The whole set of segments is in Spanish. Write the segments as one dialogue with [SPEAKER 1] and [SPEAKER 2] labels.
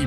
[SPEAKER 1] Y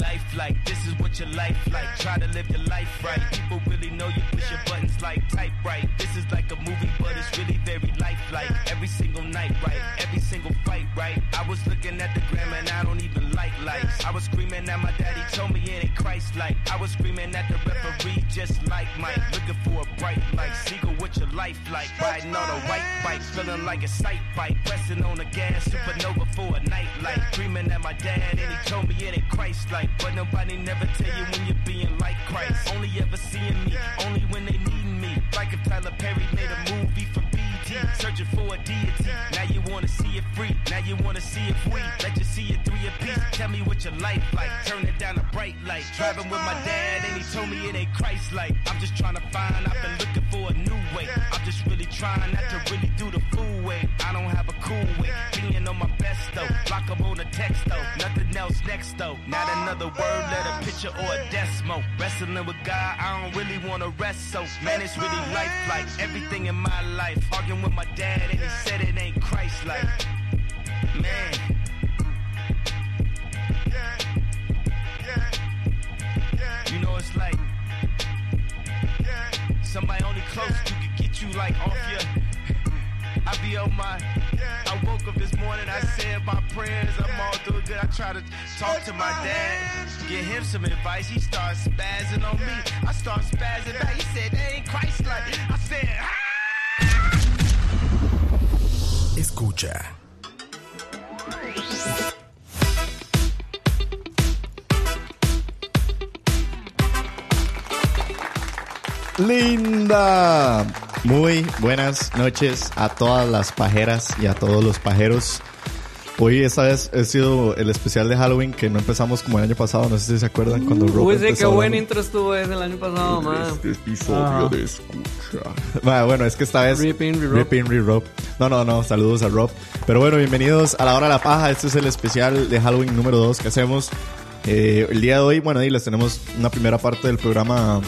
[SPEAKER 2] Life like this is what your life like. Try to live your life right. People really know you push your buttons like type right. This is like a movie, but it's really very lifelike. Every single night, right? Every single fight, right? I was looking at the gram and I don't even like lights. I was screaming at my daddy, told me it ain't Christ like. I was screaming at the referee, just like Mike. Looking for a bright light. Seagull, what your life like? Riding on a white bike, feeling like a sight bike. Pressing on the gas, supernova for a night light. Screaming at my dad and he told me it ain't Christ like. But nobody never tell you when you're being like Christ. Only ever seeing me, only when they need me. Like if Tyler Perry made a movie for BT, searching for a deity. Now you wanna see it free, now you wanna see if we let you see it three apiece. Tell me what your life like, turn it down a bright light. Driving with my dad and he told me it ain't Christ like. I'm just trying to find, I've been looking for a new way. I'm just really trying not to really do the fool way. I don't have a cool way, being on my best though. Block 'em on the text though, nothing else next though. Not another word, let a picture or a desmo. Wrestling with God, I don't really wanna rest so. Man, it's really life like everything in my life. Arguing with my dad and he said it ain't Christ like. Man. You know it's like somebody only close to could get you like off your I be on my. I woke up this morning, I said my prayers, I'm all doing good. I try to talk to my dad, give him some advice. He starts spazzing on me. I start spazzing back. He said, that ain't Christ like. I said, ah!
[SPEAKER 1] Escucha.
[SPEAKER 3] Linda. Muy buenas noches a todas las pajeras y a todos los pajeros. Hoy esta vez ha sido el especial de Halloween que no empezamos como el año pasado, no sé si se acuerdan cuando Rob
[SPEAKER 4] Uy, sí, Pues qué
[SPEAKER 3] empezó
[SPEAKER 4] buen
[SPEAKER 3] hablando.
[SPEAKER 4] intro estuvo ese el año
[SPEAKER 3] Este,
[SPEAKER 4] pasado, man.
[SPEAKER 1] episodio de Escucha.
[SPEAKER 3] Ma, Ah, bueno, es que esta vez
[SPEAKER 4] Rip in, rip Rob.
[SPEAKER 3] Rip in, rip Rob. No, no, no, saludos a Rob. Pero bueno, bienvenidos a la hora de la paja. Este es el especial de Halloween número 2 que hacemos eh, el día de hoy. Bueno, y les tenemos una primera parte del programa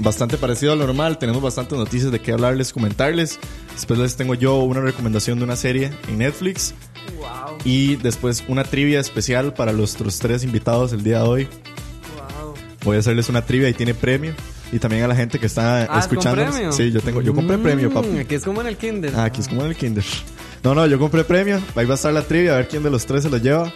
[SPEAKER 3] bastante parecido a lo normal. Tenemos bastantes noticias de qué hablarles, comentarles. Después les tengo yo una recomendación de una serie en Netflix.
[SPEAKER 4] Wow,
[SPEAKER 3] Y después una trivia especial para nuestros tres invitados el día de hoy.
[SPEAKER 4] wow.
[SPEAKER 3] Voy a hacerles una trivia y tiene premio. Y también a la gente que está
[SPEAKER 4] Ah, ¿es con
[SPEAKER 3] escuchando.
[SPEAKER 4] premio?
[SPEAKER 3] Sí, yo tengo, yo compré premio, papi.
[SPEAKER 4] Mm, Aquí es como en el kinder.
[SPEAKER 3] Ah, aquí es como en el kinder. No, no, yo compré premio. Ahí va a estar la trivia, a ver quién de los tres se lo lleva.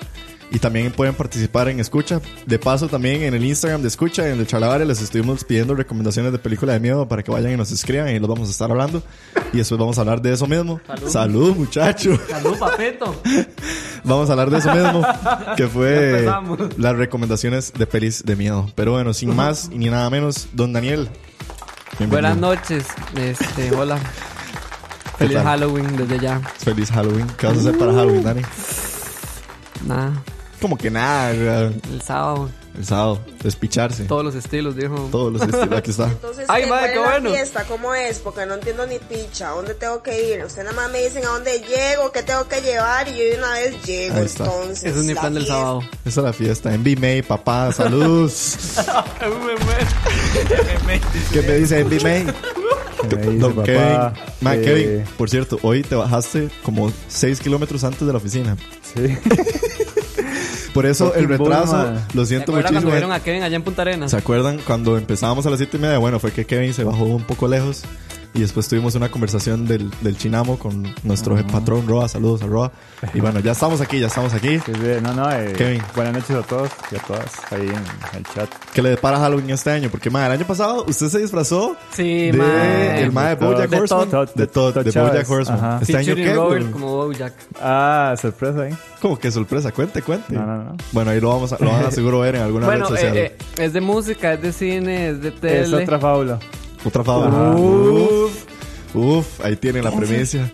[SPEAKER 3] Y también pueden participar en Escucha. De paso, también en el Instagram de Escucha, en el Chalabaria, les estuvimos pidiendo recomendaciones de películas de miedo para que vayan y nos escriban y los vamos a estar hablando. Y después vamos a hablar de eso mismo.
[SPEAKER 4] Salud.
[SPEAKER 3] Salud, muchachos.
[SPEAKER 4] Salud, papeto.
[SPEAKER 3] Vamos a hablar de eso mismo, que
[SPEAKER 4] Ya
[SPEAKER 3] fue
[SPEAKER 4] empezamos.
[SPEAKER 3] las recomendaciones de pelis de miedo. Pero bueno, sin más y ni nada menos, don Daniel. bienvenido.
[SPEAKER 4] Buenas noches. Este, hola. Feliz
[SPEAKER 3] tal?
[SPEAKER 4] Halloween desde ya.
[SPEAKER 3] Feliz Halloween. ¿Qué vas a hacer para Halloween, Dani?
[SPEAKER 4] Nada.
[SPEAKER 3] Como que nada, güey.
[SPEAKER 4] El sábado.
[SPEAKER 3] El sábado, despicharse.
[SPEAKER 4] Todos los estilos, dijo.
[SPEAKER 3] Todos los estilos, aquí está.
[SPEAKER 5] Entonces,
[SPEAKER 4] Ay,
[SPEAKER 5] ¿qué?
[SPEAKER 4] madre,
[SPEAKER 5] ¿Cuál
[SPEAKER 4] qué
[SPEAKER 5] es la
[SPEAKER 4] bueno.
[SPEAKER 5] fiesta? ¿Cómo es? Porque no entiendo ni picha. ¿A dónde tengo que ir? Usted nada más me dicen a dónde llego, qué tengo que llevar y yo de una vez llego.
[SPEAKER 3] Ahí está.
[SPEAKER 5] Entonces,
[SPEAKER 4] Ese es mi
[SPEAKER 5] la
[SPEAKER 4] plan del
[SPEAKER 5] fiesta.
[SPEAKER 4] sábado.
[SPEAKER 3] Esa es la fiesta. En May, papá, saludos. ¿Qué me dice en May?
[SPEAKER 6] Me dice,
[SPEAKER 3] Don
[SPEAKER 6] papá,
[SPEAKER 3] Kevin. Ma,
[SPEAKER 6] eh,
[SPEAKER 3] Kevin, por cierto, hoy te bajaste como 6 kilómetros antes de la oficina.
[SPEAKER 6] Sí.
[SPEAKER 3] Por eso el
[SPEAKER 6] Fucking bull,
[SPEAKER 3] retraso,
[SPEAKER 6] ma.
[SPEAKER 3] lo
[SPEAKER 4] ¿Se
[SPEAKER 3] siento
[SPEAKER 4] acuerdan cuando
[SPEAKER 3] muchísimo.
[SPEAKER 4] vieron a Kevin allá en Punta Arenas?
[SPEAKER 3] ¿Se acuerdan cuando empezábamos a las 7 y media? Bueno, fue que Kevin se bajó un poco lejos. Y después tuvimos una conversación del, del Chinamo con nuestro patrón Roa. Saludos a Roa. Y bueno, ya estamos aquí, ya estamos aquí.
[SPEAKER 6] Sí, sí, No, no, eh,
[SPEAKER 3] Kevin.
[SPEAKER 6] buenas noches a todos y a todas ahí en el chat.
[SPEAKER 3] ¿Qué le depara Halloween este año? Porque, madre, el año pasado usted se disfrazó
[SPEAKER 4] Sí,
[SPEAKER 3] de
[SPEAKER 4] mae.
[SPEAKER 3] el mae de
[SPEAKER 6] De
[SPEAKER 3] Bojack
[SPEAKER 4] Todd.
[SPEAKER 3] Horseman.
[SPEAKER 6] De Todd.
[SPEAKER 3] De Todd, de
[SPEAKER 6] Todd Chávez.
[SPEAKER 3] Bojack Horseman.
[SPEAKER 6] Ajá.
[SPEAKER 3] Este año,
[SPEAKER 4] Featuring
[SPEAKER 3] ¿qué?
[SPEAKER 4] Robert
[SPEAKER 3] güey?
[SPEAKER 4] como Bojack.
[SPEAKER 6] Ah, sorpresa ahí.
[SPEAKER 3] Como que sorpresa, cuente, cuente.
[SPEAKER 6] No, no, no.
[SPEAKER 3] Bueno, ahí lo vamos a, lo van a seguro ver en alguna
[SPEAKER 4] Bueno,
[SPEAKER 3] red social.
[SPEAKER 4] eh, eh, es de música, es de cine, es de tele.
[SPEAKER 6] Es otra fábula.
[SPEAKER 3] Otra fábula. Uf. Uf, ahí tienen la premisa.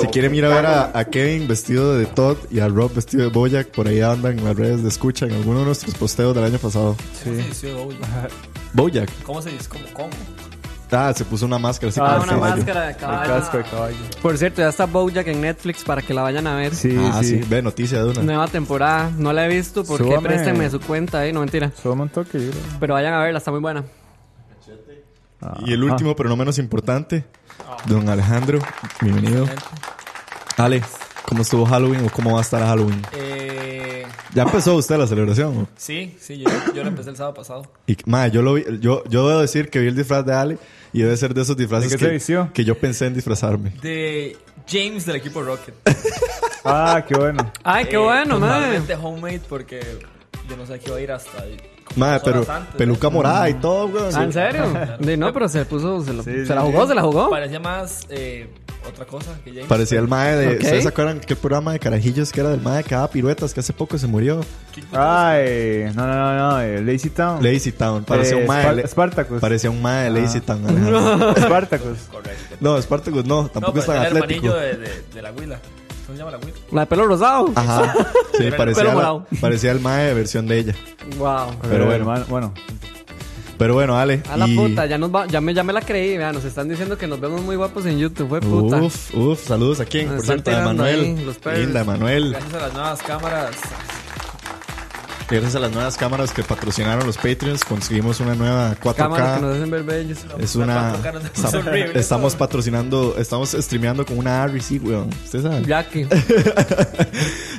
[SPEAKER 3] Si quieren ir a ver a, a Kevin vestido de Todd y a Rob vestido de Boyack, por ahí andan en las redes de escucha en alguno de nuestros posteos del año pasado.
[SPEAKER 6] Sí.
[SPEAKER 3] Boyack.
[SPEAKER 7] ¿Cómo se dice? ¿Cómo? ¿Cómo?
[SPEAKER 3] Ah, se puso una máscara así
[SPEAKER 6] Ah,
[SPEAKER 3] como
[SPEAKER 4] Ah,
[SPEAKER 3] de
[SPEAKER 4] una
[SPEAKER 3] caballo.
[SPEAKER 4] máscara de
[SPEAKER 6] El
[SPEAKER 4] caballo.
[SPEAKER 6] casco de caballo.
[SPEAKER 4] Por cierto, ya está Bojack en Netflix para que la vayan a ver.
[SPEAKER 6] Sí,
[SPEAKER 3] Ah, sí.
[SPEAKER 6] sí.
[SPEAKER 3] Ve, noticia de una.
[SPEAKER 4] Nueva temporada, no la he visto porque
[SPEAKER 6] Súbame.
[SPEAKER 4] préstenme su cuenta ahí, no mentira.
[SPEAKER 6] Solo un toque, yo creo.
[SPEAKER 4] Pero vayan a verla, está muy buena.
[SPEAKER 3] Y el último, pero no menos importante, don Alejandro. Bienvenido. Ale, ¿cómo estuvo Halloween o cómo va a estar Halloween?
[SPEAKER 7] Eh,
[SPEAKER 3] Ya empezó usted la celebración. ¿no?
[SPEAKER 7] sí, sí, yo, yo lo empecé el sábado pasado.
[SPEAKER 3] Y, ma, yo, lo vi- yo, yo debo decir que vi el disfraz de Ale y debe ser de esos disfraces
[SPEAKER 6] ¿De qué se
[SPEAKER 3] que,
[SPEAKER 6] vistió?
[SPEAKER 3] que yo pensé en disfrazarme.
[SPEAKER 7] De James del equipo Rocket.
[SPEAKER 6] Ah, qué bueno.
[SPEAKER 4] Ay, qué bueno, madre.
[SPEAKER 7] Normalmente homemade porque yo no sé qué va a ir hasta. como
[SPEAKER 3] Ma,
[SPEAKER 7] dos
[SPEAKER 3] pero
[SPEAKER 7] horas antes,
[SPEAKER 3] peluca
[SPEAKER 7] ¿no?
[SPEAKER 3] morada y todo, weón.
[SPEAKER 4] Ah, ¿En serio? De, no, pero se puso, se, lo-
[SPEAKER 6] Sí,
[SPEAKER 4] se la
[SPEAKER 6] sí,
[SPEAKER 4] jugó,
[SPEAKER 6] sí.
[SPEAKER 4] se la jugó.
[SPEAKER 7] Parecía más eh, otra cosa que James.
[SPEAKER 3] Parecía el mae de.
[SPEAKER 4] Ok.
[SPEAKER 3] ¿Ustedes se acuerdan que el programa de Carajillos que era del mae que daba piruetas que hace poco se murió?
[SPEAKER 6] Ay, no, no, no, no. eh, Lazy Town.
[SPEAKER 3] Lazy Town. Parecía
[SPEAKER 6] Eh,
[SPEAKER 3] un mae.
[SPEAKER 6] Spar-
[SPEAKER 3] de-
[SPEAKER 6] Spartacus. Ah.
[SPEAKER 3] Parecía un mae de Lazy Town. Alejandro.
[SPEAKER 6] Spartacus.
[SPEAKER 7] Correcto.
[SPEAKER 3] No, Spartacus no, tampoco
[SPEAKER 7] no,
[SPEAKER 3] es tan
[SPEAKER 7] parecía el
[SPEAKER 3] atlético.
[SPEAKER 7] hermanillo de, de, de la Huila. ¿Cómo se llama la Huila?
[SPEAKER 4] La de pelo rosado.
[SPEAKER 3] Ajá. Sí, parecía,
[SPEAKER 4] Pero
[SPEAKER 3] la-
[SPEAKER 4] morado.
[SPEAKER 3] parecía el mae de versión de ella.
[SPEAKER 4] Wow.
[SPEAKER 3] Pero bueno.
[SPEAKER 6] Pero bueno, hermano, bueno.
[SPEAKER 3] Pero bueno, Ale.
[SPEAKER 4] A la
[SPEAKER 3] y-
[SPEAKER 4] puta, ya nos va, ya me, ya me la creí, vean, nos están diciendo que nos vemos muy guapos en YouTube, fue puta.
[SPEAKER 3] Uf, uf, saludos a quién,
[SPEAKER 4] Nos
[SPEAKER 3] por
[SPEAKER 4] están
[SPEAKER 3] cierto, a
[SPEAKER 4] tirando
[SPEAKER 3] Manuel.
[SPEAKER 4] ahí los perros.
[SPEAKER 3] Linda, Manuel.
[SPEAKER 7] Gracias a las nuevas cámaras.
[SPEAKER 3] Gracias a las nuevas cámaras que patrocinaron los Patreons, conseguimos una nueva 4K.
[SPEAKER 4] Cámaras que nos hacen ver bellos.
[SPEAKER 3] Es una.
[SPEAKER 7] La 4K nos
[SPEAKER 3] Estamos,
[SPEAKER 7] es horrible,
[SPEAKER 3] estamos
[SPEAKER 7] ¿no?
[SPEAKER 3] patrocinando, estamos streameando con una RC, weón. Usted sabe.
[SPEAKER 4] Jackie.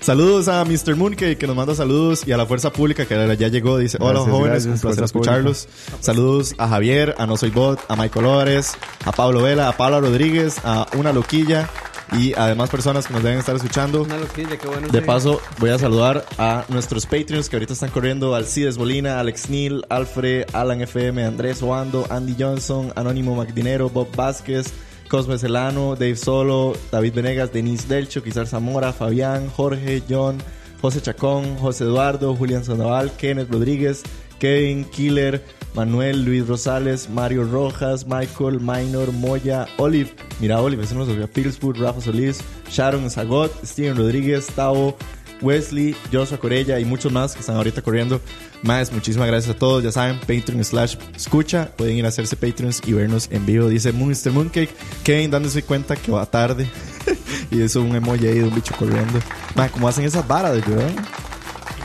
[SPEAKER 3] saludos a Mr. Mooncake que nos manda saludos y a la Fuerza Pública que ya llegó. Dice: Hola
[SPEAKER 6] Gracias,
[SPEAKER 3] jóvenes,
[SPEAKER 6] gracias,
[SPEAKER 3] un placer
[SPEAKER 6] Fuerza Pública.
[SPEAKER 3] escucharlos. Saludos a Javier, a No Soy Bot, a Michael Lores, a Pablo Vela, a Paula Rodríguez, a Una Loquilla y a demás personas que nos deben estar escuchando.
[SPEAKER 4] Una loquilla, qué bueno.
[SPEAKER 3] De
[SPEAKER 4] sí.
[SPEAKER 3] paso, voy a saludar a nuestros Patreons que ahorita están corriendo: Alcides Molina, Alex Neal, Alfred, Alan FM, Andrés Oando, Andy Johnson, Anónimo Magdinero, Bob Vázquez, Cosme Celano, Dave Solo, David Venegas, Denise Delcho, Quizar Zamora, Fabián, Jorge, John, José Chacón, José Eduardo, Julián Sandoval, Kenneth Rodríguez, Kevin Killer, Manuel, Luis Rosales, Mario Rojas, Michael, Minor, Moya, Olive, mira Olive, ese nos lo vio, Pillsbury, Rafa Solís, Sharon Zagot, Steven Rodríguez, Tavo, Wesley, Joshua Corella y muchos más que están ahorita corriendo. Más, muchísimas gracias a todos. Ya saben, Patreon slash escucha. Pueden ir a hacerse Patreons y vernos en vivo. Dice Monster Mooncake. Kevin dándose cuenta que va tarde. y eso un emoji ahí de un bicho corriendo. Más, ¿cómo hacen esas varas de verdad?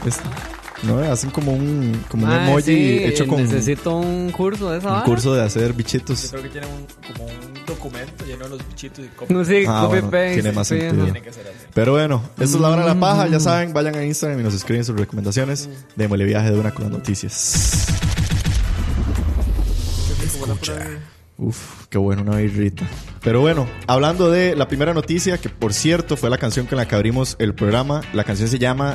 [SPEAKER 3] Es- pues, no, hacen como un, como un
[SPEAKER 4] Ah,
[SPEAKER 3] emoji
[SPEAKER 4] sí,
[SPEAKER 3] hecho con
[SPEAKER 4] Necesito un curso de esa
[SPEAKER 3] un
[SPEAKER 4] vara.
[SPEAKER 3] curso de hacer
[SPEAKER 7] Yo
[SPEAKER 3] bichitos.
[SPEAKER 7] creo que tienen un, como un documento lleno de los bichitos y cómo
[SPEAKER 4] No, sí,
[SPEAKER 3] Ah,
[SPEAKER 4] copy
[SPEAKER 3] bueno,
[SPEAKER 4] paste.
[SPEAKER 3] tiene más
[SPEAKER 4] sí,
[SPEAKER 3] sentido.
[SPEAKER 4] ajá.
[SPEAKER 7] tiene que ser así.
[SPEAKER 3] Pero bueno, esto es la hora de la paja.
[SPEAKER 4] Mm.
[SPEAKER 3] Ya saben, vayan a Instagram y nos escriben sus recomendaciones. Démosle viaje de una con las noticias. Escucha. Uf, qué bueno una birrita. Pero bueno, hablando de la primera noticia, que por cierto fue la canción con la que abrimos el programa. La canción se llama.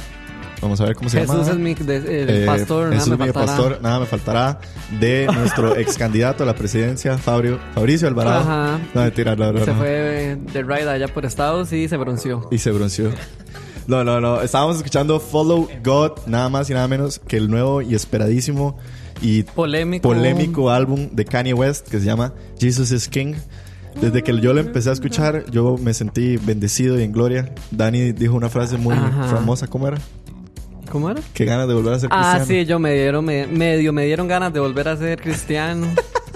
[SPEAKER 3] Vamos a ver cómo se llama.
[SPEAKER 4] Jesús es mi de- el
[SPEAKER 3] Eh,
[SPEAKER 4] pastor, nada
[SPEAKER 3] Jesús
[SPEAKER 4] me
[SPEAKER 3] es mi
[SPEAKER 4] faltará.
[SPEAKER 3] pastor, nada me faltará. De nuestro ex candidato a la presidencia, Fabio, Fabricio Alvarado.
[SPEAKER 4] Ajá.
[SPEAKER 3] No, mentira, no, no,
[SPEAKER 4] Se
[SPEAKER 3] no.
[SPEAKER 4] fue de- de ride allá por Estados y se bronceó.
[SPEAKER 3] Y se bronceó. No, no, no. Estábamos escuchando Follow God, nada más y nada menos que el nuevo y esperadísimo y
[SPEAKER 4] Polémico.
[SPEAKER 3] polémico álbum de Kanye West que se llama Jesus is King. Desde que yo lo empecé a escuchar, yo me sentí bendecido y en gloria. Dani dijo una frase muy
[SPEAKER 4] Ajá.
[SPEAKER 3] famosa, ¿cómo era?
[SPEAKER 4] ¿Cómo era?
[SPEAKER 3] Que ganas de volver a ser
[SPEAKER 4] Ah,
[SPEAKER 3] cristiano.
[SPEAKER 4] sí, yo me dieron, me- medio me dieron ganas de volver a ser cristiano.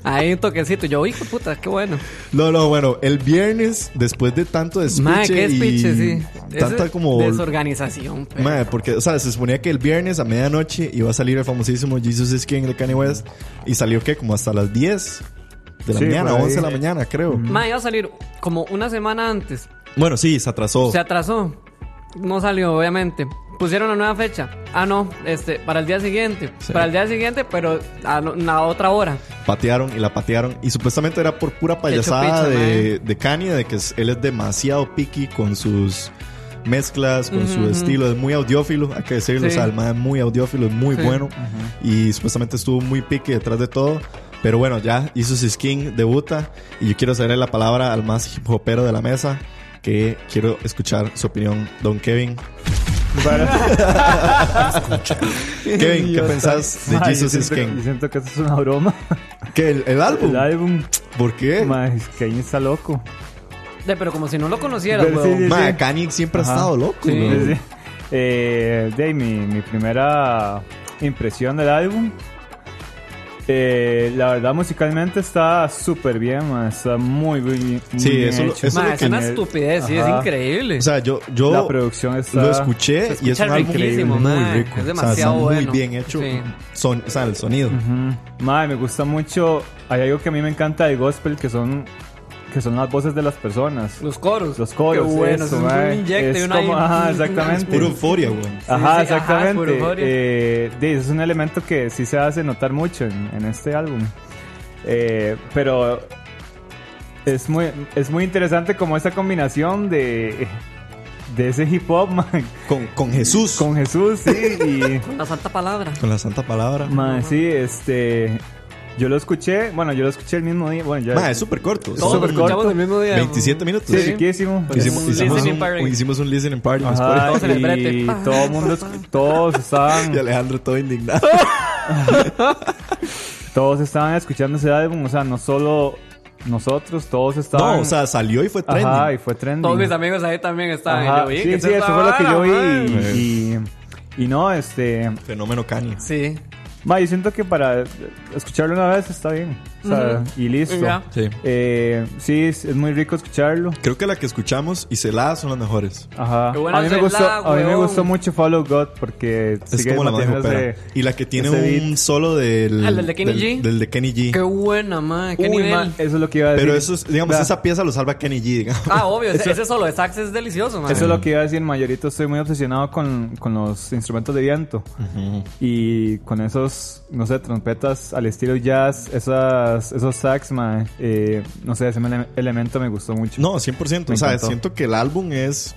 [SPEAKER 4] Ahí un toquecito. Yo, hijo de puta, qué bueno.
[SPEAKER 3] No, no, bueno, el viernes, después de tanto despiche
[SPEAKER 4] Madre, qué
[SPEAKER 3] y
[SPEAKER 4] despiche, sí.
[SPEAKER 3] tanta
[SPEAKER 4] Ese-
[SPEAKER 3] como
[SPEAKER 4] Desorganización, pero-
[SPEAKER 3] Madre, porque, o sea, se suponía que el viernes a medianoche iba a salir el famosísimo Jesus is King de Kanye West. Y salió, que Como hasta las 10 de la
[SPEAKER 6] Sí,
[SPEAKER 3] mañana,
[SPEAKER 6] por ahí.
[SPEAKER 3] 11 de la mañana, creo.
[SPEAKER 4] Madre, iba a salir como una semana antes.
[SPEAKER 3] Bueno, sí, se atrasó.
[SPEAKER 4] Se atrasó. No salió, obviamente. Pusieron una nueva fecha. Ah, no, este, para el día siguiente. Para el día siguiente, pero a no- a otra hora.
[SPEAKER 3] patearon y la patearon. Y supuestamente era por pura payasada
[SPEAKER 4] chupicha,
[SPEAKER 3] de, de Kanye, de que es- él es demasiado picky con sus mezclas, con su estilo. Es muy audiófilo, hay que decirlo.
[SPEAKER 4] Sí.
[SPEAKER 3] O sea, el mae es muy audiófilo, es muy
[SPEAKER 4] Sí.
[SPEAKER 3] bueno. Y supuestamente estuvo muy picky detrás de todo. Pero bueno, ya hizo su skin, debuta. Y yo quiero hacerle la palabra al más hip hopero de la mesa. Que quiero escuchar su opinión, Don Kevin. Kevin, ¿qué
[SPEAKER 6] Dios,
[SPEAKER 3] pensás de
[SPEAKER 6] mae,
[SPEAKER 3] Jesus
[SPEAKER 6] yo
[SPEAKER 3] is
[SPEAKER 6] siento- Yo
[SPEAKER 3] King?
[SPEAKER 6] siento que esto es una broma.
[SPEAKER 3] ¿Qué? ¿El, el álbum?
[SPEAKER 6] El álbum,
[SPEAKER 3] ¿Por qué?
[SPEAKER 6] mae, es que ahí está loco.
[SPEAKER 4] De, pero como si no lo conocieras,
[SPEAKER 6] Pero sí,
[SPEAKER 4] weón.
[SPEAKER 6] sí.
[SPEAKER 3] Mae, Kanye siempre
[SPEAKER 6] Ajá.
[SPEAKER 3] ha estado loco.
[SPEAKER 4] Sí.
[SPEAKER 3] ¿no?
[SPEAKER 6] Desde- eh, de ahí, mi, mi primera impresión del álbum. eh, la verdad, musicalmente está súper bien, ma, está muy, muy bien. muy
[SPEAKER 3] Sí,
[SPEAKER 6] bien
[SPEAKER 3] eso lo-
[SPEAKER 6] hecho.
[SPEAKER 3] eso
[SPEAKER 4] Ma,
[SPEAKER 3] lo
[SPEAKER 4] es
[SPEAKER 3] que-
[SPEAKER 4] una estupidez, sí, es
[SPEAKER 6] Ajá.
[SPEAKER 4] increíble.
[SPEAKER 3] O sea, yo, yo
[SPEAKER 6] La producción está.
[SPEAKER 3] lo escuché y
[SPEAKER 4] se
[SPEAKER 3] es un
[SPEAKER 4] escucha
[SPEAKER 3] álbum
[SPEAKER 4] riquísimo,
[SPEAKER 3] muy
[SPEAKER 4] mae,
[SPEAKER 3] rico.
[SPEAKER 4] es
[SPEAKER 3] O sea,
[SPEAKER 4] demasiado
[SPEAKER 3] está
[SPEAKER 4] bueno.
[SPEAKER 3] muy bien hecho.
[SPEAKER 4] Sí.
[SPEAKER 3] Son, o sea, el sonido.
[SPEAKER 6] Ujú. Mae, me gusta mucho. Hay algo que a mí me encanta del gospel que son, que son las voces de las personas.
[SPEAKER 4] los coros.
[SPEAKER 6] Los coros,
[SPEAKER 4] Qué bueno,
[SPEAKER 6] eso,
[SPEAKER 4] es un
[SPEAKER 6] mae.
[SPEAKER 4] inyecto y
[SPEAKER 6] Es
[SPEAKER 4] una
[SPEAKER 6] como- ajá, exactamente.
[SPEAKER 3] Puro euforia, güey.
[SPEAKER 6] Ajá,
[SPEAKER 4] sí, ajá, es por
[SPEAKER 6] exactamente.
[SPEAKER 4] euforia.
[SPEAKER 6] Eh, de- es un elemento que sí se hace notar mucho en, en este álbum. Eh, pero es muy, es muy interesante como esa combinación de, de ese hip hop man,
[SPEAKER 3] Con, con Jesús. Con,
[SPEAKER 6] con Jesús, sí,
[SPEAKER 4] La santa palabra.
[SPEAKER 3] la santa palabra.
[SPEAKER 6] y man, sí, este yo lo escuché, bueno, yo lo escuché el mismo día, bueno, ya
[SPEAKER 3] Mae, es súper corto.
[SPEAKER 6] Todo
[SPEAKER 3] Son
[SPEAKER 4] Todos
[SPEAKER 6] súper
[SPEAKER 4] escuchamos
[SPEAKER 6] corto.
[SPEAKER 4] el mismo día.
[SPEAKER 3] 27 minutos.
[SPEAKER 6] sí, riquísimo.
[SPEAKER 4] Pues
[SPEAKER 3] Hicimos,
[SPEAKER 4] un
[SPEAKER 3] hicimos
[SPEAKER 4] listening
[SPEAKER 3] un,
[SPEAKER 4] party.
[SPEAKER 3] hicimos un listening party. en
[SPEAKER 6] Ajá,
[SPEAKER 4] Todos en el
[SPEAKER 6] y
[SPEAKER 4] brete.
[SPEAKER 6] todo el mundo, escu- todos estaban
[SPEAKER 3] Spotify. Y Alejandro todo indignado.
[SPEAKER 6] todos estaban escuchando ese álbum, o sea, no solo nosotros, todos estaban.
[SPEAKER 3] No, o sea, salió y fue trending.
[SPEAKER 6] Ajá, y fue trending.
[SPEAKER 4] Todos mis amigos ahí también estaban.
[SPEAKER 6] Ajá,
[SPEAKER 4] y yo, "Oye,
[SPEAKER 6] sí,
[SPEAKER 4] ¿qué es
[SPEAKER 6] sí, eso
[SPEAKER 4] esta
[SPEAKER 6] fue lo que yo
[SPEAKER 4] vara,
[SPEAKER 6] vi.
[SPEAKER 4] mae?"
[SPEAKER 6] Y, y no, este.
[SPEAKER 3] Fenómeno Kanye.
[SPEAKER 4] Sí.
[SPEAKER 6] Ma, yo siento que para escucharlo una vez está bien. O sea, y listo.
[SPEAKER 4] Ya.
[SPEAKER 3] Sí.
[SPEAKER 6] Eh, sí, es, es muy rico escucharlo.
[SPEAKER 3] Creo que la que escuchamos y Celada son las mejores.
[SPEAKER 6] Ajá.
[SPEAKER 4] Qué buena
[SPEAKER 6] A mí, me
[SPEAKER 4] celda,
[SPEAKER 6] gustó, a mí me
[SPEAKER 4] weón.
[SPEAKER 6] gustó mucho Follow God porque
[SPEAKER 3] Es
[SPEAKER 6] sigue
[SPEAKER 3] como la más
[SPEAKER 6] manteniendo
[SPEAKER 3] popera.
[SPEAKER 6] ese-
[SPEAKER 3] Y la que tiene
[SPEAKER 6] ese
[SPEAKER 3] un
[SPEAKER 6] beat.
[SPEAKER 3] solo del...
[SPEAKER 4] Ah, ¿la de Kenny
[SPEAKER 3] del-
[SPEAKER 4] G?
[SPEAKER 3] Del de Kenny G.
[SPEAKER 4] Qué buena, madre. Qué
[SPEAKER 6] Uy,
[SPEAKER 4] nivel.
[SPEAKER 6] ma, eso es lo que iba a decir.
[SPEAKER 3] Pero eso, es- digamos,
[SPEAKER 6] Vea,
[SPEAKER 3] esa pieza lo salva Kenny G, digamos.
[SPEAKER 4] Ah, obvio. ese- ese solo de sax es delicioso, madre.
[SPEAKER 6] Eso es lo que iba a decir, mayorito. Estoy muy obsesionado con, con los instrumentos de viento. Y con esos, no sé, trompetas al estilo jazz, esas, esos sax, mae, eh, no sé, ese ele- elemento me gustó mucho.
[SPEAKER 3] No, 100%.
[SPEAKER 6] Me
[SPEAKER 3] o sea,
[SPEAKER 6] encantó.
[SPEAKER 3] siento que el álbum es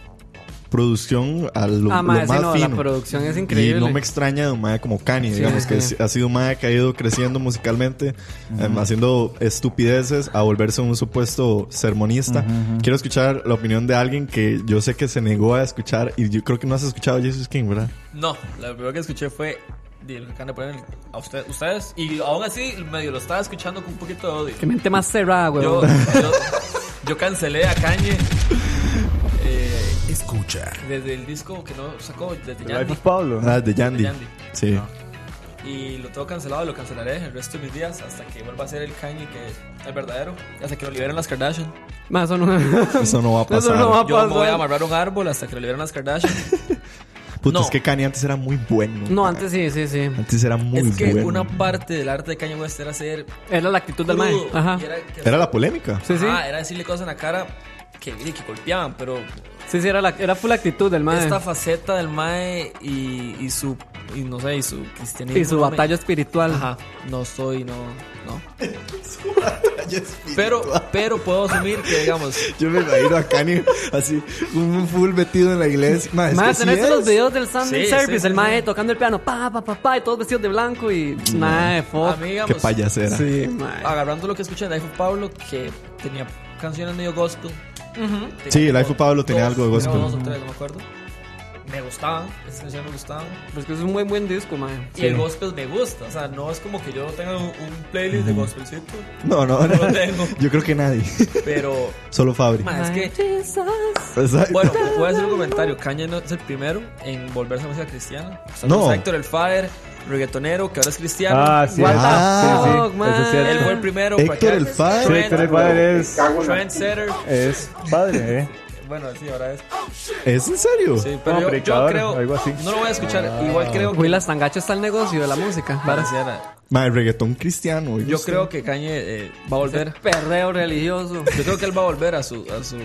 [SPEAKER 3] producción a lo,
[SPEAKER 4] Ah,
[SPEAKER 3] lo
[SPEAKER 4] madre,
[SPEAKER 3] más
[SPEAKER 4] sí, no,
[SPEAKER 3] fino.
[SPEAKER 4] la producción es
[SPEAKER 3] Y
[SPEAKER 4] increíble.
[SPEAKER 3] no me extraña de un mae como Kanye, digamos
[SPEAKER 4] sí.
[SPEAKER 3] que es- ha sido un mae que ha ido creciendo musicalmente, em, haciendo estupideces, a volverse un supuesto sermonista. Quiero escuchar la opinión de alguien que yo sé que se negó a escuchar y yo creo que no has escuchado Jesus King, ¿verdad?
[SPEAKER 7] No, la primera que escuché fue de lo que acaban de poner a usted- ustedes. Y aún así, medio lo estaba escuchando con un poquito de odio.
[SPEAKER 4] Qué mente más cerrada, güey.
[SPEAKER 7] Yo, yo, yo cancelé a Kanye eh,
[SPEAKER 1] Escucha.
[SPEAKER 7] desde el disco que no sacó, desde
[SPEAKER 6] The Life
[SPEAKER 7] Yandy.
[SPEAKER 6] of Pues, Pablo.
[SPEAKER 3] Ah, de Yandy. Ah.
[SPEAKER 7] Yandy.
[SPEAKER 3] Sí.
[SPEAKER 7] Y lo tengo cancelado y lo cancelaré el resto de mis días hasta que vuelva a ser el Kanye que es verdadero. Hasta que lo liberen las Kardashian.
[SPEAKER 4] Más eso no... Eso
[SPEAKER 3] Eso no va a pasar.
[SPEAKER 4] no va a
[SPEAKER 7] Yo me voy a
[SPEAKER 4] pasar.
[SPEAKER 7] amarrar a un árbol hasta que lo liberen las Kardashian.
[SPEAKER 3] Puta,
[SPEAKER 7] No.
[SPEAKER 3] es que Kanye antes era muy bueno.
[SPEAKER 4] No, antes sí, sí, sí.
[SPEAKER 3] Antes era muy
[SPEAKER 7] es que
[SPEAKER 3] bueno.
[SPEAKER 7] una parte del arte de Kanye West era ser
[SPEAKER 4] Era la actitud del
[SPEAKER 6] Uh.
[SPEAKER 7] crudo,
[SPEAKER 4] mae. Ajá.
[SPEAKER 7] y era, que-
[SPEAKER 3] Era la polémica.
[SPEAKER 4] Sí, sí.
[SPEAKER 7] Ajá,
[SPEAKER 6] Ah.
[SPEAKER 7] era decirle cosas en la cara que, que golpeaban, pero
[SPEAKER 4] Sí, sí, era, la, era full actitud del mae.
[SPEAKER 7] esta faceta del Mae y, y su, y no sé, y su cristianismo.
[SPEAKER 4] Y su
[SPEAKER 7] no me-
[SPEAKER 4] batalla espiritual.
[SPEAKER 7] Ajá, no soy, no, no. Pero, pero puedo asumir que, digamos,
[SPEAKER 3] Yo me imagino a Kanye así, un full metido en la iglesia. Más,
[SPEAKER 4] Más, tenés los videos del Sunday
[SPEAKER 7] Sí,
[SPEAKER 4] Service,
[SPEAKER 7] sí,
[SPEAKER 4] el
[SPEAKER 7] sí,
[SPEAKER 4] mae
[SPEAKER 7] sí.
[SPEAKER 4] tocando el piano, pa, pa, pa, pa, y todos vestidos de blanco y.
[SPEAKER 6] Ah,
[SPEAKER 4] Mae,
[SPEAKER 7] a
[SPEAKER 4] fuck.
[SPEAKER 7] mí,
[SPEAKER 3] Qué
[SPEAKER 7] digamos,
[SPEAKER 3] payasera.
[SPEAKER 4] Sí, Ah, mae.
[SPEAKER 7] agarrando lo que escuché en Life of Pablo, que tenía canciones medio gospel. Tenía
[SPEAKER 3] Sí, Life
[SPEAKER 7] como
[SPEAKER 3] of Pablo tenía
[SPEAKER 7] dos,
[SPEAKER 3] algo de gospel.
[SPEAKER 7] no, dos o tres, no me acuerdo. Me gustaban, esas canciones me gustaban.
[SPEAKER 4] Pero es que es un buen, buen disco, mae.
[SPEAKER 7] Y el gospel me gusta, o sea, no es como que yo tenga un, un playlist de gospelcito,
[SPEAKER 3] No, no,
[SPEAKER 7] No lo
[SPEAKER 3] no.
[SPEAKER 7] tengo.
[SPEAKER 3] Yo creo que nadie.
[SPEAKER 7] pero
[SPEAKER 3] Solo Fabri.
[SPEAKER 7] ma, es que
[SPEAKER 3] Exacto.
[SPEAKER 7] Bueno, voy a hacer un comentario. Kanye no es el primero en volverse a música cristiana. O sea,
[SPEAKER 3] No.
[SPEAKER 7] no. Héctor el Father, reggaetonero, que ahora es cristiano.
[SPEAKER 6] Ah, sí.
[SPEAKER 3] What the
[SPEAKER 6] ah,
[SPEAKER 4] fuck,
[SPEAKER 6] sí, sí. Eso es cierto.
[SPEAKER 7] Él fue el primero.
[SPEAKER 3] Héctor el Father.
[SPEAKER 6] Sí, Héctor el padre es,
[SPEAKER 7] Trendsetter.
[SPEAKER 6] es padre, ¿eh?
[SPEAKER 7] Bueno, sí, ahora es.
[SPEAKER 3] ¿Es en serio?
[SPEAKER 7] Sí, pero
[SPEAKER 6] Como
[SPEAKER 7] yo, yo
[SPEAKER 6] predicador,
[SPEAKER 7] creo.
[SPEAKER 6] algo así. Ah.
[SPEAKER 7] No lo voy a escuchar. Igual creo que.
[SPEAKER 4] Will Astangacho está el negocio de la música.
[SPEAKER 7] Para
[SPEAKER 4] Para
[SPEAKER 7] Sienna,
[SPEAKER 3] Ma, el reggaetón cristiano. oye,
[SPEAKER 7] Yo
[SPEAKER 3] usted.
[SPEAKER 7] creo que Kanye eh, va a volver.
[SPEAKER 4] perreo religioso.
[SPEAKER 7] Yo creo que él va a volver a su. A su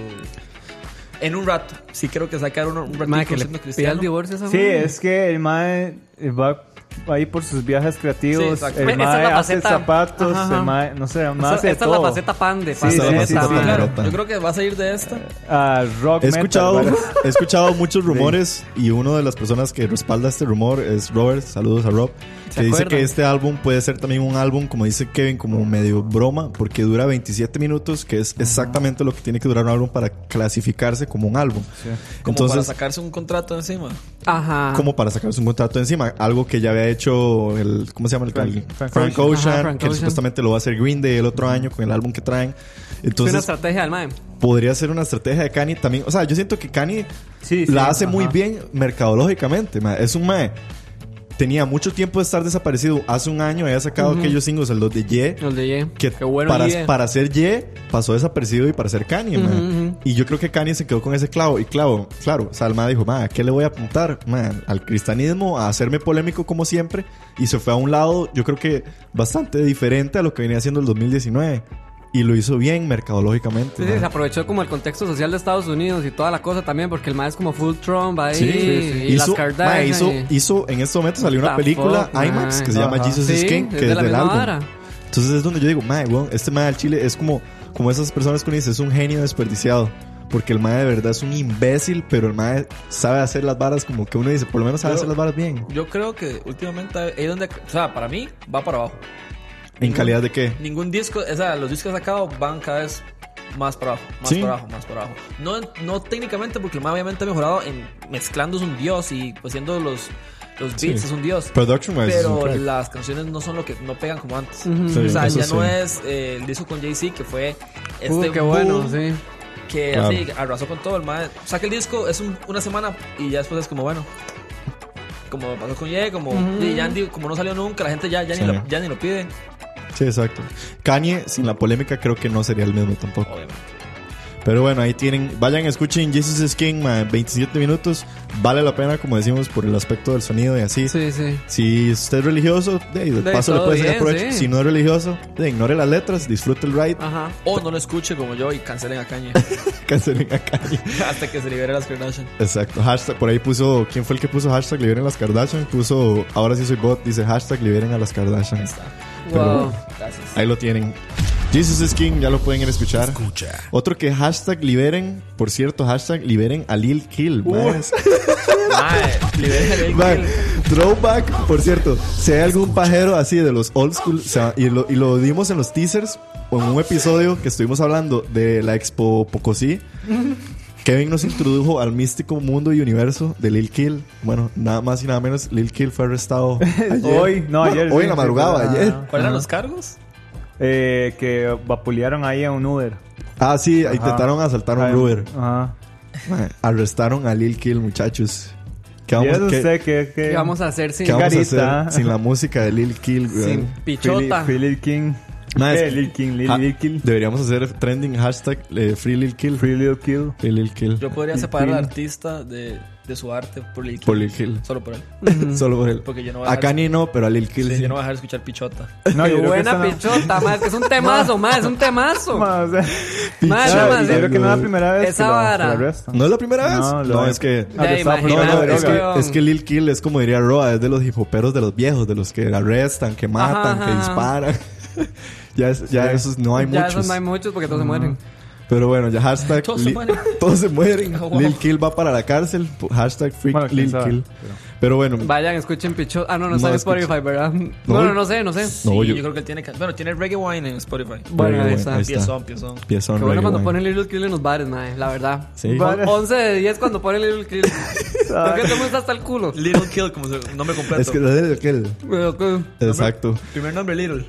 [SPEAKER 7] en un rato. Sí, creo que sacar uno, un ratito
[SPEAKER 4] Mae, que le pida
[SPEAKER 7] siendo
[SPEAKER 4] el
[SPEAKER 7] cristiano.
[SPEAKER 4] divorcio a esa
[SPEAKER 6] Sí,
[SPEAKER 4] mae.
[SPEAKER 6] es que el mae eh, va ahí por sus viajes
[SPEAKER 7] Sí,
[SPEAKER 6] creativos.
[SPEAKER 7] exacto.
[SPEAKER 6] el
[SPEAKER 4] Esa es la
[SPEAKER 6] mae hace
[SPEAKER 4] faceta-
[SPEAKER 6] zapatos,
[SPEAKER 4] Ajá, ajá.
[SPEAKER 6] el mae, no sé, el mae
[SPEAKER 4] Esa,
[SPEAKER 6] hace de
[SPEAKER 4] esta es la
[SPEAKER 6] todo.
[SPEAKER 4] faceta pan de
[SPEAKER 6] Sí,
[SPEAKER 4] pan
[SPEAKER 6] sí,
[SPEAKER 4] de
[SPEAKER 6] sí,
[SPEAKER 4] esta,
[SPEAKER 3] sí,
[SPEAKER 4] man.
[SPEAKER 3] claro.
[SPEAKER 7] Yo creo que va a salir de esta.
[SPEAKER 6] Ah, rock
[SPEAKER 3] He
[SPEAKER 6] metal,
[SPEAKER 3] escuchado,
[SPEAKER 6] varias-
[SPEAKER 3] he escuchado muchos rumores y una de las personas que respalda este rumor es Robert. Saludos a Rob.
[SPEAKER 4] ¿Se
[SPEAKER 3] Que dice
[SPEAKER 4] acuerdan?
[SPEAKER 3] que este álbum puede ser también un álbum, como dice Kevin, como medio broma, porque dura 27 minutos, que es exactamente lo que tiene que durar un álbum para clasificarse como un álbum.
[SPEAKER 7] Como para
[SPEAKER 3] Entonces,
[SPEAKER 7] sacarse un contrato encima.
[SPEAKER 4] Ajá.
[SPEAKER 3] como para sacarse un contrato encima, algo que ya había hecho el, ¿cómo se llama? El,
[SPEAKER 6] Frank-
[SPEAKER 3] el-
[SPEAKER 6] Frank
[SPEAKER 3] Frank
[SPEAKER 4] Ocean.
[SPEAKER 3] Ocean,
[SPEAKER 4] Ajá, Frank
[SPEAKER 3] que
[SPEAKER 4] Ocean.
[SPEAKER 3] supuestamente lo va a hacer Green Day el otro año con el álbum que traen.
[SPEAKER 4] Es una
[SPEAKER 3] Entonces,
[SPEAKER 4] estrategia del mae.
[SPEAKER 3] podría ser una estrategia de Kanye también. O sea, yo siento que Kanye
[SPEAKER 6] Sí, sí,
[SPEAKER 3] la hace muy
[SPEAKER 6] ajá.
[SPEAKER 3] bien mercadológicamente. ma. Es un mae. Tenía mucho tiempo de estar desaparecido. Hace un año había sacado aquellos singles, el 2 de Ye.
[SPEAKER 4] Los de Ye.
[SPEAKER 3] Que
[SPEAKER 4] Qué bueno
[SPEAKER 3] para,
[SPEAKER 4] Ye.
[SPEAKER 3] para ser Ye pasó desaparecido y para ser Kanye, ma. Y yo creo que Kanye se quedó con ese clavo. Y clavo, claro, Salma dijo, ma, ¿a qué le voy a apuntar? Ma, al cristianismo, a hacerme polémico como siempre. Y se fue a un lado, yo creo que bastante diferente a lo que venía haciendo el 2019. Y lo hizo bien mercadológicamente.
[SPEAKER 4] Sí, sí,
[SPEAKER 3] ma.
[SPEAKER 4] se aprovechó como el contexto social de Estados Unidos y toda la cosa también, porque el mae es como full Trump ahí
[SPEAKER 3] Sí,
[SPEAKER 4] y
[SPEAKER 3] hizo,
[SPEAKER 4] las Kardashian.
[SPEAKER 3] ma, hizo,
[SPEAKER 4] y-
[SPEAKER 3] hizo- en este momento salió una
[SPEAKER 4] What the
[SPEAKER 3] película
[SPEAKER 4] fuck,
[SPEAKER 3] IMAX
[SPEAKER 4] ma.
[SPEAKER 3] que se llama
[SPEAKER 6] Ajá.
[SPEAKER 3] Jesus is
[SPEAKER 4] Sí,
[SPEAKER 3] King,
[SPEAKER 4] es
[SPEAKER 3] que
[SPEAKER 4] de
[SPEAKER 3] es,
[SPEAKER 4] la
[SPEAKER 3] del
[SPEAKER 4] misma
[SPEAKER 3] álbum.
[SPEAKER 4] vara.
[SPEAKER 3] Entonces es donde yo digo, mae, weón, este mae al chile es como, como esas personas que uno dice, es un genio desperdiciado. Porque el mae de verdad es un imbécil, pero el mae sabe hacer las varas como que uno dice, por lo menos sabe
[SPEAKER 7] Yo-
[SPEAKER 3] hacer las varas bien.
[SPEAKER 7] Yo creo que últimamente es donde. O sea, para mí, va para abajo.
[SPEAKER 3] ¿En calidad de qué?
[SPEAKER 7] Ningún disco, o sea, los discos sacados van cada vez más para abajo, más
[SPEAKER 3] Sí.
[SPEAKER 7] para abajo, más para abajo. No, no técnicamente, porque el más obviamente ha mejorado en mezclando es un dios y pues, haciendo los, los beats
[SPEAKER 3] Sí.
[SPEAKER 7] es un dios.
[SPEAKER 3] Production wise. es un
[SPEAKER 7] Pero
[SPEAKER 3] crack.
[SPEAKER 7] las canciones no son lo que no pegan como antes.
[SPEAKER 3] Sí,
[SPEAKER 7] o sea,
[SPEAKER 3] eso
[SPEAKER 7] ya
[SPEAKER 3] sí.
[SPEAKER 7] no es eh, el disco con Jay-Z que fue este
[SPEAKER 4] Uh, qué bueno,
[SPEAKER 7] boom
[SPEAKER 4] sí.
[SPEAKER 7] que
[SPEAKER 3] Claro.
[SPEAKER 7] así arrasó con todo el mae. Saca el disco, es un- una semana y ya después es como bueno. Como pasó con Ye, como y Yandy, como no salió nunca, la gente ya, ya,
[SPEAKER 3] Sí.
[SPEAKER 7] ni, lo, ya ni lo pide.
[SPEAKER 3] Sí, exacto. Kanye, sin la polémica, creo que no sería el mismo tampoco.
[SPEAKER 7] Obviamente.
[SPEAKER 3] Pero bueno, ahí tienen. Vayan, escuchen Jesus is King, mae, 27 minutos. Vale la pena, como decimos, por el aspecto del sonido y así.
[SPEAKER 4] Sí, sí.
[SPEAKER 3] Si usted es religioso, de, de
[SPEAKER 4] De
[SPEAKER 3] paso le
[SPEAKER 4] todo
[SPEAKER 3] puede sacar
[SPEAKER 4] bien,
[SPEAKER 3] provecho.
[SPEAKER 4] sí. Ah.
[SPEAKER 3] Si no es religioso, de, ignore las letras, disfrute el ride,
[SPEAKER 4] Ajá.
[SPEAKER 7] O no lo escuche como yo y cancelen a Kanye
[SPEAKER 3] cancelen a Kanye.
[SPEAKER 7] hasta que se libere las Kardashian.
[SPEAKER 3] Exacto, hashtag, por ahí puso, ¿quién fue el que puso hashtag liberen las Kardashian? Puso, ahora sí soy bot, dice hashtag liberen a las Kardashian. Pero
[SPEAKER 4] Wow.
[SPEAKER 7] Gracias.
[SPEAKER 3] ahí lo tienen. Jesus is King, ya lo pueden ir a escuchar.
[SPEAKER 1] Escucha.
[SPEAKER 3] Otro que hashtag liberen, por cierto, hashtag liberen a Lil Kill. mae.
[SPEAKER 7] Mae, liberen el
[SPEAKER 3] Man,
[SPEAKER 7] Kanye.
[SPEAKER 3] throwback, por cierto, si hay algún pajero así de los old school, o sea, y, lo, y lo dimos en los teasers, o en un episodio que estuvimos hablando de la expo Pocosí, Kevin nos introdujo al místico mundo y universo de Lil Kill. Bueno, nada más y nada menos, Lil Kill fue arrestado ayer.
[SPEAKER 6] Hoy, no,
[SPEAKER 3] Bueno,
[SPEAKER 6] ayer.
[SPEAKER 3] Hoy
[SPEAKER 6] sí,
[SPEAKER 3] en la
[SPEAKER 6] sí,
[SPEAKER 3] madrugada,
[SPEAKER 6] pero-
[SPEAKER 3] ayer.
[SPEAKER 6] Ajá.
[SPEAKER 7] ¿Cuáles eran los cargos?
[SPEAKER 6] Eh, que vapulearon ahí a un Uber.
[SPEAKER 3] Ah, sí, intentaron asaltar a un
[SPEAKER 6] Ay,
[SPEAKER 3] Uber.
[SPEAKER 6] Ajá.
[SPEAKER 3] Man, Arrestaron a Lil Kill, muchachos. ¿Qué
[SPEAKER 6] ¿Y
[SPEAKER 3] vamos,
[SPEAKER 6] eso
[SPEAKER 3] qué-
[SPEAKER 6] usted qué, qué-
[SPEAKER 4] ¿Qué vamos a hacer sin
[SPEAKER 3] qué vamos a
[SPEAKER 6] garita.
[SPEAKER 3] hacer sin la música de Lil Kill?
[SPEAKER 4] Sin
[SPEAKER 3] weón?
[SPEAKER 6] Philip,
[SPEAKER 4] pichota.
[SPEAKER 6] Philip King.
[SPEAKER 3] Mae,
[SPEAKER 6] Eh,
[SPEAKER 3] es-
[SPEAKER 6] Lil King, Lil,
[SPEAKER 3] Ah,
[SPEAKER 6] Lil Kill.
[SPEAKER 3] Deberíamos hacer trending hashtag eh, Free Lil Kill.
[SPEAKER 6] Free Lil Kill.
[SPEAKER 3] Free Lil Kill.
[SPEAKER 7] Yo podría separar al artista de, de su arte por Lil Kim.
[SPEAKER 3] Por Lil Kill.
[SPEAKER 7] Solo por él.
[SPEAKER 3] Solo por él.
[SPEAKER 7] Porque yo no voy a
[SPEAKER 3] a
[SPEAKER 7] dejar-
[SPEAKER 3] Kanye no, pero a Lil Kill
[SPEAKER 7] Sí,
[SPEAKER 3] sí.
[SPEAKER 7] Yo no voy a dejar de escuchar Pichota.
[SPEAKER 4] Qué
[SPEAKER 6] No, yo creo que
[SPEAKER 4] buena
[SPEAKER 6] esa no-
[SPEAKER 4] pichota, más que es un temazo, más es un temazo.
[SPEAKER 6] Ma, o sea,
[SPEAKER 4] Ma,
[SPEAKER 6] yo
[SPEAKER 4] no, ma,
[SPEAKER 6] creo que no es la primera vez
[SPEAKER 4] Esa
[SPEAKER 6] que lo-
[SPEAKER 4] vara.
[SPEAKER 6] que lo arrestan.
[SPEAKER 3] ¿No es la primera vez?
[SPEAKER 6] No, lo-
[SPEAKER 3] es que...
[SPEAKER 6] Ah, que
[SPEAKER 4] Ya,
[SPEAKER 6] estaba
[SPEAKER 3] No,
[SPEAKER 6] primero
[SPEAKER 4] imagínate,
[SPEAKER 3] no,
[SPEAKER 6] de
[SPEAKER 3] es que,
[SPEAKER 4] weón.
[SPEAKER 3] es que Lil Kill es como diría Roa, es de los hipoperos de los viejos, de los que arrestan, que matan,
[SPEAKER 4] Ajá,
[SPEAKER 3] que
[SPEAKER 4] ajá.
[SPEAKER 3] disparan. ya es- ya esos no hay
[SPEAKER 4] ya
[SPEAKER 3] muchos.
[SPEAKER 4] esos no hay muchos porque todos se mueren.
[SPEAKER 3] Pero bueno, ya hashtag...
[SPEAKER 7] Todos se
[SPEAKER 3] Lil-
[SPEAKER 7] mueren.
[SPEAKER 3] todos se mueren.
[SPEAKER 7] Oh, wow.
[SPEAKER 3] Lil Kill va para la cárcel. Hashtag Freak
[SPEAKER 6] Bueno, quién
[SPEAKER 3] Lil
[SPEAKER 6] sabe,
[SPEAKER 3] Kill.
[SPEAKER 6] pero-
[SPEAKER 3] Pero bueno,
[SPEAKER 4] Vayan, escuchen pichota. Ah, no, no está
[SPEAKER 3] No,
[SPEAKER 4] en
[SPEAKER 3] escucha.
[SPEAKER 4] Spotify, ¿verdad?
[SPEAKER 3] No.
[SPEAKER 4] Bueno, no sé, no sé.
[SPEAKER 7] No,
[SPEAKER 3] No,
[SPEAKER 7] yo...
[SPEAKER 3] Oh, yo-
[SPEAKER 7] creo que él tiene. can- Bueno, tiene Reggae Wine en Spotify.
[SPEAKER 4] Bueno,
[SPEAKER 3] Reggae
[SPEAKER 4] ahí
[SPEAKER 3] Wine,
[SPEAKER 4] está.
[SPEAKER 3] ahí
[SPEAKER 7] Piezón, piezón.
[SPEAKER 3] Piezón,
[SPEAKER 4] Qué bueno
[SPEAKER 3] Reggae
[SPEAKER 4] cuando
[SPEAKER 3] Wine.
[SPEAKER 4] ponen Little Kill en los bares, mae, la verdad.
[SPEAKER 3] Sí.
[SPEAKER 6] Vale.
[SPEAKER 4] 11 de 10 cuando ponen Little Kill. Creo que te gusta hasta el culo.
[SPEAKER 7] Little Kill, como su nombre completo.
[SPEAKER 3] Es que Lil Kill. Exacto.
[SPEAKER 7] Primer nombre Little.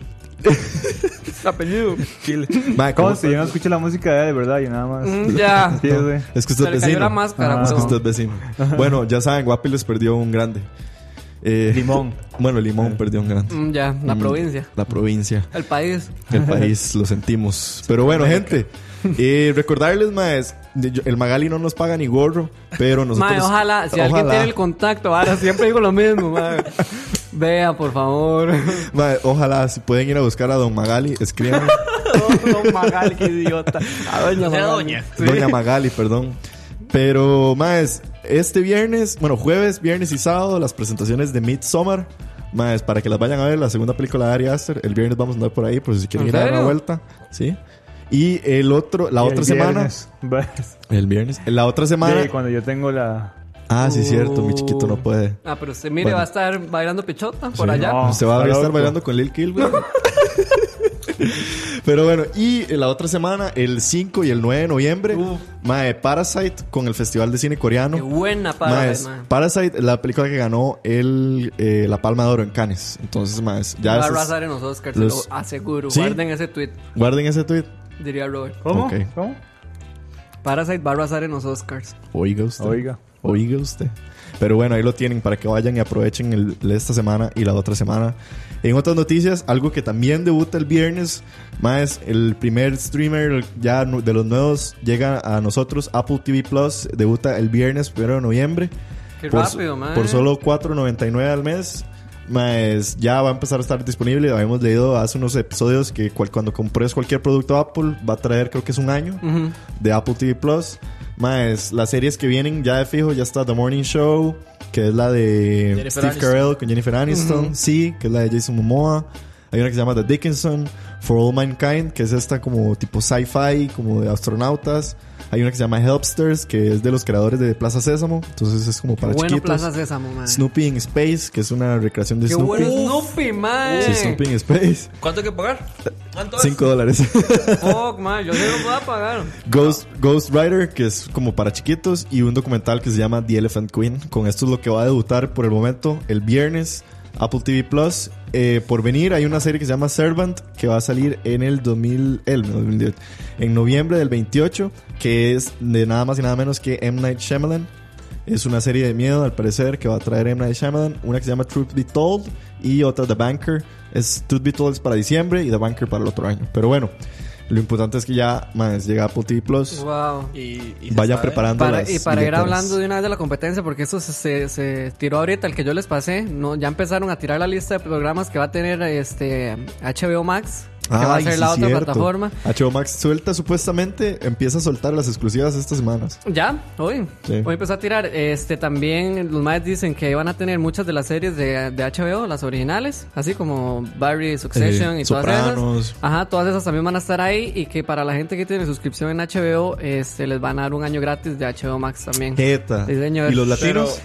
[SPEAKER 4] Apellido.
[SPEAKER 7] Kill.
[SPEAKER 3] Mae, ¿cómo-
[SPEAKER 6] Conste, yo no escucho la música de él, ¿verdad? Yo nada más.
[SPEAKER 4] Mm, Ya.
[SPEAKER 6] Sí, sí.
[SPEAKER 3] Es que
[SPEAKER 4] Se
[SPEAKER 3] usted
[SPEAKER 4] le
[SPEAKER 3] es
[SPEAKER 4] cayó
[SPEAKER 3] vecino.
[SPEAKER 4] la máscara,
[SPEAKER 3] Ah, Es que
[SPEAKER 4] pero-
[SPEAKER 3] usted es vecino. Bueno, ya saben, Guapi les perdió un grande. Eh,
[SPEAKER 6] Limón.
[SPEAKER 3] Bueno, Limón perdió un grande.
[SPEAKER 4] Mm, Ya, la
[SPEAKER 3] Mm,
[SPEAKER 4] provincia.
[SPEAKER 3] La provincia.
[SPEAKER 4] El país.
[SPEAKER 3] El país, lo sentimos. Pero bueno, gente. eh, recordarles, más el Magali no nos paga ni gorro, pero nosotros...
[SPEAKER 4] Mae, ojalá, si alguien
[SPEAKER 3] ojalá.
[SPEAKER 4] tiene el contacto, ahora siempre digo lo mismo, mae. Vea, por favor.
[SPEAKER 3] Mae, ojalá, si pueden ir a buscar a Don Magali, escriban.
[SPEAKER 4] Don Magal, qué idiota. A doña
[SPEAKER 7] Era
[SPEAKER 4] Magal.
[SPEAKER 7] doña.
[SPEAKER 4] Sí.
[SPEAKER 3] Doña Magali, perdón. Pero, más este viernes, bueno, jueves, viernes y sábado, las presentaciones de Midsommar. Más, para que las vayan a ver, la segunda película de Ari Aster. El viernes vamos a andar por ahí, por si quieren
[SPEAKER 4] ¿En
[SPEAKER 3] ir a dar una
[SPEAKER 4] serio?
[SPEAKER 3] vuelta. Sí. Y el otro, la
[SPEAKER 6] Y
[SPEAKER 3] otra
[SPEAKER 6] el
[SPEAKER 3] semana.
[SPEAKER 6] viernes, vas-
[SPEAKER 3] El viernes. La otra semana.
[SPEAKER 6] de cuando yo tengo la.
[SPEAKER 3] Ah, sí, cierto, mi chiquito no puede.
[SPEAKER 4] Ah, pero usted mire,
[SPEAKER 3] Bueno.
[SPEAKER 4] va a estar bailando pechota por
[SPEAKER 3] Sí.
[SPEAKER 4] allá.
[SPEAKER 6] No.
[SPEAKER 3] Se va a
[SPEAKER 6] está
[SPEAKER 3] estar
[SPEAKER 6] loco.
[SPEAKER 3] bailando con Lil Kill, güey. Pero bueno, y la otra semana, el 5 y el 9 de noviembre, Mae Parasite con el Festival de Cine Coreano.
[SPEAKER 4] Qué buena
[SPEAKER 3] Mae,
[SPEAKER 4] para
[SPEAKER 3] es- Parasite, la película que ganó el, eh, la Palma de Oro en Cannes. Entonces, mae, es- ya
[SPEAKER 4] Va a
[SPEAKER 3] esas-
[SPEAKER 4] arrasar en los Oscars,
[SPEAKER 3] los-
[SPEAKER 4] se lo aseguro.
[SPEAKER 3] ¿Sí?
[SPEAKER 4] Guarden ese tweet,
[SPEAKER 3] guarden ese tweet.
[SPEAKER 4] diría Robert.
[SPEAKER 6] ¿Cómo?
[SPEAKER 3] Ok.
[SPEAKER 6] ¿Cómo?
[SPEAKER 4] Parasite va a arrasar en los Oscars.
[SPEAKER 3] Oiga usted.
[SPEAKER 6] Oiga.
[SPEAKER 3] Oiga usted. Pero bueno, ahí lo tienen para que vayan y aprovechen el- esta semana y la otra semana. En otras noticias, algo que también debuta el viernes, más el primer streamer ya nu- de los nuevos llega a nosotros, Apple TV Plus, debuta el viernes 1 de noviembre.
[SPEAKER 4] Qué
[SPEAKER 3] por,
[SPEAKER 4] rápido, mae.
[SPEAKER 3] Por solo 4.99 al mes. Más ya va a empezar a estar disponible. Habíamos leído hace unos episodios que cual- cuando compres cualquier producto Apple va a traer creo que es un año
[SPEAKER 4] Ujú.
[SPEAKER 3] de Apple TV Plus. Más las series que vienen ya de fijo, ya está The Morning Show, que es la de
[SPEAKER 7] Jennifer
[SPEAKER 3] Steve
[SPEAKER 7] Aniston.
[SPEAKER 3] Carell con Jennifer Aniston. Sí, que es la de Jason Momoa. Hay una que se llama The Dickinson, For All Mankind, que es esta como tipo sci-fi, como de astronautas. Hay una que se llama Helpsters, que es de los creadores de Plaza Sésamo. Entonces es como para
[SPEAKER 4] bueno
[SPEAKER 3] chiquitos.
[SPEAKER 4] Plaza Sésamo, mae.
[SPEAKER 3] Snoopy in Space, que es una recreación de
[SPEAKER 4] Qué
[SPEAKER 3] Snoopy.
[SPEAKER 4] bueno Snoopy, mae.
[SPEAKER 3] Sí, Snoopy in Space.
[SPEAKER 7] ¿Cuánto hay que pagar? ¿Cuánto es?
[SPEAKER 3] 5 dólares.
[SPEAKER 4] Fuck, mae, yo se lo voy a pagar.
[SPEAKER 3] Ghost, Ghost Rider, que es como para chiquitos, y un documental que se llama The Elephant Queen. Con esto es lo que va a debutar por el momento el viernes, Apple TV Plus. Eh, por venir hay una serie que se llama Servant, que va a salir en el 2000, el, no, 2018, en noviembre del 28, que es de nada más y nada menos que M. Night Shyamalan. Es una serie de miedo, al parecer, que va a traer M. Night Shyamalan. Una que se llama Truth Be Told y otra The Banker. Es, Truth Be Told es para diciembre y The Banker para el otro año. Pero bueno, lo importante es que ya más llega Apple TV Plus.
[SPEAKER 4] Wow.
[SPEAKER 7] Y, y se
[SPEAKER 3] Vayan
[SPEAKER 7] sabe.
[SPEAKER 3] preparando
[SPEAKER 4] Para-
[SPEAKER 3] las
[SPEAKER 4] y para ir
[SPEAKER 3] billeteras.
[SPEAKER 4] hablando de una vez de la competencia, porque eso se, se- se tiró ahorita, el que yo les pasé, no, ya empezaron a tirar la lista de programas que va a tener este HBO Max, que va a
[SPEAKER 3] Ay,
[SPEAKER 4] ser
[SPEAKER 3] sí,
[SPEAKER 4] la otra
[SPEAKER 3] cierto.
[SPEAKER 4] plataforma.
[SPEAKER 3] HBO Max suelta supuestamente, empieza a soltar las exclusivas estas semanas.
[SPEAKER 4] Ya, hoy.
[SPEAKER 3] Sí.
[SPEAKER 4] Hoy empezó a tirar. Este también los más dicen que van a tener muchas de las series de, de HBO, las originales, así como Barry, Succession
[SPEAKER 3] Eh,
[SPEAKER 4] y todas
[SPEAKER 3] Sopranos.
[SPEAKER 4] esas. Ajá, todas esas también van a estar ahí y que para la gente que tiene suscripción en HBO, este les van a dar un año gratis de HBO Max también.
[SPEAKER 3] Jeta.
[SPEAKER 4] Sí, señor.
[SPEAKER 3] Y los
[SPEAKER 7] Pero,
[SPEAKER 3] latinos.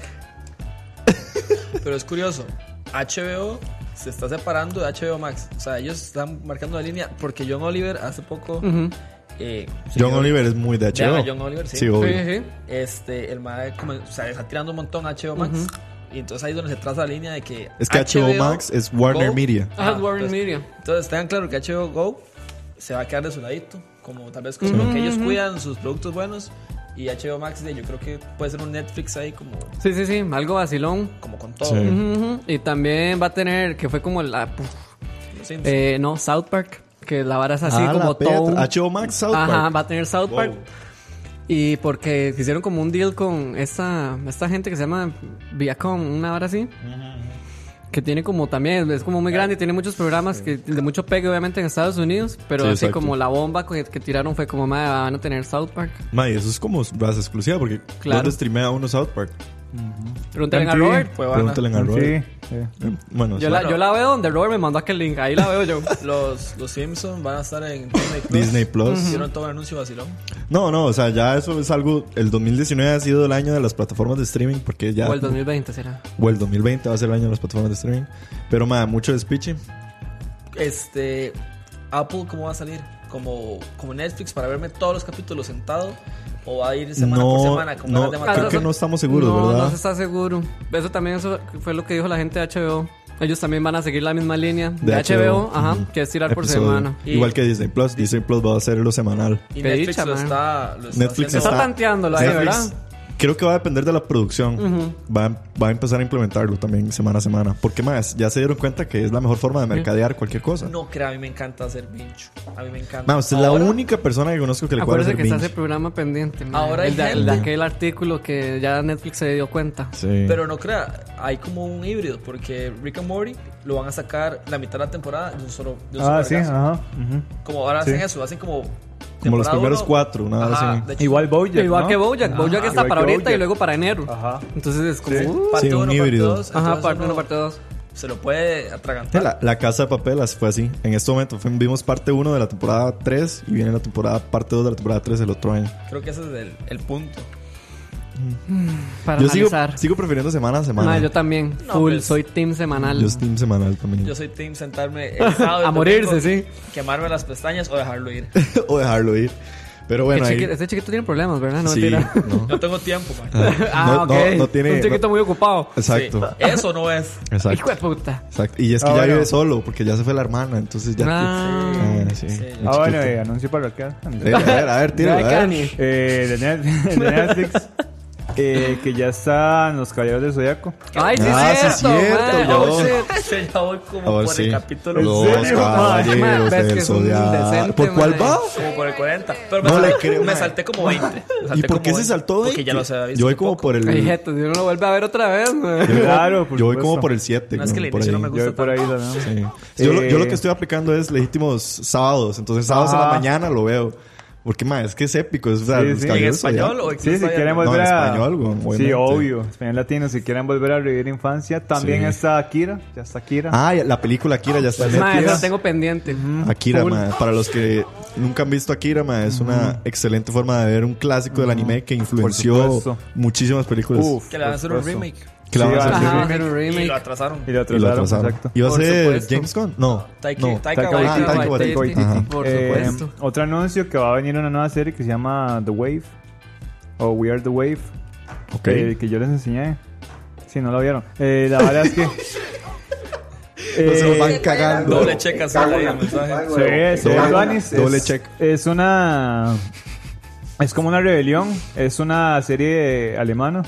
[SPEAKER 7] pero es curioso. HBO se está separando de HBO Max. O sea, ellos están marcando la línea porque John Oliver hace poco.
[SPEAKER 4] Ujú.
[SPEAKER 7] eh,
[SPEAKER 3] John Oliver es muy de
[SPEAKER 7] Vean
[SPEAKER 3] HBO.
[SPEAKER 7] a John Oliver, sí.
[SPEAKER 3] obvio.
[SPEAKER 4] Sí, sí.
[SPEAKER 7] Este, el MAE como, o sea, está tirando un montón a HBO Max. Y entonces ahí es donde se traza la línea de que.
[SPEAKER 3] Es que HBO Max es Warner Media.
[SPEAKER 4] Ah, es Warner
[SPEAKER 7] entonces-
[SPEAKER 4] Media.
[SPEAKER 7] Entonces tengan claro que HBO Go se va a quedar de su ladito. Como tal vez con lo que ellos cuidan sus productos buenos. Y HBO Max, de- yo creo que puede ser un Netflix ahí como,
[SPEAKER 4] Sí, sí, sí, algo vacilón.
[SPEAKER 7] como con todo.
[SPEAKER 3] Sí.
[SPEAKER 4] Ujú, ujú. Y también va a tener, que fue como la... puf,
[SPEAKER 7] Los Sims.
[SPEAKER 4] eh, no, South Park, que la vara es así
[SPEAKER 3] Ah,
[SPEAKER 4] como
[SPEAKER 3] la peta.
[SPEAKER 4] todo... un-
[SPEAKER 3] HBO Max South Park.
[SPEAKER 4] Ajá, va a tener South
[SPEAKER 3] Wow.
[SPEAKER 4] Park. Y porque hicieron como un deal con esta, esta gente que se llama Viacom, una hora así. Que tiene como también, es como muy grande y tiene muchos programas que, de mucho pegue, obviamente, en Estados Unidos. Pero
[SPEAKER 3] Sí,
[SPEAKER 4] así
[SPEAKER 3] exacto.
[SPEAKER 4] como la bomba que, que tiraron fue como, "Mae, van a tener South Park.
[SPEAKER 3] Mae, eso es como las exclusivas, porque
[SPEAKER 4] Claro.
[SPEAKER 3] ¿dónde streamea uno South Park?
[SPEAKER 4] Pregúntale a
[SPEAKER 6] MTV.
[SPEAKER 4] Robert.
[SPEAKER 7] Fue Habana.
[SPEAKER 3] Pregúntale a Robert.
[SPEAKER 6] Sí, sí.
[SPEAKER 3] Eh, Bueno,
[SPEAKER 4] Yo,
[SPEAKER 3] sí.
[SPEAKER 4] la, yo la veo donde Robert me mandó aquel link, ahí la veo yo.
[SPEAKER 7] Los, los Simpsons van a estar en Disney Plus.
[SPEAKER 3] Disney Plus.
[SPEAKER 7] Hicieron todo un anuncio vacilón.
[SPEAKER 3] No, no, o sea, ya eso es algo. El 2019 ha sido el año de las plataformas de streaming, porque ya.
[SPEAKER 4] O el 2020 será.
[SPEAKER 3] o el 2020 va a ser el año de las plataformas de streaming. Pero, mae, mucho despiche.
[SPEAKER 7] Este. Apple, ¿cómo va a salir? ¿Como, como Netflix para verme todos los capítulos sentado? ¿O va a ir semana
[SPEAKER 3] No,
[SPEAKER 7] por semana? Como
[SPEAKER 3] no,
[SPEAKER 7] las de
[SPEAKER 3] creo
[SPEAKER 7] Matar?
[SPEAKER 3] que no estamos seguros,
[SPEAKER 4] no,
[SPEAKER 3] ¿verdad?
[SPEAKER 4] No, se está seguro. Eso también eso fue lo que dijo la gente de HBO. Ellos también van a seguir la misma línea de, HBO, ajá,
[SPEAKER 3] Ujú.
[SPEAKER 4] que es tirar por
[SPEAKER 3] Episodio.
[SPEAKER 4] semana.
[SPEAKER 7] Y-
[SPEAKER 3] Igual que Disney Plus. Disney Plus va a hacerlo semanal.
[SPEAKER 7] Y
[SPEAKER 4] Qué
[SPEAKER 7] Netflix
[SPEAKER 4] dicha,
[SPEAKER 7] lo
[SPEAKER 4] man.
[SPEAKER 7] está. lo está
[SPEAKER 3] Netflix
[SPEAKER 7] haciendo-
[SPEAKER 4] está tanteándolo ahí,
[SPEAKER 3] Netflix,
[SPEAKER 4] ¿verdad?
[SPEAKER 3] Creo que va a depender de la producción. va, a- va a empezar a implementarlo también semana a semana. Porque más, ya se dieron cuenta que es la mejor forma de mercadear cualquier cosa. No.
[SPEAKER 7] No creo, a mí me encanta hacer binge. A mí me encanta.
[SPEAKER 3] usted es la
[SPEAKER 7] Ahora-
[SPEAKER 3] única persona que conozco que le cuadra
[SPEAKER 4] Acuérdense
[SPEAKER 3] hacer
[SPEAKER 4] que está ese
[SPEAKER 3] binge.
[SPEAKER 4] programa pendiente. man.
[SPEAKER 7] Ahora hay
[SPEAKER 4] el de, el de
[SPEAKER 7] gente.
[SPEAKER 4] aquel artículo que ya Netflix se dio cuenta.
[SPEAKER 3] Sí.
[SPEAKER 7] Pero no crea, hay como un híbrido, porque Rick and Morty lo van a sacar la mitad de la temporada de un solo. De un
[SPEAKER 6] Ah,
[SPEAKER 7] solo
[SPEAKER 6] sí,
[SPEAKER 7] vergazo.
[SPEAKER 6] ajá. ujú.
[SPEAKER 7] Como ahora
[SPEAKER 6] Sí.
[SPEAKER 7] hacen eso, hacen como.
[SPEAKER 3] Como los
[SPEAKER 7] temporada
[SPEAKER 3] primeros
[SPEAKER 7] uno.
[SPEAKER 3] cuatro, una vez
[SPEAKER 7] Ajá,
[SPEAKER 3] así.
[SPEAKER 7] de hecho,
[SPEAKER 6] Igual Bojack.
[SPEAKER 4] Igual
[SPEAKER 6] ¿no?
[SPEAKER 4] que Bojack. Bojack está
[SPEAKER 6] igual
[SPEAKER 4] para
[SPEAKER 6] que
[SPEAKER 4] ahorita y
[SPEAKER 6] Bojack.
[SPEAKER 4] luego para enero.
[SPEAKER 6] Ajá.
[SPEAKER 4] Entonces es como...
[SPEAKER 6] Sí.
[SPEAKER 4] uh,
[SPEAKER 7] Parte
[SPEAKER 3] Sí, un
[SPEAKER 7] uno, parte
[SPEAKER 3] híbrido.
[SPEAKER 7] dos,
[SPEAKER 4] ajá,
[SPEAKER 7] entonces
[SPEAKER 4] parte
[SPEAKER 7] uno-
[SPEAKER 4] 1, parte 2.
[SPEAKER 7] O se lo puede atragantar.
[SPEAKER 3] Eh, La, la casa de papelas fue así. En este momento fue- vimos parte 1 de la temporada 3 y viene la temporada parte 2 de la temporada 3 el otro año.
[SPEAKER 7] Creo que ese es el, el punto.
[SPEAKER 4] Para
[SPEAKER 3] Yo sigo,
[SPEAKER 4] analizar.
[SPEAKER 3] sigo prefiriendo semana a semana.
[SPEAKER 4] Mae, yo también.
[SPEAKER 7] No,
[SPEAKER 4] full,
[SPEAKER 7] pues.
[SPEAKER 4] soy team semanal.
[SPEAKER 3] Yo es team semanal también.
[SPEAKER 7] Yo soy team sentarme el sábado y
[SPEAKER 4] A
[SPEAKER 7] el
[SPEAKER 4] morirse,
[SPEAKER 7] domingo,
[SPEAKER 4] sí.
[SPEAKER 7] Quemarme las pestañas o dejarlo ir.
[SPEAKER 3] o dejarlo ir. Pero
[SPEAKER 4] Que
[SPEAKER 3] bueno, ahí.
[SPEAKER 4] chiqui- Este chiquito tiene problemas, ¿verdad? No
[SPEAKER 3] sí,
[SPEAKER 4] mentira.
[SPEAKER 3] no.
[SPEAKER 7] No tengo tiempo, man.
[SPEAKER 4] Ah,
[SPEAKER 3] No-
[SPEAKER 4] ok.
[SPEAKER 3] no- no tiene-
[SPEAKER 4] Un chiquito
[SPEAKER 3] no-
[SPEAKER 4] muy ocupado.
[SPEAKER 3] Exacto.
[SPEAKER 7] Sí, Eso no es.
[SPEAKER 3] Exacto.
[SPEAKER 4] Hijo de puta.
[SPEAKER 3] Exacto. Y es que
[SPEAKER 6] Ah,
[SPEAKER 3] ya
[SPEAKER 6] bueno.
[SPEAKER 3] vive solo, porque ya se fue la hermana, entonces ya.
[SPEAKER 4] Ah.
[SPEAKER 3] Ah, sí.
[SPEAKER 7] Sí.
[SPEAKER 3] Muy
[SPEAKER 6] Ah, bueno,
[SPEAKER 3] chiquito.
[SPEAKER 6] eh, anuncio para acá.
[SPEAKER 3] Eh, a ver, a ver, tíralo,
[SPEAKER 4] Ya,
[SPEAKER 3] a ver.
[SPEAKER 4] Cani.
[SPEAKER 6] Eh, de Net- de Netflix. eh, que ya están los Caballeros del Zodiaco.
[SPEAKER 4] Ay, sí,
[SPEAKER 3] Ah, sí,
[SPEAKER 4] es cierto.
[SPEAKER 3] cierto,
[SPEAKER 4] mae.
[SPEAKER 3] ya
[SPEAKER 4] Oh,
[SPEAKER 3] voy.
[SPEAKER 4] shit.
[SPEAKER 7] Yo ya voy como
[SPEAKER 3] Ahora
[SPEAKER 7] por
[SPEAKER 3] sí.
[SPEAKER 7] el capítulo.
[SPEAKER 3] Los
[SPEAKER 6] serio?
[SPEAKER 4] Ma,
[SPEAKER 3] caballeros
[SPEAKER 4] ves que
[SPEAKER 3] del
[SPEAKER 4] es un
[SPEAKER 3] zodiaco.
[SPEAKER 4] decente,
[SPEAKER 3] ¿Por cuál
[SPEAKER 4] ma.
[SPEAKER 3] va?
[SPEAKER 7] Como por el 40. Pero me,
[SPEAKER 3] No le
[SPEAKER 7] salté,
[SPEAKER 3] creo,
[SPEAKER 7] me
[SPEAKER 3] man.
[SPEAKER 7] salté como 20. me
[SPEAKER 3] ¿Y
[SPEAKER 7] salté
[SPEAKER 3] por qué
[SPEAKER 7] como
[SPEAKER 3] se
[SPEAKER 7] 20,
[SPEAKER 3] saltó? de
[SPEAKER 7] Porque ya
[SPEAKER 3] que-
[SPEAKER 7] lo había visto.
[SPEAKER 3] Yo voy como por el.
[SPEAKER 4] Ay, jeto, yo no lo vuelve a ver otra vez, mae.
[SPEAKER 6] Claro, por
[SPEAKER 3] yo voy como
[SPEAKER 6] supuesto.
[SPEAKER 3] por el 7.
[SPEAKER 7] No, es que el inicio no me
[SPEAKER 6] Yo voy
[SPEAKER 7] gusta
[SPEAKER 6] por ahí
[SPEAKER 7] tanto.
[SPEAKER 6] también.
[SPEAKER 3] yo, lo, yo lo
[SPEAKER 6] Eh.
[SPEAKER 3] que estoy aplicando es legítimos sábados. Entonces, sábados a la
[SPEAKER 6] Ajá.
[SPEAKER 3] mañana lo veo. Porque, más, es que es épico. Es, o sea,
[SPEAKER 6] Ah. Sí,
[SPEAKER 3] los
[SPEAKER 6] sí.
[SPEAKER 7] ¿En
[SPEAKER 3] caballeros
[SPEAKER 7] español
[SPEAKER 3] zodiaco.
[SPEAKER 7] o
[SPEAKER 6] Sí, si
[SPEAKER 7] existe?
[SPEAKER 6] quieren
[SPEAKER 3] No, en
[SPEAKER 6] volver a.
[SPEAKER 3] español, güey,
[SPEAKER 6] sí,
[SPEAKER 3] obviamente.
[SPEAKER 6] obvio. Español latino. Si quieren volver a revivir infancia, también
[SPEAKER 3] Sí.
[SPEAKER 6] está Akira. Ya está Akira.
[SPEAKER 3] Ah, ya- la película Akira ya está en
[SPEAKER 4] Mae,
[SPEAKER 3] Netflix.
[SPEAKER 4] esa la tengo pendiente.
[SPEAKER 3] Akira,
[SPEAKER 6] Cool.
[SPEAKER 3] ma, para los que nunca han visto Akira, ma, es una excelente forma de ver un clásico del anime que influenció
[SPEAKER 6] supuesto.
[SPEAKER 3] muchísimas películas.
[SPEAKER 6] Uf,
[SPEAKER 7] Que le van a hacer
[SPEAKER 6] por
[SPEAKER 7] un
[SPEAKER 6] supuesto.
[SPEAKER 7] remake.
[SPEAKER 3] que la
[SPEAKER 6] sí,
[SPEAKER 3] van a hacer
[SPEAKER 6] van a
[SPEAKER 4] Ajá,
[SPEAKER 6] hacer
[SPEAKER 4] hacer un
[SPEAKER 7] Y
[SPEAKER 3] Ah,
[SPEAKER 7] lo
[SPEAKER 4] remake.
[SPEAKER 7] atrasaron.
[SPEAKER 6] Y lo
[SPEAKER 3] y lo
[SPEAKER 6] atrasaron,
[SPEAKER 3] atrasaron.
[SPEAKER 6] exacto.
[SPEAKER 3] ¿Iba a
[SPEAKER 4] Por
[SPEAKER 3] ser
[SPEAKER 4] supuesto.
[SPEAKER 3] James Gunn? No.
[SPEAKER 7] Taiki-
[SPEAKER 3] no.
[SPEAKER 7] Taika
[SPEAKER 6] Taika
[SPEAKER 7] Waititi.
[SPEAKER 3] Waititi.
[SPEAKER 4] Taika
[SPEAKER 3] Taika
[SPEAKER 4] Waititi,
[SPEAKER 3] Waititi.
[SPEAKER 4] Por
[SPEAKER 6] Eh,
[SPEAKER 4] supuesto.
[SPEAKER 6] otro anuncio que va a venir una nueva serie que se llama The Wave. O We Are The Wave.
[SPEAKER 3] Ok.
[SPEAKER 6] eh, que yo les enseñé. Si no lo vieron. Eh, la verdad es que.
[SPEAKER 3] No se lo
[SPEAKER 6] Eh,
[SPEAKER 3] van cagando.
[SPEAKER 7] Doble checa sale ahí el mensaje.
[SPEAKER 6] se ve- se ve
[SPEAKER 3] Doble-
[SPEAKER 6] Adonis,
[SPEAKER 3] doble
[SPEAKER 6] es-
[SPEAKER 3] check.
[SPEAKER 6] Es una. Es como una rebelión. Es una serie alemana.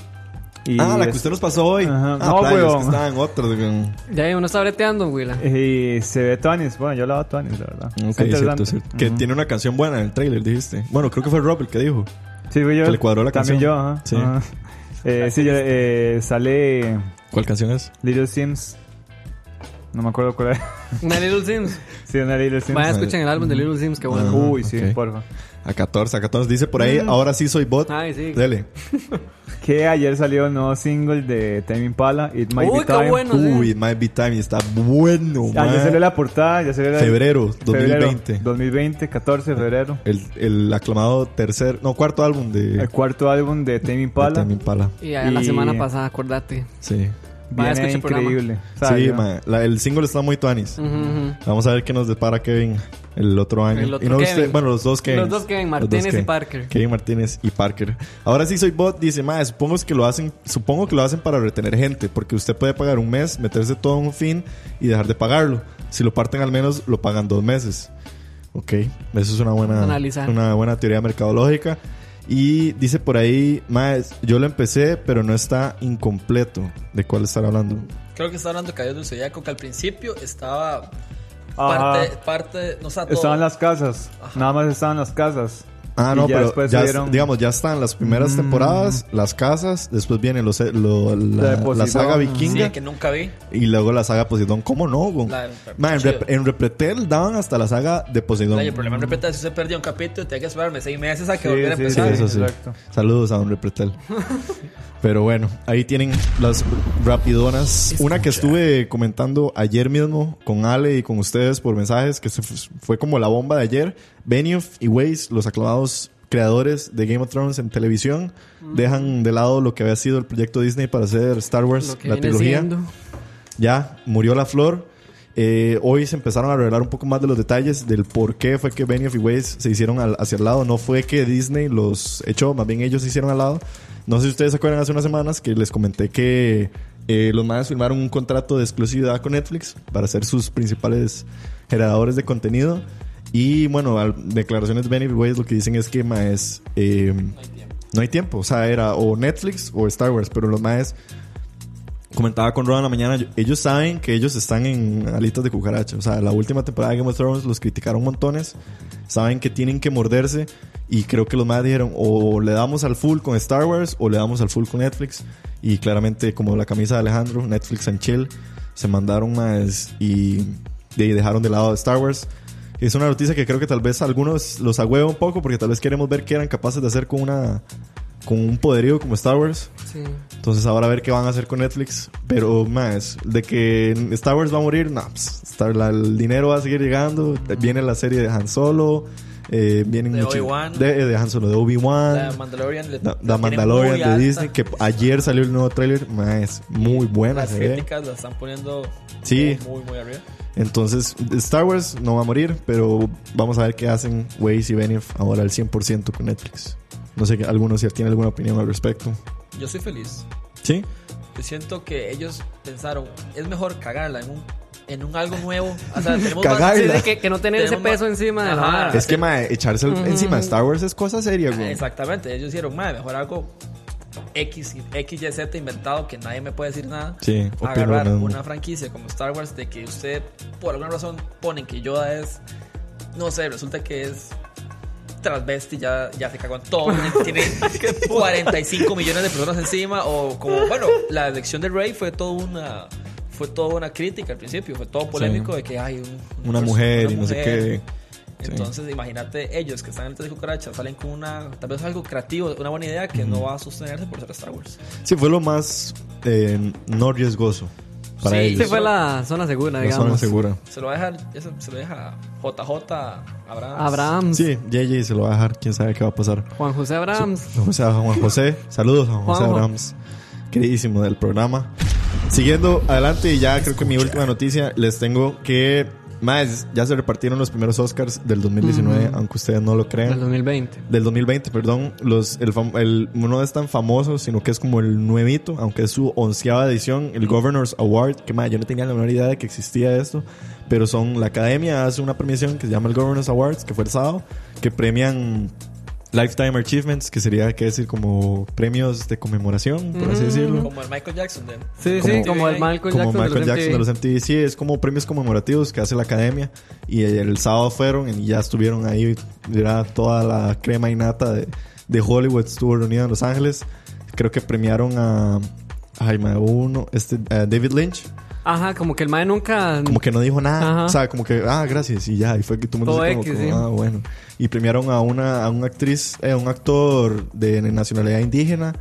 [SPEAKER 6] Y
[SPEAKER 3] Ah, la que
[SPEAKER 6] es-
[SPEAKER 3] usted nos pasó hoy.
[SPEAKER 6] este, Ajá.
[SPEAKER 3] Ah,
[SPEAKER 6] No,
[SPEAKER 3] playas,
[SPEAKER 6] weón.
[SPEAKER 3] que estaban otras. weón.
[SPEAKER 4] Ya uno está breteando, Willa.
[SPEAKER 6] Y se ve Tuanis. Bueno, yo la veo Tuanis, la verdad.
[SPEAKER 3] Ok,
[SPEAKER 6] Está interesante.
[SPEAKER 3] cierto, cierto. Que
[SPEAKER 6] Ujú.
[SPEAKER 3] tiene una canción buena en el trailer, dijiste. Bueno, creo que fue Rob el que dijo.
[SPEAKER 6] Sí, fui yo.
[SPEAKER 3] que le cuadró la
[SPEAKER 6] También
[SPEAKER 3] canción.
[SPEAKER 6] yo, ajá.
[SPEAKER 3] Sí.
[SPEAKER 6] Ajá. Eh, sí, yo, eh, sale
[SPEAKER 3] ¿Cuál canción es?
[SPEAKER 6] Little Sims. No me acuerdo cuál era.
[SPEAKER 4] Una Little Sims.
[SPEAKER 6] Sí, una Little Sims.
[SPEAKER 4] Vayan a escuchar el álbum de Little Sims, que bueno.
[SPEAKER 6] Uy, sí,
[SPEAKER 3] Ok.
[SPEAKER 6] porfa.
[SPEAKER 3] A 14, a 14. Dice por ahí,
[SPEAKER 6] Mm.
[SPEAKER 3] ahora sí soy bot.
[SPEAKER 4] Ay, sí.
[SPEAKER 3] Dele.
[SPEAKER 6] Que ayer salió el nuevo single de Tame Impala, It Might
[SPEAKER 4] Uy,
[SPEAKER 6] Be
[SPEAKER 4] qué
[SPEAKER 6] Time.
[SPEAKER 4] bueno. No sé.
[SPEAKER 3] Uy, it might be time. y Está bueno,
[SPEAKER 6] Ah, ya
[SPEAKER 3] ma.
[SPEAKER 6] salió la portada, ya salió la...
[SPEAKER 3] Febrero 2020.
[SPEAKER 6] Febrero, 2020, 14 de febrero.
[SPEAKER 3] El, el aclamado tercer, no, cuarto álbum de,
[SPEAKER 6] El
[SPEAKER 3] de
[SPEAKER 6] cuarto álbum de Tame Impala.
[SPEAKER 3] Tame Impala.
[SPEAKER 4] Y allá la
[SPEAKER 6] Y-
[SPEAKER 4] semana pasada, acordate.
[SPEAKER 3] Sí.
[SPEAKER 4] Vayan a
[SPEAKER 6] Viene
[SPEAKER 4] escuchar el
[SPEAKER 6] increíble. ¿sabes,
[SPEAKER 3] Sí,
[SPEAKER 6] no?
[SPEAKER 3] ma, la- el single está muy tuanis.
[SPEAKER 4] Ujú, ujú.
[SPEAKER 3] Vamos a ver qué nos depara Kevin el otro año.
[SPEAKER 4] El otro
[SPEAKER 3] Y no
[SPEAKER 4] Kevin.
[SPEAKER 3] usted- bueno, los dos Kevin.
[SPEAKER 4] Los dos Kevin, Martínez y Parker.
[SPEAKER 3] Kevin Martínez y Parker. Ahora sí soy bot, dice, ma, supongo que lo hacen, supongo que lo hacen para retener gente, porque usted puede pagar un mes, meterse todo en un fin y dejar de pagarlo. Si lo parten al menos, lo pagan dos meses. Ok, eso es una buena,
[SPEAKER 4] Analizar.
[SPEAKER 3] una buena teoría mercadológica. Y dice por ahí, ma, es- yo lo empecé, pero no está incompleto. ¿De cuál estar hablando?
[SPEAKER 7] Creo que está hablando Caballeros del Zodiaco, que al principio estaba
[SPEAKER 6] Ajá.
[SPEAKER 7] parte, parte, no está todo.
[SPEAKER 6] Estaban las casas, nada más estaban las casas.
[SPEAKER 3] Ah,
[SPEAKER 6] Y
[SPEAKER 3] no,
[SPEAKER 6] ya
[SPEAKER 3] pero
[SPEAKER 6] después Mm.
[SPEAKER 3] ya,
[SPEAKER 6] subieron-
[SPEAKER 3] digamos, ya están las primeras temporadas, las casas, después viene los, lo-
[SPEAKER 6] La
[SPEAKER 3] la,
[SPEAKER 6] de Poseidón.
[SPEAKER 3] la saga
[SPEAKER 7] Sí,
[SPEAKER 3] vikinga
[SPEAKER 7] que nunca vi.
[SPEAKER 3] y luego la saga Poseidón. ¿Cómo no? güey?
[SPEAKER 7] La de-
[SPEAKER 3] Ma, en,
[SPEAKER 7] chido.
[SPEAKER 3] Rep- en Repretel daban hasta la saga de Poseidón.
[SPEAKER 7] Ay, el problema es repente, si usted perdió un capítulo, tenía que esperarme seis meses a que
[SPEAKER 6] Sí,
[SPEAKER 7] volviera a
[SPEAKER 6] sí,
[SPEAKER 7] empezar.
[SPEAKER 3] Sí, eso sí.
[SPEAKER 6] Exacto.
[SPEAKER 3] Saludos a Don Repretel. Pero bueno, ahí tienen las rapidonas. Una que estuve comentando ayer mismo con Ale y con ustedes por mensajes, que se fu- fue como la bomba de ayer. Benioff y Weiss, los aclamados creadores de Game of Thrones en televisión,
[SPEAKER 4] Mm.
[SPEAKER 3] dejan de lado lo que había sido el proyecto Disney para hacer Star Wars,
[SPEAKER 4] Lo que
[SPEAKER 3] Pues, la
[SPEAKER 4] viene
[SPEAKER 3] trilogía.
[SPEAKER 4] siendo.
[SPEAKER 3] Ya, murió la flor. Eh, hoy se empezaron a revelar un poco más de los detalles del por qué fue que Benioff y Weiss se hicieron al- hacia el lado. No fue que Disney los echó, más bien ellos se hicieron al lado. No sé si ustedes se acuerdan hace unas semanas que les comenté que eh, los madres firmaron un contrato de exclusividad con Netflix para ser sus principales generadores de contenido. Y bueno, al- declaraciones de Benioff y Weiss lo que dicen es que ma, es, eh, no hay tiempo. O sea, era o Netflix o Star Wars, pero los maes comentaba con Rob en la mañana, yo- ellos saben que ellos están en alitas de cucaracha. O sea, la última temporada de Game of Thrones los criticaron montones. Saben que tienen que morderse. Y creo que los más dijeron, o le damos al full con Star Wars o le damos al full con Netflix. Y claramente, como la camisa de Alejandro, Netflix and Chill, se mandaron más y de- dejaron de lado Star Wars. Es una noticia que creo que tal vez algunos los agüeva un poco porque tal vez queremos ver qué eran capaces de hacer con una con un poderío como Star Wars.
[SPEAKER 4] Sí.
[SPEAKER 3] Entonces ahora a ver qué van a hacer con Netflix. Pero más, de que Star Wars va a morir, no. pues, Star- la- el dinero va a seguir llegando. Viene la serie de Han Solo. Eh, vienen
[SPEAKER 7] De
[SPEAKER 3] muchas-
[SPEAKER 7] Obi-Wan.
[SPEAKER 3] De, de Han Solo, de Obi-Wan.
[SPEAKER 7] La Mandalorian. le-
[SPEAKER 3] Da,
[SPEAKER 7] la
[SPEAKER 3] da
[SPEAKER 7] tiene
[SPEAKER 3] Mandalorian
[SPEAKER 7] muy
[SPEAKER 3] de
[SPEAKER 7] alta.
[SPEAKER 3] Disney, que ayer salió el nuevo tráiler, ma, es muy buena.
[SPEAKER 7] Las
[SPEAKER 3] se ve.
[SPEAKER 7] críticas la están poniendo
[SPEAKER 3] Sí.
[SPEAKER 7] muy, muy arriba.
[SPEAKER 3] Entonces, Star Wars no va a morir, pero vamos a ver qué hacen Waze y Benioff ahora al 100% con Netflix. No sé, algunos si tiene alguna opinión al respecto.
[SPEAKER 7] Yo soy feliz.
[SPEAKER 3] Sí,
[SPEAKER 7] Yo siento que ellos pensaron, es mejor cagarla en un, en un algo nuevo. O sea, tenemos
[SPEAKER 3] Cagarla.
[SPEAKER 7] sí,
[SPEAKER 4] de que, que no tener ese
[SPEAKER 7] Tenemos ma-
[SPEAKER 4] peso encima de la
[SPEAKER 7] Ajá.
[SPEAKER 4] vara.
[SPEAKER 3] es que ma, echarse el- encima de Star Wars es cosa seria,
[SPEAKER 7] Ah,
[SPEAKER 3] güey.
[SPEAKER 7] Exactamente, ellos dijeron, madre, mejor algo X, X, Y, Z inventado que nadie me puede decir nada.
[SPEAKER 3] Sí, opino
[SPEAKER 7] Agarrar
[SPEAKER 3] lo mismo.
[SPEAKER 7] una franquicia como Star Wars de que usted, por alguna razón, ponen que Yoda es, no sé, resulta que es transvesti, ya, ya se cagó en todo, tiene 45 millones de personas encima, o como, bueno, la elección de Rey fue toda una... Fue toda una crítica al principio, fue todo polémico
[SPEAKER 3] Sí.
[SPEAKER 7] de que hay un-
[SPEAKER 3] Una
[SPEAKER 7] perso-
[SPEAKER 3] mujer
[SPEAKER 7] una
[SPEAKER 3] y no sé
[SPEAKER 7] mujer,
[SPEAKER 3] qué. Sí.
[SPEAKER 7] entonces, imagínate ellos que están en el de cucaracha, salen con una, tal vez algo creativo, una buena idea que no va a sostenerse por ser Star Wars.
[SPEAKER 3] Sí, fue lo más eh, no riesgoso para
[SPEAKER 7] Sí,
[SPEAKER 4] Sí,
[SPEAKER 3] ellos.
[SPEAKER 4] fue la zona segura,
[SPEAKER 3] La
[SPEAKER 4] digamos.
[SPEAKER 3] zona segura.
[SPEAKER 7] Se lo va a dejar, ya se, se lo deja JJ Abrams.
[SPEAKER 4] Abrams.
[SPEAKER 3] Sí, JJ se lo va a dejar, quién sabe qué va a pasar.
[SPEAKER 4] Juan José Abrams.
[SPEAKER 3] O sea, Juan José, saludos a Juan José
[SPEAKER 4] Juanjo.
[SPEAKER 3] Abrams, queridísimo del programa. Siguiendo adelante, y ya creo que mi última noticia, les tengo que. Más, ya se repartieron los primeros Oscars del 2019, aunque ustedes no lo
[SPEAKER 4] Del
[SPEAKER 3] crean.
[SPEAKER 4] 2020.
[SPEAKER 3] Del 2020, perdón. Los, el, fam- el- no es tan famoso, sino que es como el nuevito, aunque es su onceava edición, el Governor's Award. Que más, yo no tenía la menor idea de que existía esto. Pero son, la academia hace una premiación que se llama el Governor's Awards, que fue el sábado, que premian Lifetime Achievements, que sería, qué decir, como premios de conmemoración, por así decirlo.
[SPEAKER 7] Como el Michael Jackson de...
[SPEAKER 4] Sí, sí,
[SPEAKER 3] Como-
[SPEAKER 4] como el Michael
[SPEAKER 3] Como
[SPEAKER 4] Jackson. de
[SPEAKER 3] Michael
[SPEAKER 4] los
[SPEAKER 3] Jackson de
[SPEAKER 4] MTV.
[SPEAKER 3] los MTV. Sí, es como premios conmemorativos que hace la academia. Y el, el sábado fueron y ya estuvieron ahí. Era toda la crema y nata de, de Hollywood. Estuvo reunida en Los Ángeles. Creo que premiaron a. Ay, madre, uno. Este, a David Lynch.
[SPEAKER 4] Ajá, como que el mae nunca.
[SPEAKER 3] Como que no dijo nada.
[SPEAKER 4] Ajá.
[SPEAKER 3] O sea, como que, ah, gracias. Y ya. Y fue que todo el mundo
[SPEAKER 4] Todo
[SPEAKER 3] así como,
[SPEAKER 4] X,
[SPEAKER 3] como,
[SPEAKER 4] sí.
[SPEAKER 3] ah, bueno. Y premiaron a una, a una actriz, eh, a un actor de nacionalidad indígena,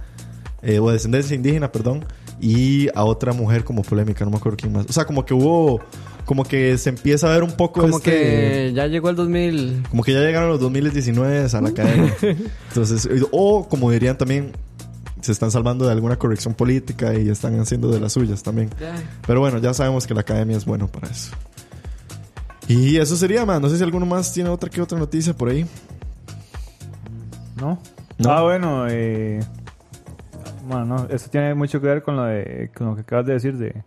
[SPEAKER 3] eh, o de descendencia indígena, perdón, y a otra mujer como polémica, no me acuerdo quién más. O sea, como que hubo, como que se empieza a ver un poco
[SPEAKER 4] Como
[SPEAKER 3] este-
[SPEAKER 4] que ya llegó el 2000.
[SPEAKER 3] Como que ya llegaron los 2019 a la academia. Entonces, eh, o como dirían también, se están salvando de alguna corrección política y están haciendo de las suyas también.
[SPEAKER 4] Ya.
[SPEAKER 3] Pero bueno, ya sabemos que la academia es bueno para eso. Y eso sería, más. No sé si alguno más tiene otra que otra noticia por ahí.
[SPEAKER 6] ¿No?
[SPEAKER 3] No.
[SPEAKER 6] Ah, bueno, eh, bueno, no, esto tiene mucho que ver con lo, de, con lo que acabas de decir de,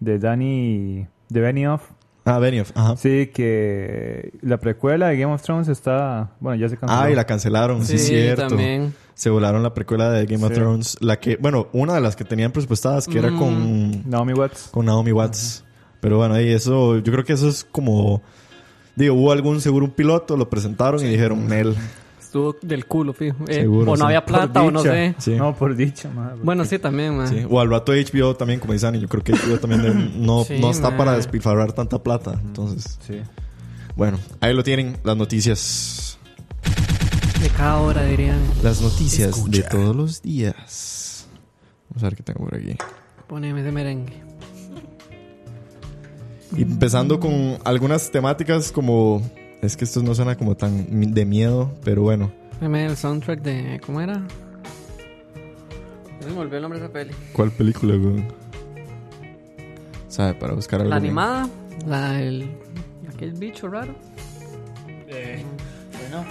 [SPEAKER 6] de Danny, de Benioff.
[SPEAKER 3] Ah, Benioff. Ajá.
[SPEAKER 6] Sí, que la precuela de Game of Thrones está, bueno, ya se canceló.
[SPEAKER 3] Ah, y la cancelaron, sí,
[SPEAKER 4] Sí,
[SPEAKER 3] cierto.
[SPEAKER 4] también.
[SPEAKER 3] Se volaron la precuela de Game of
[SPEAKER 6] Sí.
[SPEAKER 3] Thrones. La que, bueno, una de las que tenían presupuestadas, que
[SPEAKER 4] Mm.
[SPEAKER 3] era con,
[SPEAKER 6] Naomi Watts.
[SPEAKER 3] con Naomi Watts. Pero bueno, ahí eso, yo creo que eso es como. Digo, hubo algún seguro, un piloto, lo presentaron y dijeron, Nel.
[SPEAKER 4] Estuvo del culo, fijo. Eh,
[SPEAKER 3] Seguro,
[SPEAKER 4] o no
[SPEAKER 3] sí.
[SPEAKER 4] había plata, o no
[SPEAKER 6] dicha.
[SPEAKER 4] sé.
[SPEAKER 3] Sí.
[SPEAKER 6] No, por dicha, madre.
[SPEAKER 4] Bueno, sí, también, mae.
[SPEAKER 3] Sí, O al rato HBO también, como dicen, y yo creo que HBO también de- no,
[SPEAKER 4] Sí,
[SPEAKER 3] no está
[SPEAKER 4] man.
[SPEAKER 3] para despilfarrar tanta plata. Entonces,
[SPEAKER 6] Sí.
[SPEAKER 3] bueno, ahí lo tienen, las noticias.
[SPEAKER 4] De cada hora, dirían.
[SPEAKER 3] Las noticias
[SPEAKER 1] Escucha.
[SPEAKER 3] de todos los días. Vamos a ver qué tengo por aquí.
[SPEAKER 4] Poneme ese merengue.
[SPEAKER 3] Y empezando con algunas temáticas como... Es que esto no suena como tan mi- de miedo, pero bueno.
[SPEAKER 4] Poneme el soundtrack de. ¿Cómo era? No se me olvidó el nombre de esa peli.
[SPEAKER 3] ¿Cuál película, güey? ¿Sabe? Para buscar algo.
[SPEAKER 4] La
[SPEAKER 3] bien.
[SPEAKER 4] animada, la del. Aquel bicho raro.
[SPEAKER 7] bueno,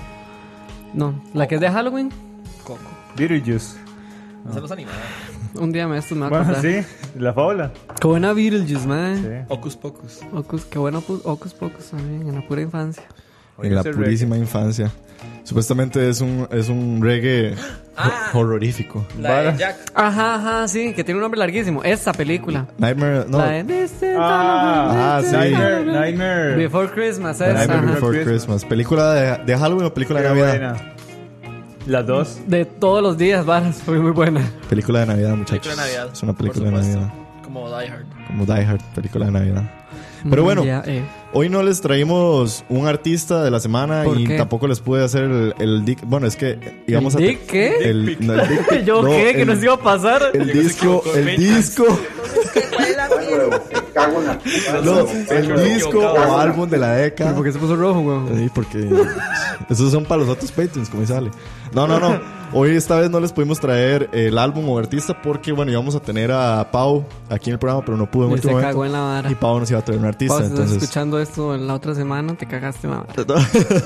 [SPEAKER 4] No, la que es de Halloween.
[SPEAKER 7] Coco.
[SPEAKER 3] Ah.
[SPEAKER 6] Beetlejuice.
[SPEAKER 7] No se los anima.
[SPEAKER 4] Un día me esto me va a
[SPEAKER 6] Bueno,
[SPEAKER 4] acordar.
[SPEAKER 6] sí, la fábula.
[SPEAKER 4] Qué buena Beetlejuice, mae.
[SPEAKER 6] Sí.
[SPEAKER 7] Hocus Pocus.
[SPEAKER 4] Ocus, qué bueno pu- Ocus Pocus también, en la pura infancia.
[SPEAKER 3] En la
[SPEAKER 6] Ese
[SPEAKER 3] purísima infancia. Supuestamente es un, es un reggae
[SPEAKER 7] Ah.
[SPEAKER 3] ho- horrorífico.
[SPEAKER 7] La
[SPEAKER 6] Vara.
[SPEAKER 7] de Jack.
[SPEAKER 4] Ajá, ajá, sí, que tiene un nombre larguísimo. Esta película.
[SPEAKER 3] Nightmare... No,
[SPEAKER 4] La de This is
[SPEAKER 6] Ah,
[SPEAKER 3] Oh. Ah, sí.
[SPEAKER 6] Nightmare, Nightmare.
[SPEAKER 4] Before Christmas, esa.
[SPEAKER 3] Nightmare
[SPEAKER 4] ajá.
[SPEAKER 3] Before Christmas. ¿Película de, de Halloween o película de
[SPEAKER 6] Qué
[SPEAKER 3] Navidad?
[SPEAKER 6] buena. Las dos.
[SPEAKER 4] De todos los días, varas, fue muy buena.
[SPEAKER 3] Película de Navidad, muchachos.
[SPEAKER 7] Película de Navidad.
[SPEAKER 3] Es una
[SPEAKER 7] por
[SPEAKER 3] película de
[SPEAKER 7] supuesto.
[SPEAKER 3] Navidad. Oh,
[SPEAKER 7] Como Die Hard.
[SPEAKER 3] Como Die Hard, película de Navidad. Pero
[SPEAKER 4] Mm,
[SPEAKER 3] bueno,
[SPEAKER 4] ya, eh.
[SPEAKER 3] Hoy no les traímos un artista de la semana
[SPEAKER 4] ¿Por
[SPEAKER 3] y
[SPEAKER 4] qué?
[SPEAKER 3] tampoco les pude hacer el, el dick. Bueno, es que eh, íbamos
[SPEAKER 4] ¿El
[SPEAKER 3] a.
[SPEAKER 4] dick qué?
[SPEAKER 3] El, no, el dick pic,
[SPEAKER 4] ¿Yo
[SPEAKER 3] no,
[SPEAKER 4] qué? ¿Que
[SPEAKER 3] el-
[SPEAKER 4] nos iba a pasar?
[SPEAKER 3] El disco, el disco,
[SPEAKER 5] Entonces, ¿qué? ¿cuál es la fiesta?
[SPEAKER 3] no, el disco o álbum de la década.
[SPEAKER 4] ¿Por qué se puso rojo, weón?
[SPEAKER 3] Sí, porque esos son para los otros Patreons, como dice Ale. No, no, no. Hoy esta vez no les pudimos traer el álbum o artista porque, bueno, íbamos a tener a Pau aquí en el programa, pero no pudo en
[SPEAKER 4] Y
[SPEAKER 3] el último
[SPEAKER 4] se cagó
[SPEAKER 3] momento.
[SPEAKER 4] en la vara.
[SPEAKER 3] Y Pau nos iba a traer un artista,
[SPEAKER 4] Pau, si estás
[SPEAKER 3] entonces...
[SPEAKER 4] escuchando esto en la otra semana, te cagaste, mamá.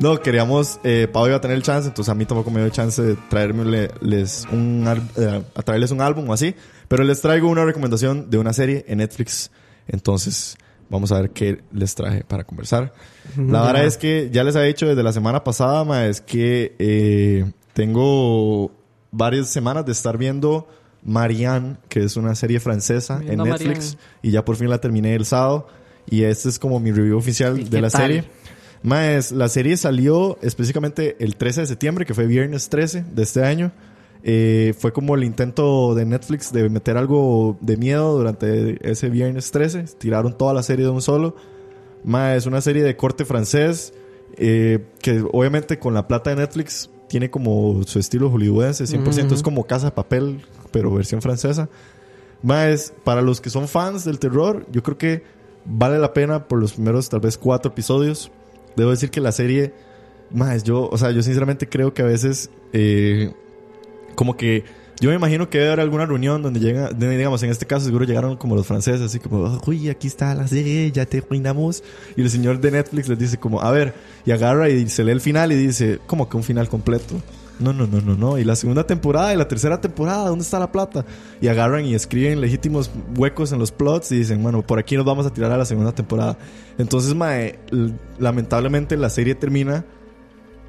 [SPEAKER 3] no, queríamos... Eh, Pau iba a tener el chance, entonces a mí tampoco me dio chance de traerme le- les un, ar- eh, a traerles un álbum o así. Pero les traigo una recomendación de una serie en Netflix. Entonces... Vamos a ver qué les traje para conversar. La verdad es que ya les había dicho desde la semana pasada, ma, es que eh, tengo varias semanas de estar viendo Marianne, que es una serie francesa
[SPEAKER 4] Viendo
[SPEAKER 3] en Netflix.
[SPEAKER 4] Marianne.
[SPEAKER 3] Y ya por fin la terminé el sábado. Y este es como mi review
[SPEAKER 4] ¿Y
[SPEAKER 3] oficial de
[SPEAKER 4] qué
[SPEAKER 3] la
[SPEAKER 4] tal?
[SPEAKER 3] serie. Más, la serie salió específicamente el 13 de septiembre, que fue viernes 13 de este año. Eh, fue como el intento de Netflix de meter algo de miedo durante ese viernes 13. Tiraron toda la serie de un solo. Ma, es una serie de corte francés eh, que obviamente con la plata de Netflix tiene como su estilo hollywoodense, 100%. Es como Casa de Papel, pero versión francesa. Más, para los que son fans del terror, yo creo que vale la pena por los primeros tal vez cuatro episodios. Debo decir que la serie, más, yo, o sea, yo sinceramente creo que a veces, eh, como que, yo me imagino que debe haber alguna reunión donde llega, de- digamos, en este caso seguro llegaron como los franceses, así como, "Ah, uy, aquí está la serie, ya te reinamos. Y el señor de Netflix les dice como, a ver, y agarra y se lee el final y dice, como que un final completo. No, no, no, no, no. Y la segunda temporada y la tercera temporada, ¿dónde está la plata? Y agarran y escriben legítimos huecos en los plots y dicen, bueno, por aquí nos vamos a tirar a la segunda temporada. Entonces, mae, l- lamentablemente la serie termina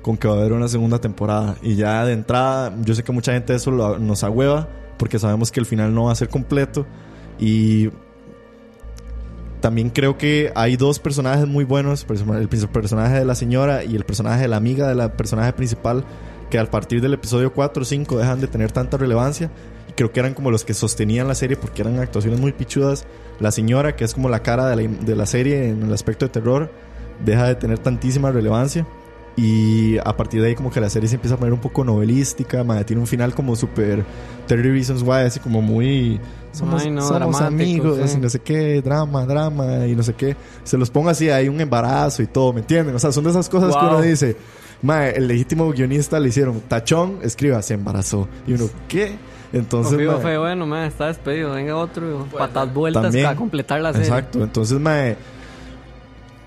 [SPEAKER 3] con que va a haber una segunda temporada. Y ya de entrada, yo sé que mucha gente eso lo- nos agüeva, porque sabemos que el final no va a ser completo. Y también creo que hay dos personajes muy buenos, perso- el pers- personaje de la señora y el personaje de la amiga de la personaje principal, que al partir del episodio 4 o 5 dejan de tener tanta relevancia. Y creo que eran como los que sostenían la serie porque eran actuaciones muy pichudas. La señora, que es como la cara de la, de la serie en el aspecto de terror, deja de tener tantísima relevancia. Y a partir de ahí como que la serie se empieza a poner un poco novelística, madre, tiene un final como súper 30 Reasons Why, así como muy... Somos,
[SPEAKER 4] Ay, no,
[SPEAKER 3] somos
[SPEAKER 4] dramático,
[SPEAKER 3] amigos
[SPEAKER 4] sí.
[SPEAKER 3] y no sé qué, drama, drama y no sé qué. Se los pongo así, hay un embarazo y todo, ¿me entienden? O sea, son de esas cosas que
[SPEAKER 4] Wow.
[SPEAKER 3] uno dice, madre, el legítimo guionista le hicieron tachón, escriba, se embarazó. Y uno, ¿qué? Entonces...
[SPEAKER 4] Fijo,
[SPEAKER 3] mae,
[SPEAKER 4] fue bueno, man, está despedido. Venga otro, patas vueltas
[SPEAKER 3] también.
[SPEAKER 4] para completar la serie.
[SPEAKER 3] Exacto. Entonces, mae,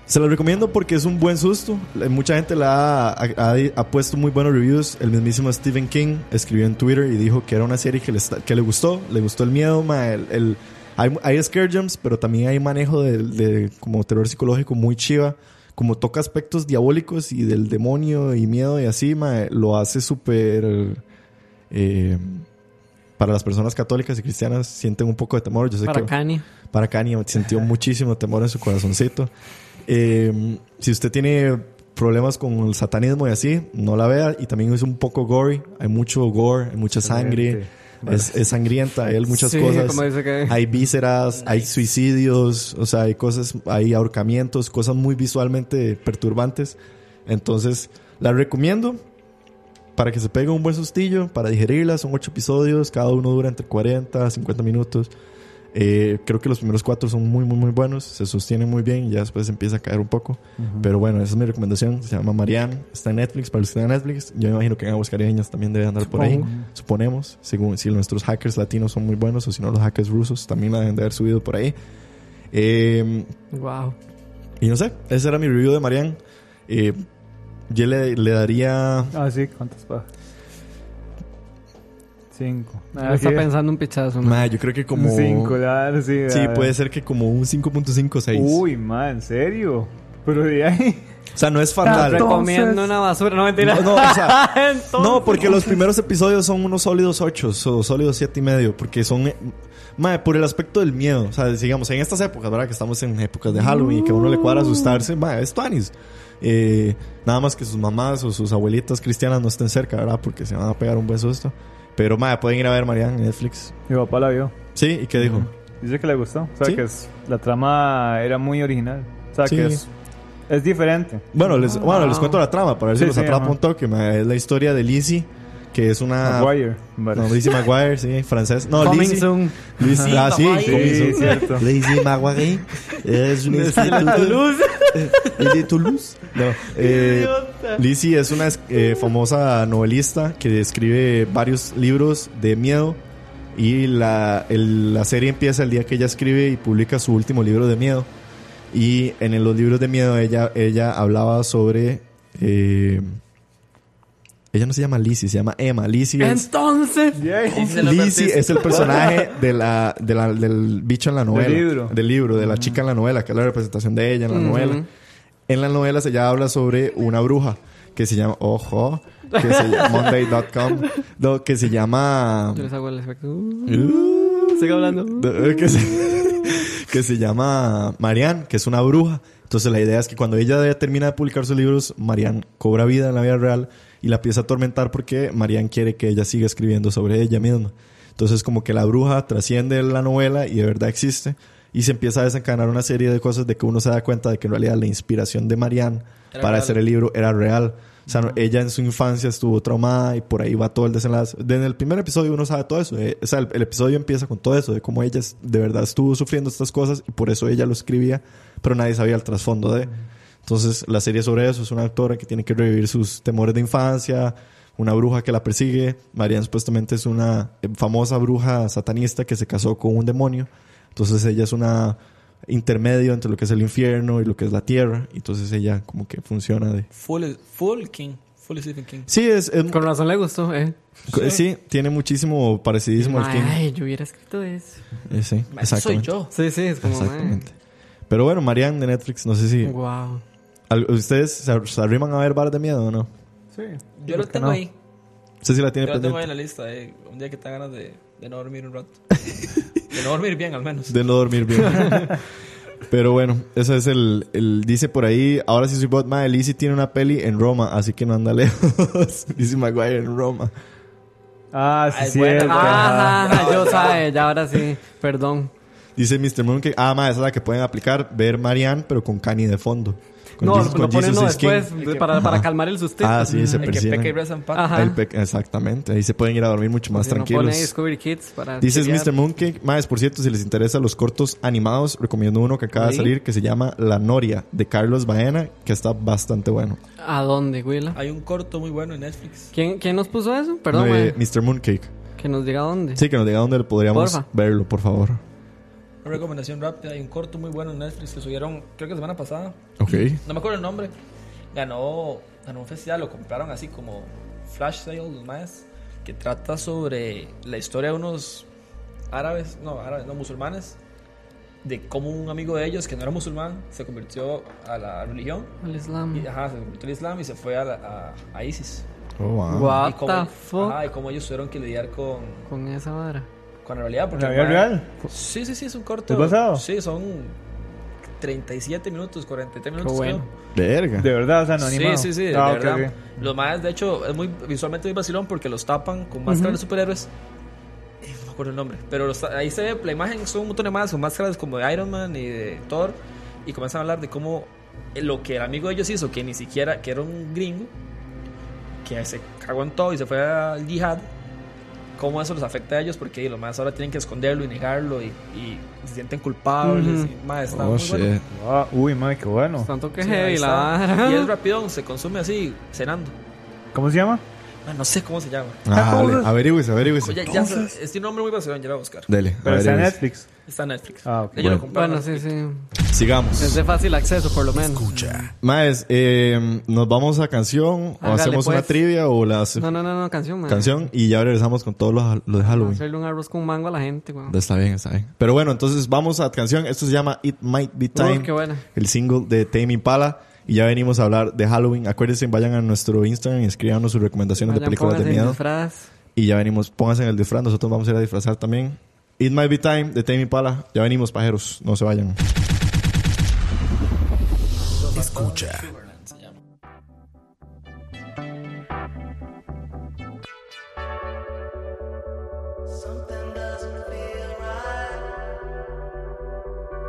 [SPEAKER 3] se lo recomiendo porque es un buen susto. Le- Mucha gente la ha, ha- ha puesto muy buenos reviews. El mismísimo Stephen King escribió en Twitter y dijo que era una serie que le, está- que le gustó. Le gustó el miedo, mae, el- el- hay, hay scare jumps, pero también hay manejo de, de como terror psicológico muy chiva. Como toca aspectos diabólicos y del demonio y miedo y así, mae, lo hace súper... eh, para las personas católicas y cristianas sienten un poco de temor. Yo sé
[SPEAKER 4] Para
[SPEAKER 3] que
[SPEAKER 4] Kanye.
[SPEAKER 3] para Kanye sintió muchísimo temor en su corazoncito. Eh, si usted tiene problemas con el satanismo y así, no la vea. Y también es un poco gory. Hay mucho gore, hay mucha sangre. Es, es sangrienta, hay muchas
[SPEAKER 4] Sí,
[SPEAKER 3] cosas.
[SPEAKER 4] como dice que-
[SPEAKER 3] Hay vísceras, hay suicidios, o sea, hay cosas, hay ahorcamientos, cosas muy visualmente perturbantes. Entonces, la recomiendo para que se pegue un buen sustillo, para digerirla. Son ocho episodios, cada uno dura entre 40 a 50 minutos. Eh, creo que los primeros cuatro son muy, muy, muy buenos. Se sostienen muy bien y ya después empieza a caer un poco. Pero bueno, esa es mi recomendación. Se llama Marianne. Está en Netflix. Para los que están en Netflix, yo me imagino que en Aguas Caribeñas también debe andar por ahí. Suponemos. Según si nuestros hackers latinos son muy buenos o si no, los hackers rusos también la deben de haber subido por ahí. Eh,
[SPEAKER 4] Wow.
[SPEAKER 3] y no sé, ese era mi review de Marianne. Eh, yo le, le daría.
[SPEAKER 6] Ah, sí, ¿cuántas pajas? Cinco.
[SPEAKER 4] Ahora Ah, está pensando un pichazo, man.
[SPEAKER 3] ma, yo creo que como.
[SPEAKER 6] como... Cinco, claro, sí.
[SPEAKER 3] Sí, pues,
[SPEAKER 6] ah.
[SPEAKER 3] puede ser que como un 5.56.
[SPEAKER 6] Uy, ma, ¿en serio? Pero de ahí...
[SPEAKER 3] O sea, no es
[SPEAKER 4] Ah,
[SPEAKER 3] fatal.
[SPEAKER 6] Tanto.
[SPEAKER 4] Recomiendo una basura. No, mentira.
[SPEAKER 3] No, no, o sea,
[SPEAKER 4] Entonces-
[SPEAKER 3] no, porque los primeros episodios son unos sólidos 8 o sólidos siete y medio, porque son eh, mae, por el aspecto del miedo, o sea, digamos en estas épocas, ¿verdad? Que estamos en épocas de Halloween y que a uno le cuadra asustarse, mae, es Tuanis. Eh, nada más que sus mamás o sus abuelitas cristianas no estén cerca, ¿verdad? Porque se van a pegar un buen susto. Pero mae, pueden ir a ver Marianne en Netflix.
[SPEAKER 6] Mi papá la vio.
[SPEAKER 3] Sí, ¿y qué dijo?
[SPEAKER 6] Dice que le gustó. O sea,
[SPEAKER 3] Sí.
[SPEAKER 6] que es- la trama era muy original. O sea,
[SPEAKER 3] Sí.
[SPEAKER 6] que es, es diferente.
[SPEAKER 3] Bueno, les, bueno, les cuento la trama para ver si
[SPEAKER 6] Ah. Sí,
[SPEAKER 3] los
[SPEAKER 6] sí,
[SPEAKER 3] atrapa
[SPEAKER 6] ajá.
[SPEAKER 3] un toque. ma. Es la historia de Lizzie, que es una.
[SPEAKER 6] Maguire. vale.
[SPEAKER 3] Ah. No, Lizzie McGuire, sí, francés. No,
[SPEAKER 4] Coming
[SPEAKER 3] Lizzie.
[SPEAKER 4] soon.
[SPEAKER 3] Lizzie, ah, sí,
[SPEAKER 7] Maguire.
[SPEAKER 3] coming
[SPEAKER 6] Sí,
[SPEAKER 3] soon.
[SPEAKER 6] cierto.
[SPEAKER 3] Lizzie McGuire es una ¿Es de Toulouse? No. eh, Lizzie es una eh, famosa novelista que escribe varios libros de miedo. Y la, el- la serie empieza el día que ella escribe y publica su último libro de miedo. Y en el- los libros de miedo ella, ella hablaba sobre... eh, ella no se llama Lizzie, se llama Emma. Lizzie
[SPEAKER 4] Ah,
[SPEAKER 3] es...
[SPEAKER 4] Entonces,
[SPEAKER 7] Dice el nombre
[SPEAKER 3] Lizzie
[SPEAKER 7] artístico.
[SPEAKER 3] es el personaje de la, de la- del bicho en la novela.
[SPEAKER 6] libro.
[SPEAKER 3] Del libro, de la chica en la novela, que es la representación de ella en la novela. En la novela se ya habla sobre una bruja que se llama, ojo, que se llama Monday.com, no, que se llama...
[SPEAKER 4] yo les hago el efecto. Uh,
[SPEAKER 3] Uh,
[SPEAKER 4] sigue hablando.
[SPEAKER 3] no, que, se, que se llama Marianne, que es una bruja. Entonces la idea es que cuando ella ya termina de publicar sus libros, Marianne cobra vida en la vida real y la empieza a atormentar porque Marianne quiere que ella siga escribiendo sobre ella misma. Entonces como que la bruja trasciende la novela y de verdad existe y se empieza a desencadenar una serie de cosas de que uno se da cuenta de que en realidad la inspiración de Marianne
[SPEAKER 7] Era
[SPEAKER 3] para
[SPEAKER 7] real.
[SPEAKER 3] hacer el libro era real. O sea, no, ella en su infancia estuvo traumada y por ahí va todo el desenlace. Desde el primer episodio uno sabe todo eso. eh. O sea, el, el episodio empieza con todo eso, de cómo ella es- de verdad estuvo sufriendo estas cosas y por eso ella lo escribía, pero nadie sabía el trasfondo de. Entonces, la serie es sobre eso es una autora que tiene que revivir sus temores de infancia, una bruja que la persigue. Marianne supuestamente es una eh, famosa bruja satanista que se casó con un demonio. Entonces, ella es una intermedio entre lo que es el infierno y lo que es la tierra. Entonces, ella como que funciona de...
[SPEAKER 7] Full, full King. Full Stephen King.
[SPEAKER 3] Sí, es, es-
[SPEAKER 4] Con razón le gustó, eh.
[SPEAKER 3] co- sí, tiene muchísimo parecidismo al King.
[SPEAKER 4] Ay, yo hubiera escrito eso.
[SPEAKER 3] Eh, sí,
[SPEAKER 7] Ma, ese Soy
[SPEAKER 3] exactamente.
[SPEAKER 7] yo.
[SPEAKER 4] Sí, sí, es como.
[SPEAKER 3] Exactamente. Pero bueno, Marianne de Netflix, no sé si...
[SPEAKER 4] Wow.
[SPEAKER 3] al- ¿Ustedes se, ar- se arriman a ver Bar de Miedo o no?
[SPEAKER 6] Sí.
[SPEAKER 7] Yo lo
[SPEAKER 6] ¿Por qué
[SPEAKER 7] tengo
[SPEAKER 6] no?
[SPEAKER 7] ahí.
[SPEAKER 3] No sé si la tiene
[SPEAKER 7] Yo lo tengo
[SPEAKER 3] pendiente.
[SPEAKER 7] ahí en la lista. eh. Un día que te ganas de, de no dormir un rato. De no dormir bien, al menos.
[SPEAKER 3] De no dormir bien. Pero bueno, ese es el, el- Dice por ahí, ahora sí soy bot. Mae, Lizzie tiene una peli en Roma, así que no anda lejos. Lizzie McGuire en Roma.
[SPEAKER 6] Ah,
[SPEAKER 7] Ay,
[SPEAKER 6] sí, Ah, sí.
[SPEAKER 7] bueno, bueno.
[SPEAKER 4] Ajá, ajá, yo sabe, ya ahora sí. Perdón.
[SPEAKER 3] Dice Mr. Moon que, ah, mae, esa es la que pueden aplicar, ver Marianne, pero con Kanye de fondo. Con
[SPEAKER 4] No,
[SPEAKER 3] Jesus-
[SPEAKER 4] lo
[SPEAKER 3] con
[SPEAKER 4] ponen no
[SPEAKER 3] Jesus is King.
[SPEAKER 4] después para, para calmar el sustento.
[SPEAKER 3] Ah, sí, se
[SPEAKER 7] El que
[SPEAKER 3] persiguen.
[SPEAKER 7] peca y reza en paz.
[SPEAKER 4] Ajá.
[SPEAKER 3] El pe- exactamente, ahí se pueden ir a dormir mucho más
[SPEAKER 4] Si no
[SPEAKER 3] tranquilos.
[SPEAKER 4] pone ahí Discovery Kids para.
[SPEAKER 3] Dices
[SPEAKER 4] chequear.
[SPEAKER 3] Mr. Mooncake, más por cierto, si les interesa los cortos animados, recomiendo uno que acaba de
[SPEAKER 7] Sí.
[SPEAKER 3] salir que se llama La Noria de Carlos Baena, que está bastante bueno.
[SPEAKER 4] ¿A dónde, Willa?
[SPEAKER 7] Hay un corto muy bueno en Netflix.
[SPEAKER 4] ¿Quién, ¿Quién nos puso eso? Perdón,
[SPEAKER 3] No, eh,
[SPEAKER 4] mae,
[SPEAKER 3] Mr. Mooncake.
[SPEAKER 4] que nos diga dónde.
[SPEAKER 3] Sí, que nos diga dónde lo podríamos
[SPEAKER 4] Porfa.
[SPEAKER 3] verlo, por favor.
[SPEAKER 7] Una recomendación rápida. Hay un corto muy bueno en Netflix que subieron, creo que semana pasada.
[SPEAKER 3] Ok.
[SPEAKER 7] No me acuerdo el nombre. Ganó, ganó un festival, lo compraron así como flash sale, los más, que trata sobre la historia de unos árabes, no, árabes, no, musulmanes, de cómo un amigo de ellos, que no era musulmán, se convirtió a la religión,
[SPEAKER 4] El Islam.
[SPEAKER 7] y, ajá, se convirtió al Islam y se fue a, la- a- a ISIS.
[SPEAKER 3] Oh, wow.
[SPEAKER 4] What
[SPEAKER 7] y cómo,
[SPEAKER 4] the fuck?
[SPEAKER 7] ajá, y cómo ellos tuvieron que lidiar con,
[SPEAKER 4] Con esa vara.
[SPEAKER 7] con la realidad. Porque
[SPEAKER 6] ¿La
[SPEAKER 7] el
[SPEAKER 6] vida
[SPEAKER 7] mae-
[SPEAKER 6] real?
[SPEAKER 7] Sí, sí, sí, es un corto.
[SPEAKER 6] ¿Es basado?
[SPEAKER 7] Sí, son 37 minutos, 43 minutos.
[SPEAKER 4] bueno.
[SPEAKER 7] creo.
[SPEAKER 3] Verga.
[SPEAKER 6] De verdad, o sea, no
[SPEAKER 7] Sí,
[SPEAKER 6] animado.
[SPEAKER 7] sí, sí,
[SPEAKER 6] Ah,
[SPEAKER 7] de
[SPEAKER 6] ok,
[SPEAKER 7] verdad.
[SPEAKER 6] ok.
[SPEAKER 7] Los más, de hecho, es muy visualmente muy vacilón porque los tapan con máscaras de superhéroes. Eh, No me acuerdo el nombre, pero los- ahí se ve la imagen, son un montón de más con máscaras como de Iron Man y de Thor y comienzan a hablar de cómo eh, lo que el amigo de ellos hizo, que ni siquiera, que era un gringo, que se cagó en todo y se fue al yihad, cómo eso los afecta a ellos porque los más ahora tienen que esconderlo y negarlo y, y se sienten culpables.
[SPEAKER 4] Ujú.
[SPEAKER 7] y, mae, está
[SPEAKER 3] Oh,
[SPEAKER 7] muy
[SPEAKER 3] shit.
[SPEAKER 7] bueno.
[SPEAKER 6] Ah, uy, madre, qué bueno.
[SPEAKER 4] Tanto que
[SPEAKER 7] Sí, ahí
[SPEAKER 4] heavy la
[SPEAKER 7] está.
[SPEAKER 4] vara.
[SPEAKER 7] Y es rapidón, se consume así, cenando.
[SPEAKER 6] ¿Cómo se llama?
[SPEAKER 7] Ah, no sé cómo se llama.
[SPEAKER 3] Ah, dale, averígüese, averígüese.
[SPEAKER 7] Ya, ya, sé, es un nombre muy vacilón, ya lo voy a buscar.
[SPEAKER 3] Dele,
[SPEAKER 6] Pero está en
[SPEAKER 3] averígüese.
[SPEAKER 6] Netflix.
[SPEAKER 7] Está en Netflix.
[SPEAKER 6] Ah, ok.
[SPEAKER 7] Ellos lo
[SPEAKER 3] Bueno.
[SPEAKER 7] compraron.
[SPEAKER 4] Bueno, sí, sí. Es
[SPEAKER 3] Sigamos.
[SPEAKER 4] de fácil acceso, por lo menos.
[SPEAKER 1] Escucha.
[SPEAKER 3] Maes, eh, nos vamos a canción o
[SPEAKER 4] Hágale,
[SPEAKER 3] hacemos una
[SPEAKER 4] pues.
[SPEAKER 3] trivia o la
[SPEAKER 4] No, no, no, no, canción, man.
[SPEAKER 3] canción y ya regresamos con todos los, los de Halloween.
[SPEAKER 4] Hacerle un arroz con mango a la gente, weón.
[SPEAKER 3] Está bien, está bien. Pero bueno, entonces vamos a canción. Esto se llama It Might Be Time.
[SPEAKER 4] Uh, qué buena.
[SPEAKER 3] El single de Tame Impala. Y ya venimos a hablar de Halloween. Acuérdense, vayan a nuestro Instagram y escríbanos sus recomendaciones
[SPEAKER 4] Vayan,
[SPEAKER 3] de películas de
[SPEAKER 4] pónganse en
[SPEAKER 3] miedo.
[SPEAKER 4] disfraz.
[SPEAKER 3] Y ya venimos, pónganse en el disfraz. Nosotros vamos a ir a disfrazar también. It Might Be Time de Tame Impala. Ya venimos, pajeros. No se vayan.
[SPEAKER 1] Escucha.
[SPEAKER 7] Se llama.
[SPEAKER 8] Something doesn't feel right.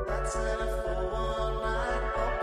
[SPEAKER 8] That's enough for one night. Hope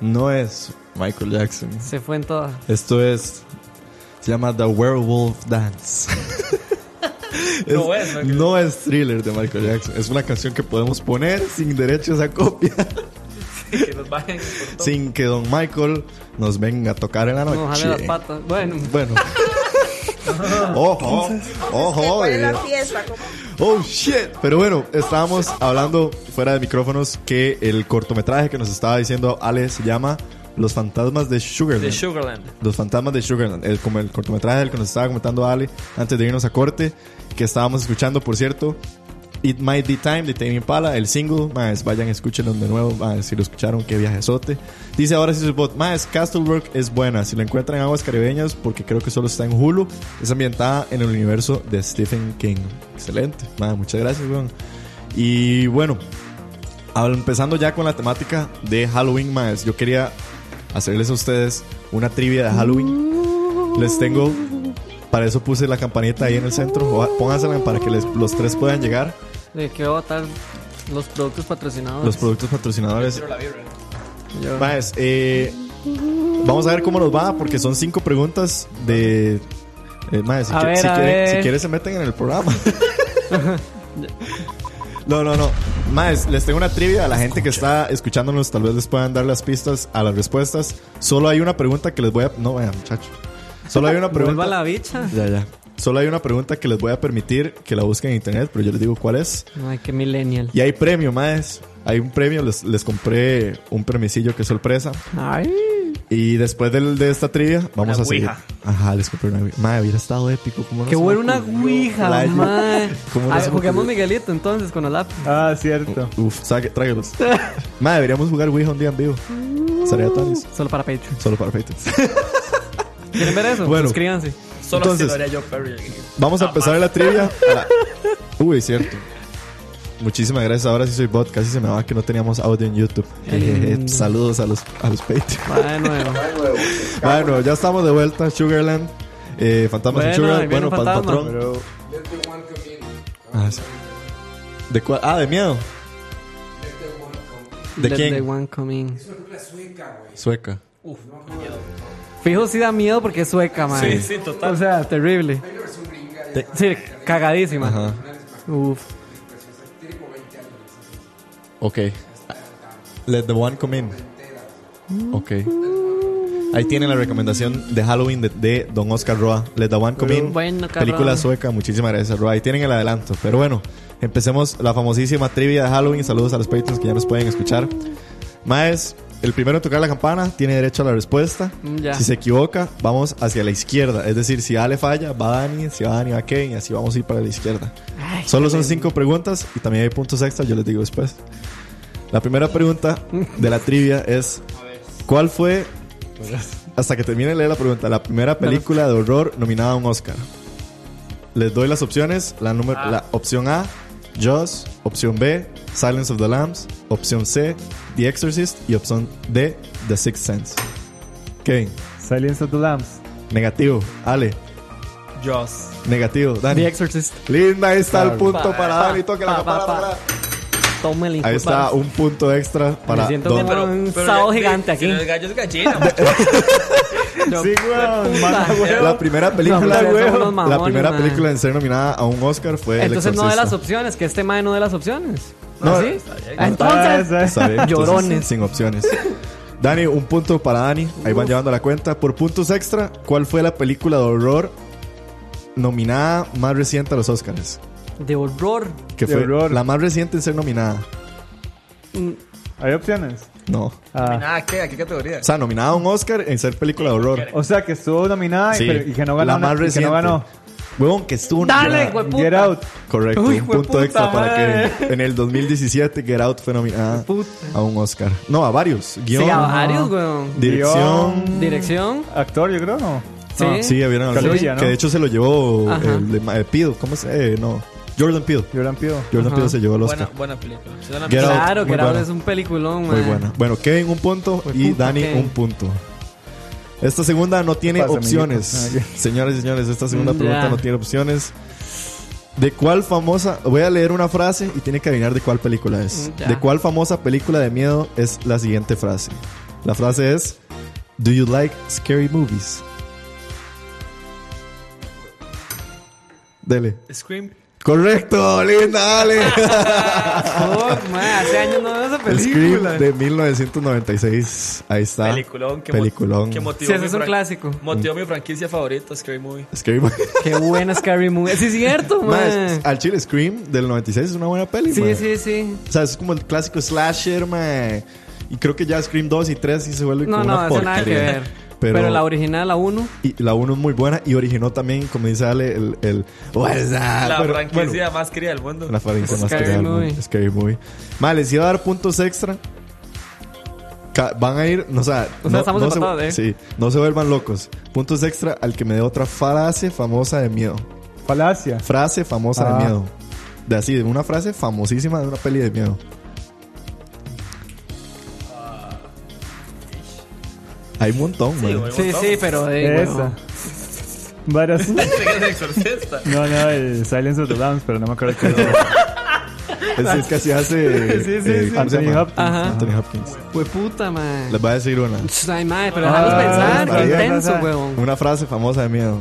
[SPEAKER 3] No es Michael Jackson.
[SPEAKER 4] Se fue en toda.
[SPEAKER 3] Esto es. Se llama The Werewolf Dance.
[SPEAKER 7] No es Michael
[SPEAKER 3] no es thriller de Michael Jackson. Es una canción que podemos poner sin derechos a copia.
[SPEAKER 7] que nos bajen. por todo.
[SPEAKER 3] sin que Don Michael nos venga a tocar en la noche.
[SPEAKER 4] No, jale las patas. Bueno,
[SPEAKER 3] Bueno. ojo, ojo.
[SPEAKER 5] ¿Cuál es
[SPEAKER 3] eh.
[SPEAKER 5] la fiesta? ¿Cómo?
[SPEAKER 3] Oh shit. Pero bueno, estábamos hablando fuera de micrófonos que el cortometraje que nos estaba diciendo Ale se llama Los fantasmas de Sugarland.
[SPEAKER 7] De Sugarland.
[SPEAKER 3] Los fantasmas de Sugarland, el, como el cortometraje del que nos estaba comentando Ale antes de irnos a corte, que estábamos escuchando, por cierto. It Might Be Time de Tame Impala, el single, más vayan, escúchenlo de nuevo, más si lo escucharon, qué viajezote. Dice ahora sí su bot, más Castlework es buena, si lo encuentran en aguas caribeñas, porque creo que solo está en Hulu, es ambientada en el universo de Stephen King. Excelente, más muchas gracias, weón. Y bueno, Ahora, Empezando ya con la temática de Halloween, más yo quería hacerles a ustedes una trivia de Halloween. Les tengo, para eso puse la campanita ahí en el centro. O- Póngansela para que les- los tres puedan llegar.
[SPEAKER 4] ¿de qué va a estar los productos patrocinados?
[SPEAKER 3] Los productos patrocinadores.
[SPEAKER 7] Pero la vibra.
[SPEAKER 4] Yo-
[SPEAKER 3] Más, eh, vamos a ver cómo nos va, porque son cinco preguntas de. eh, más, si,
[SPEAKER 4] A
[SPEAKER 3] qui-
[SPEAKER 4] ver,
[SPEAKER 3] si
[SPEAKER 4] a
[SPEAKER 3] quieren,
[SPEAKER 4] ver.
[SPEAKER 3] si quieren se meten en el programa. No, no, no. Más, les tengo una trivia a la gente que está escuchándonos. Tal vez les puedan dar las pistas a las respuestas. Solo hay una pregunta que les voy a. No, vaya, muchacho. Solo hay una
[SPEAKER 4] Vuelva
[SPEAKER 3] pregunta.
[SPEAKER 4] la bicha.
[SPEAKER 3] Ya, ya. Solo hay una pregunta que les voy a permitir que la busquen en internet, pero yo les digo cuál es.
[SPEAKER 4] Ay, qué millennial.
[SPEAKER 3] Y hay premio, más. Hay un premio. Les, les compré un permisillo que es sorpresa.
[SPEAKER 4] Ay.
[SPEAKER 3] Y después del- de esta trivia, vamos
[SPEAKER 7] Una
[SPEAKER 3] a seguir.
[SPEAKER 7] ouija.
[SPEAKER 3] Ajá, les compré una ouija. Madre, hubiera estado épico. ¿Cómo no
[SPEAKER 4] Qué
[SPEAKER 3] se me
[SPEAKER 4] bueno una
[SPEAKER 3] ocurrió,
[SPEAKER 4] ouija,
[SPEAKER 3] playa?
[SPEAKER 4] mae.
[SPEAKER 3] ¿Cómo no
[SPEAKER 4] A
[SPEAKER 3] se
[SPEAKER 4] ver,
[SPEAKER 3] me
[SPEAKER 4] Juguemos
[SPEAKER 3] ocurrió?
[SPEAKER 4] Miguelito entonces con el app.
[SPEAKER 6] Ah, cierto.
[SPEAKER 3] Uf, saque, tráigalos. Madre, deberíamos jugar Ouija un día en vivo. Sería
[SPEAKER 4] Mm.
[SPEAKER 3] Tonis.
[SPEAKER 4] Solo para Patreon.
[SPEAKER 3] Solo para Patreons.
[SPEAKER 4] ¿Quieren ver eso?
[SPEAKER 3] Bueno.
[SPEAKER 4] Suscríbanse.
[SPEAKER 7] Solo
[SPEAKER 3] Entonces-
[SPEAKER 7] si lo haría yo, Perry.
[SPEAKER 3] Vamos a empezar la trivia. A la- Uy, cierto. Muchísimas gracias. Ahora sí soy bot. Casi se me va que no teníamos audio en YouTube. Jejeje.
[SPEAKER 4] Mm.
[SPEAKER 3] Saludos a los, a los Patreons.
[SPEAKER 4] Va de nuevo.
[SPEAKER 3] Bueno, ya estamos de vuelta. Sugarland. Eh, Fantasmas en
[SPEAKER 4] Bueno, ahí
[SPEAKER 3] Sugarland. Bueno,
[SPEAKER 4] viene un
[SPEAKER 3] pa-
[SPEAKER 4] fantasma.
[SPEAKER 3] patrón.
[SPEAKER 6] Pero
[SPEAKER 3] Ah, sí. ¿De cuál? Ah, de miedo. ¿De
[SPEAKER 4] Let
[SPEAKER 3] quién?
[SPEAKER 4] the one come in.
[SPEAKER 3] Sueca.
[SPEAKER 4] Fijo sí da miedo porque es sueca, mae.
[SPEAKER 7] Sí, total.
[SPEAKER 4] O sea, terrible. Sí, cagadísima.
[SPEAKER 3] Ajá.
[SPEAKER 4] Uf.
[SPEAKER 3] Ok. Let the one come in. Ok. Ahí tiene la recomendación de Halloween de, de Don Oscar Roa. Let the one come in.
[SPEAKER 4] Bueno, cabrón.
[SPEAKER 3] Película sueca. Muchísimas gracias, Roa. Ahí tienen el adelanto. Pero bueno, empecemos la famosísima trivia de Halloween. Saludos a los patrons que ya nos pueden escuchar. Maes, el primero en tocar la campana tiene derecho a la respuesta.
[SPEAKER 4] Mm, ya.
[SPEAKER 3] Si se equivoca, vamos hacia la izquierda. Es decir, si Ale falla, va Dani, si va Dani, va Kevin, y así vamos a ir para la izquierda. Solo son cinco preguntas y también hay puntos extra, yo les digo después. La primera pregunta de la trivia es: ¿Cuál fue, hasta que termine de leer la pregunta, la primera película de horror nominada a un Oscar? Les doy las opciones: la, número- la opción A, Jaws, opción B, Silence of the Lambs, opción C, The Exorcist y opción D, The Sixth Sense. Kevin,
[SPEAKER 6] Silence of the Lambs.
[SPEAKER 3] negativo. Ale,
[SPEAKER 7] Joss.
[SPEAKER 3] negativo.
[SPEAKER 4] The
[SPEAKER 3] Dani,
[SPEAKER 4] Exorcist.
[SPEAKER 3] linda, ahí está el
[SPEAKER 6] Pa,
[SPEAKER 3] punto para
[SPEAKER 4] pa,
[SPEAKER 3] Dani. Toque la
[SPEAKER 4] pa,
[SPEAKER 3] campana.
[SPEAKER 4] pa, pa.
[SPEAKER 3] para-
[SPEAKER 4] Tome el
[SPEAKER 3] Ahí está un punto extra para
[SPEAKER 4] Me siento
[SPEAKER 3] Don-
[SPEAKER 4] como- un sao gigante aquí.
[SPEAKER 7] El gallo es gallina. macho.
[SPEAKER 3] Sí, weón. Manda huevo. La primera
[SPEAKER 4] No,
[SPEAKER 3] película,
[SPEAKER 4] ustedes son
[SPEAKER 3] weón.
[SPEAKER 4] unos mamones,
[SPEAKER 3] la primera
[SPEAKER 4] madre.
[SPEAKER 3] película en ser nominada a un Oscar fue
[SPEAKER 4] Entonces
[SPEAKER 3] El
[SPEAKER 4] no de las
[SPEAKER 3] Exorcista.
[SPEAKER 4] opciones, que este mae no de las opciones.
[SPEAKER 3] No,
[SPEAKER 4] ¿Ah, sí? Entonces,
[SPEAKER 6] Ah,
[SPEAKER 3] Está bien, entonces,
[SPEAKER 4] Llorones.
[SPEAKER 3] sin opciones. Dani, un punto para Dani. Ahí van llevando la cuenta. Por puntos extra, ¿cuál fue la película de horror nominada más reciente a los Oscars?
[SPEAKER 4] de horror.
[SPEAKER 3] Que
[SPEAKER 6] De
[SPEAKER 3] fue
[SPEAKER 6] horror.
[SPEAKER 3] la más reciente en ser nominada.
[SPEAKER 6] ¿Hay opciones?
[SPEAKER 3] No.
[SPEAKER 6] Ah.
[SPEAKER 7] Nada, ¿qué? ¿A qué categoría?
[SPEAKER 3] O sea, nominada a un Oscar en ser película de horror.
[SPEAKER 6] O sea, que estuvo nominada y,
[SPEAKER 3] Sí,
[SPEAKER 6] pero- y que no ganó.
[SPEAKER 3] La más
[SPEAKER 6] una- y que
[SPEAKER 3] reciente.
[SPEAKER 6] no ganó.
[SPEAKER 3] Huevón, que estuvo
[SPEAKER 4] Dale,
[SPEAKER 3] nominada.
[SPEAKER 4] hueputa.
[SPEAKER 6] Get Out.
[SPEAKER 3] Correcto,
[SPEAKER 4] Uy,
[SPEAKER 3] un
[SPEAKER 4] jueputa
[SPEAKER 3] punto extra para
[SPEAKER 4] madre.
[SPEAKER 3] que en el 2017 Get Out fue nominada
[SPEAKER 4] Puta.
[SPEAKER 3] a un Oscar. No, a varios. Guión,
[SPEAKER 4] Sí, a varios, weón.
[SPEAKER 3] dirección.
[SPEAKER 6] Guión.
[SPEAKER 4] Dirección.
[SPEAKER 6] Actor, yo creo, ¿no?
[SPEAKER 4] Sí.
[SPEAKER 6] No,
[SPEAKER 3] Ah, Sí, habían algunos.
[SPEAKER 6] Caluya, ¿no?
[SPEAKER 3] Que de hecho se lo llevó
[SPEAKER 4] Ajá.
[SPEAKER 3] el de Ma- eh, Peele. ¿Cómo se eh, No, Jordan Peele.
[SPEAKER 6] Jordan Peele.
[SPEAKER 3] Jordan
[SPEAKER 4] Ajá.
[SPEAKER 3] Peele se llevó el
[SPEAKER 7] Buena,
[SPEAKER 3] Oscar.
[SPEAKER 7] buena película. Si no la-
[SPEAKER 3] Get Out,
[SPEAKER 4] Claro,
[SPEAKER 3] muy
[SPEAKER 4] que era
[SPEAKER 3] buena.
[SPEAKER 4] es un peliculón, mae.
[SPEAKER 3] Muy buena. Bueno, Kevin un punto y
[SPEAKER 4] puta,
[SPEAKER 3] Dani
[SPEAKER 4] Kevin.
[SPEAKER 3] un punto. Esta segunda no tiene
[SPEAKER 6] pasa,
[SPEAKER 3] opciones.
[SPEAKER 6] amiguito?
[SPEAKER 3] Señores y señores, esta segunda
[SPEAKER 4] Mm,
[SPEAKER 3] pregunta
[SPEAKER 4] ya.
[SPEAKER 3] no tiene opciones. ¿De cuál famosa? Voy a leer una frase y tiene que adivinar de cuál película es.
[SPEAKER 4] Mm, ya.
[SPEAKER 3] ¿De cuál famosa película de miedo es la siguiente frase? La frase es: ¿Do you like scary movies? Dele.
[SPEAKER 7] Scream.
[SPEAKER 3] Correcto, linda, dale.
[SPEAKER 4] Oh, mae, hace años no veo esa película.
[SPEAKER 3] Scream de 1996. Ahí está.
[SPEAKER 7] Peliculón. Que mo-
[SPEAKER 3] Ah, Peliculón.
[SPEAKER 7] Que motivó
[SPEAKER 4] Sí, ese
[SPEAKER 7] mi
[SPEAKER 4] es un
[SPEAKER 7] fran-
[SPEAKER 4] clásico.
[SPEAKER 7] Motivó mi franquicia favorita, Scary Movie.
[SPEAKER 3] Scary Movie.
[SPEAKER 4] Qué buena Scary Movie. Sí, es cierto,
[SPEAKER 3] Más,
[SPEAKER 4] mae.
[SPEAKER 3] al chile Scream del 96 es una buena peli,
[SPEAKER 4] Sí,
[SPEAKER 3] mae.
[SPEAKER 4] sí, sí.
[SPEAKER 3] O sea, es como el clásico slasher, mae. Y creo que ya Scream 2 y 3 sí se vuelven
[SPEAKER 4] No,
[SPEAKER 3] como
[SPEAKER 4] no,
[SPEAKER 3] una
[SPEAKER 4] eso nada que
[SPEAKER 3] porquería.
[SPEAKER 4] ver. Pero, la original, la 1.
[SPEAKER 3] Y la 1 es muy buena y originó también, como dice Ale, el... el What's that?
[SPEAKER 7] La
[SPEAKER 3] Ah, Bueno, Ah.
[SPEAKER 7] franquicia más querida del mundo.
[SPEAKER 3] bueno, la franquicia más
[SPEAKER 4] Scary
[SPEAKER 3] que dar, ¿no?
[SPEAKER 4] Movie.
[SPEAKER 3] Scary Movie. Vale, les iba a dar puntos extra. Ca- Van a ir, no, o sea,
[SPEAKER 4] O sea,
[SPEAKER 3] no,
[SPEAKER 4] estamos
[SPEAKER 3] no se,
[SPEAKER 4] empatados, ¿eh?
[SPEAKER 3] sí, no se vuelvan locos. Puntos extra al que me dé otra frase famosa de miedo.
[SPEAKER 6] Palacia.
[SPEAKER 3] Frase famosa
[SPEAKER 6] Ah.
[SPEAKER 3] de miedo. De así, de una frase famosísima de una peli de miedo. Hay un montón,
[SPEAKER 7] Sí,
[SPEAKER 3] man.
[SPEAKER 7] güey,
[SPEAKER 4] Sí,
[SPEAKER 7] montón.
[SPEAKER 4] sí, pero de
[SPEAKER 6] Esa. Varias.
[SPEAKER 7] Ese que es el exorcista.
[SPEAKER 6] No, no, el Silence of the Lambs, pero no me acuerdo qué era.
[SPEAKER 3] Es, es que así hace.
[SPEAKER 4] Sí, sí,
[SPEAKER 3] eh,
[SPEAKER 4] sí.
[SPEAKER 3] ¿cómo se
[SPEAKER 6] Anthony
[SPEAKER 3] llama?
[SPEAKER 6] Hopkins.
[SPEAKER 4] Ajá.
[SPEAKER 3] Anthony Hopkins.
[SPEAKER 4] Fue puta, mae.
[SPEAKER 3] Les voy a decir una.
[SPEAKER 4] Ch, Ay, mae, pero
[SPEAKER 6] Ah,
[SPEAKER 4] déjanos pensar.
[SPEAKER 3] María,
[SPEAKER 4] Qué
[SPEAKER 6] no
[SPEAKER 4] intenso,
[SPEAKER 6] sabe.
[SPEAKER 4] huevón.
[SPEAKER 3] Una frase famosa de miedo.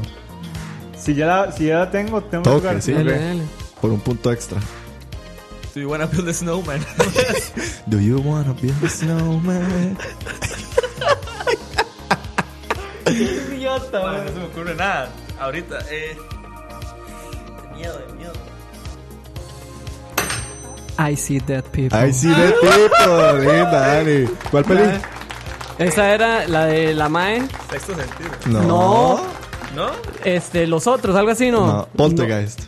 [SPEAKER 6] Si ya la, si ya la tengo, tengo
[SPEAKER 3] Toque,
[SPEAKER 6] que jugar.
[SPEAKER 3] sí.
[SPEAKER 4] Dale,
[SPEAKER 3] ok.
[SPEAKER 4] dale.
[SPEAKER 3] Por un punto extra.
[SPEAKER 7] Do you wanna build a snowman?
[SPEAKER 3] Do you wanna be a snowman?
[SPEAKER 7] Idiota, No se me ocurre nada. Ahorita, eh. de Miedo, de miedo.
[SPEAKER 4] I see dead people.
[SPEAKER 3] Ay, sí, de tipo. Linda, dale. ¿Cuál peli?
[SPEAKER 4] Esa era la de la mae.
[SPEAKER 7] Sexto sentido.
[SPEAKER 4] No.
[SPEAKER 7] ¿No?
[SPEAKER 4] Este, los otros, algo así, ¿no?
[SPEAKER 3] No, Poltergeist.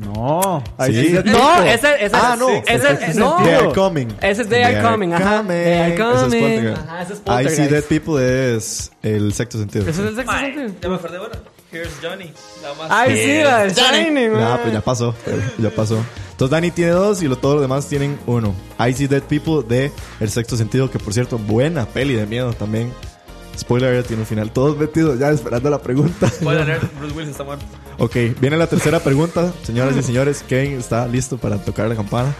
[SPEAKER 6] No. Ahí
[SPEAKER 3] Sí.
[SPEAKER 6] sí. ya-
[SPEAKER 4] No, ese, ese
[SPEAKER 3] Ah, no.
[SPEAKER 4] Ese, ese- no.
[SPEAKER 3] They are coming.
[SPEAKER 4] Ese es They Are Coming, ajá. They Are
[SPEAKER 3] Eso
[SPEAKER 4] Coming.
[SPEAKER 3] es Poltergeist.
[SPEAKER 4] Ajá, ese es
[SPEAKER 3] I see
[SPEAKER 4] Poltergeist.
[SPEAKER 3] dead people es el sexto sentido.
[SPEAKER 4] Eso es el sexto
[SPEAKER 7] Mae,
[SPEAKER 4] sentido.
[SPEAKER 7] Ya me acordé, bueno. Here's Johnny. La más.
[SPEAKER 4] Ay, sí, la de Shining,
[SPEAKER 3] Ah,
[SPEAKER 4] mae.
[SPEAKER 3] pues ya pasó. Ya pasó. Entonces Dani tiene dos y lo- todos los demás tienen uno. I see dead people de El sexto sentido, que por cierto, buena peli de miedo también. Spoiler alert, tiene un final. Todos metidos ya esperando la pregunta.
[SPEAKER 7] Spoiler alert, Bruce Willis está muerto.
[SPEAKER 3] Ok, viene la tercera pregunta, señoras y señores. Kevin está listo para tocar la campana.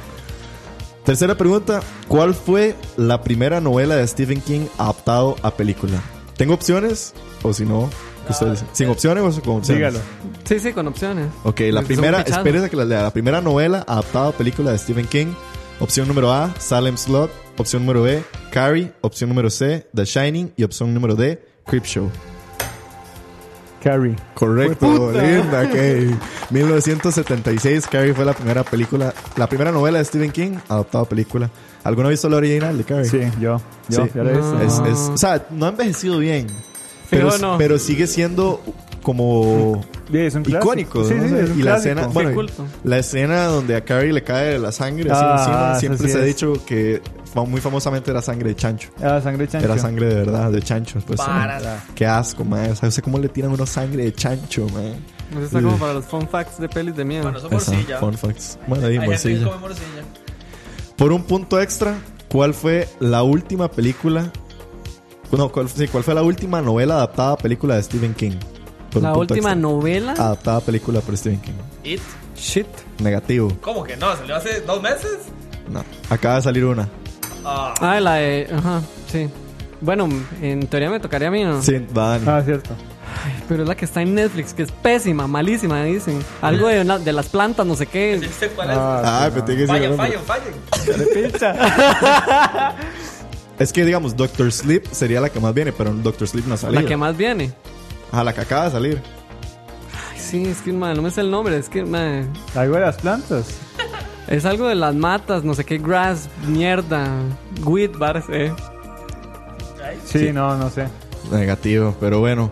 [SPEAKER 3] Tercera pregunta: ¿Cuál fue la primera novela de Stephen King adaptado a película? ¿Tengo opciones? O si no,
[SPEAKER 7] Ah,
[SPEAKER 3] ¿qué ustedes dicen?
[SPEAKER 7] eh,
[SPEAKER 3] ¿Sin opciones o con opciones?
[SPEAKER 6] Dígalo.
[SPEAKER 4] Sí, sí, con opciones.
[SPEAKER 3] Ok, la
[SPEAKER 4] Son
[SPEAKER 3] primera,
[SPEAKER 4] pichadas.
[SPEAKER 3] espérese que la lea. La primera novela adaptada a película de Stephen King. Opción número A, Salem Slot. Opción número B, Carrie. Opción número C, The Shining. Y opción número D, Creepshow.
[SPEAKER 6] Carrie.
[SPEAKER 3] Correcto, linda, Kay. 1976, Carrie fue la primera película, la primera novela de Stephen King adaptada a película. ¿Alguna ha visto la original de Carrie?
[SPEAKER 6] Sí, yo. Yo,
[SPEAKER 3] Sí.
[SPEAKER 6] ya la he visto. Ah.
[SPEAKER 3] Es, es- o sea, no ha envejecido bien,
[SPEAKER 4] Fijo,
[SPEAKER 3] pero,
[SPEAKER 4] no.
[SPEAKER 3] pero sigue siendo como
[SPEAKER 6] Sí, es un clásico.
[SPEAKER 3] icónico.
[SPEAKER 6] Sí,
[SPEAKER 3] ¿no? O
[SPEAKER 6] sí,
[SPEAKER 3] sea,
[SPEAKER 6] es un
[SPEAKER 3] y la
[SPEAKER 6] clásico.
[SPEAKER 3] escena, bueno,
[SPEAKER 4] Sí, culto.
[SPEAKER 3] la escena donde a Carrie le cae la sangre así
[SPEAKER 6] Ah,
[SPEAKER 3] encima,
[SPEAKER 6] eso
[SPEAKER 3] siempre
[SPEAKER 6] sí
[SPEAKER 3] se ha
[SPEAKER 6] es.
[SPEAKER 3] dicho que fa- muy famosamente era sangre de chancho.
[SPEAKER 6] Ah, sangre chancho.
[SPEAKER 3] Era sangre de verdad, de chancho. Pues,
[SPEAKER 7] Para
[SPEAKER 3] eh,
[SPEAKER 7] la-
[SPEAKER 3] Qué asco, man. O sea, no sé cómo le tiran uno sangre de chancho, man.
[SPEAKER 4] Eso está como para los fun facts de pelis de miedo.
[SPEAKER 7] Bueno, son
[SPEAKER 3] Esa,
[SPEAKER 7] morcilla.
[SPEAKER 3] fun facts. Bueno, ahí
[SPEAKER 7] Hay gente que
[SPEAKER 3] morcilla.
[SPEAKER 7] come morcilla.
[SPEAKER 3] Por un punto extra, ¿cuál fue la última película? No, ¿cuál, sí, ¿cuál fue la última novela adaptada a película de Stephen King? Por un
[SPEAKER 4] La
[SPEAKER 3] punto
[SPEAKER 4] última
[SPEAKER 3] extra.
[SPEAKER 4] novela.
[SPEAKER 3] Adaptada a película por Stephen King.
[SPEAKER 7] It.
[SPEAKER 4] Shit.
[SPEAKER 3] Negativo.
[SPEAKER 7] ¿Cómo que no? ¿Salió hace dos meses?
[SPEAKER 3] No. Acaba de salir una.
[SPEAKER 7] Ah.
[SPEAKER 4] Ah, la de. Ajá, sí. Bueno, en teoría me tocaría a mí, ¿no?
[SPEAKER 3] Sí, va Dani.
[SPEAKER 6] Ah, cierto.
[SPEAKER 4] Pero es la que está en Netflix, que es pésima, malísima, dicen. Algo de, una- de las plantas, no sé qué.
[SPEAKER 7] Sí, sé cuál es.
[SPEAKER 6] Ah,
[SPEAKER 3] Ah, pero tiene que decir el
[SPEAKER 7] Fallen,
[SPEAKER 3] nombre.
[SPEAKER 7] fallen, fallen.
[SPEAKER 3] Es que digamos, Doctor Sleep sería la que más viene, pero Doctor Sleep no ha salido.
[SPEAKER 4] La que más viene.
[SPEAKER 3] Ajá, la que acaba de salir.
[SPEAKER 4] Ay, sí, es que, man, no me sé el nombre, es que, man,
[SPEAKER 6] Algo de las plantas.
[SPEAKER 4] Es algo de las matas, no sé qué, grass, mierda, weed, bars, eh.
[SPEAKER 6] Sí, no, no sé.
[SPEAKER 3] Negativo, pero bueno.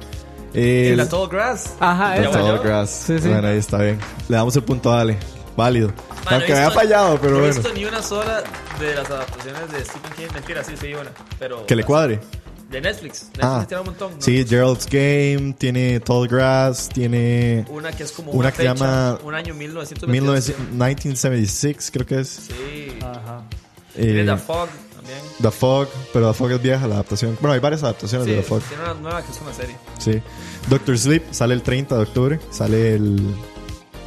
[SPEAKER 3] Eh,
[SPEAKER 7] Y la Tall Grass.
[SPEAKER 4] Ajá,
[SPEAKER 3] That's
[SPEAKER 4] esa.
[SPEAKER 7] bueno.
[SPEAKER 3] all grass.
[SPEAKER 4] Sí, sí.
[SPEAKER 3] Bueno, ahí está bien. Le damos el punto a Ale. Válido.
[SPEAKER 7] Mano,
[SPEAKER 3] Aunque
[SPEAKER 7] he
[SPEAKER 3] haya
[SPEAKER 7] visto-
[SPEAKER 3] fallado, pero
[SPEAKER 7] no he
[SPEAKER 3] bueno.
[SPEAKER 7] visto ni una sola de las adaptaciones de Stephen King. Mentira, sí, sí, una. Pero
[SPEAKER 3] Que le cuadre.
[SPEAKER 7] De Netflix. Netflix
[SPEAKER 3] Ah.
[SPEAKER 7] tiene un montón. ¿no?
[SPEAKER 3] Sí, Gerald's Game, tiene Tall Grass, tiene
[SPEAKER 7] Una que es como
[SPEAKER 3] Una
[SPEAKER 7] una,
[SPEAKER 3] que llama-
[SPEAKER 7] Un año 1928.
[SPEAKER 3] 19- 1976, creo que es.
[SPEAKER 7] Sí.
[SPEAKER 6] Ajá.
[SPEAKER 3] Eh,
[SPEAKER 7] Tiene The Fog también.
[SPEAKER 3] The Fog, pero The Fog es vieja la adaptación. Bueno, hay varias adaptaciones de
[SPEAKER 7] Sí,
[SPEAKER 3] The Fog.
[SPEAKER 7] tiene una nueva que es una serie.
[SPEAKER 3] Sí. Doctor Sleep sale el 30 de octubre, sale el
[SPEAKER 4] De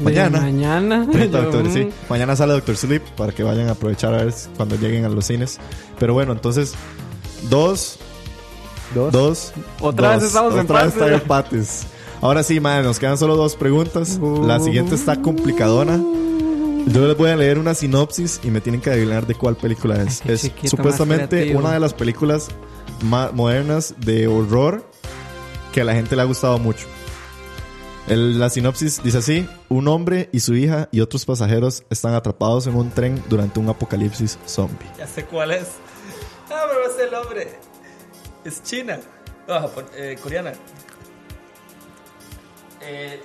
[SPEAKER 3] mañana.
[SPEAKER 4] Mañana.
[SPEAKER 3] 30 de
[SPEAKER 4] Yo,
[SPEAKER 3] octubre, sí.
[SPEAKER 4] mm,
[SPEAKER 3] Mañana sale Doctor Sleep para que vayan a aprovechar a ver si- cuando lleguen a los cines. Pero bueno, entonces, dos
[SPEAKER 6] Dos.
[SPEAKER 3] Dos.
[SPEAKER 4] Otra
[SPEAKER 3] dos.
[SPEAKER 4] vez estamos en
[SPEAKER 3] Otra vez
[SPEAKER 4] empate.
[SPEAKER 3] está en empates. Ahora sí, madre, nos quedan solo dos preguntas. La siguiente está complicadona. Yo les voy a leer una sinopsis y me tienen que adivinar de cuál película es.
[SPEAKER 4] qué
[SPEAKER 3] es
[SPEAKER 4] chiquito más
[SPEAKER 3] supuestamente
[SPEAKER 4] creativo.
[SPEAKER 3] una de las películas más modernas de horror que a la gente le ha gustado mucho. El- la sinopsis dice así: Un hombre y su hija y otros pasajeros están atrapados en un tren durante un apocalipsis zombie.
[SPEAKER 7] Ya sé cuál es. Ah, pero es el hombre. Es China. No, Japón- eh, coreana. Eh,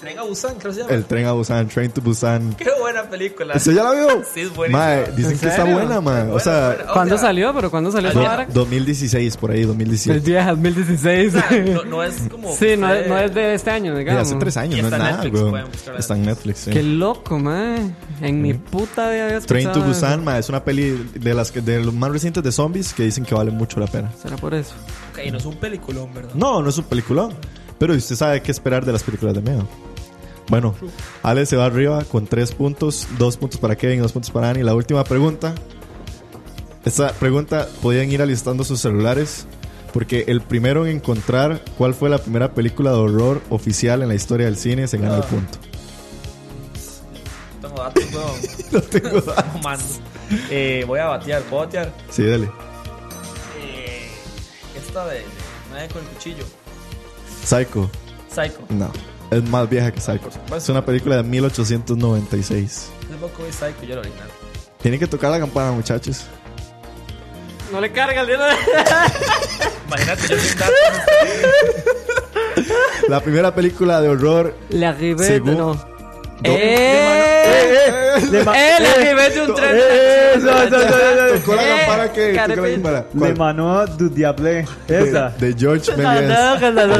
[SPEAKER 7] Tren a Busan, creo que se llama.
[SPEAKER 3] El tren a Busan, Train to Busan.
[SPEAKER 7] Qué buena película.
[SPEAKER 3] ¿Usted ya la vio?
[SPEAKER 7] Sí, es buenísima.
[SPEAKER 3] Mae, dicen
[SPEAKER 4] ¿En
[SPEAKER 3] que está
[SPEAKER 4] serio?
[SPEAKER 3] buena, man. O
[SPEAKER 7] Buena,
[SPEAKER 3] sea,
[SPEAKER 7] buena.
[SPEAKER 4] ¿Cuándo
[SPEAKER 7] O sea,
[SPEAKER 4] salió? ¿Pero cuándo salió esa
[SPEAKER 7] Ayer.
[SPEAKER 4] vara?
[SPEAKER 3] 2016, por ahí, 2017.
[SPEAKER 4] El día 2016.
[SPEAKER 7] o sea, Ah, no, no es como.
[SPEAKER 4] Sí, no es,
[SPEAKER 7] eh,
[SPEAKER 4] no es de este año,
[SPEAKER 3] De
[SPEAKER 4] digamos.
[SPEAKER 3] hace tres años,
[SPEAKER 7] Y
[SPEAKER 3] no es
[SPEAKER 7] está en
[SPEAKER 3] nada,
[SPEAKER 7] Netflix,
[SPEAKER 3] weón.
[SPEAKER 7] pueden buscarla en
[SPEAKER 3] Está en Netflix, sí.
[SPEAKER 4] Qué loco, man. En mi puta vida había
[SPEAKER 3] Train
[SPEAKER 4] escuchado.
[SPEAKER 3] to
[SPEAKER 4] eso.
[SPEAKER 3] Busan, ma, es una peli de las que- de los más recientes de zombies que dicen que vale mucho la pena.
[SPEAKER 4] Será por eso.
[SPEAKER 7] Ok, no es un peliculón, ¿verdad?
[SPEAKER 3] No, no es un peliculón, pero usted sabe qué esperar de las películas de miedo. Bueno, Ale se va arriba con tres puntos, dos puntos para Kevin, dos puntos para Annie. La última pregunta. Esta pregunta podían ir alistando sus celulares porque el primero en encontrar cuál fue la primera película de horror oficial en la historia del cine se gana el
[SPEAKER 7] Ah.
[SPEAKER 3] punto. No
[SPEAKER 7] No tengo datos, weón.
[SPEAKER 3] tengo.
[SPEAKER 7] No mando. Eh, voy a batear, ¿puedo batear?
[SPEAKER 3] Sí, dale.
[SPEAKER 7] Eh, esta de, de Nadie con el cuchillo.
[SPEAKER 3] Psycho.
[SPEAKER 7] Psycho.
[SPEAKER 3] No. Es más vieja que Psycho. Es una película de 1896.
[SPEAKER 7] Es poco de Psycho, yo lo original.
[SPEAKER 3] Tienen que tocar la campana, muchachos.
[SPEAKER 4] No le carga el dedo.
[SPEAKER 7] Imagínate, yo sin datos.
[SPEAKER 3] La primera película de horror.
[SPEAKER 4] La ribete,
[SPEAKER 3] Según-
[SPEAKER 4] no.
[SPEAKER 3] Do-
[SPEAKER 4] ¡Eh!
[SPEAKER 3] Le ma-
[SPEAKER 4] ¡Eh! La ribete de un tren.
[SPEAKER 6] ¡Eh! ¡No, no, no, no, no!
[SPEAKER 3] Tocó la
[SPEAKER 4] Eh,
[SPEAKER 3] campana que. tocó la
[SPEAKER 4] carepita.
[SPEAKER 3] campana.
[SPEAKER 6] Le
[SPEAKER 3] ¿Cuál?
[SPEAKER 6] Manoa du Diable. Esa.
[SPEAKER 3] De George
[SPEAKER 4] No,
[SPEAKER 3] Méliès.
[SPEAKER 4] no, no, no, no.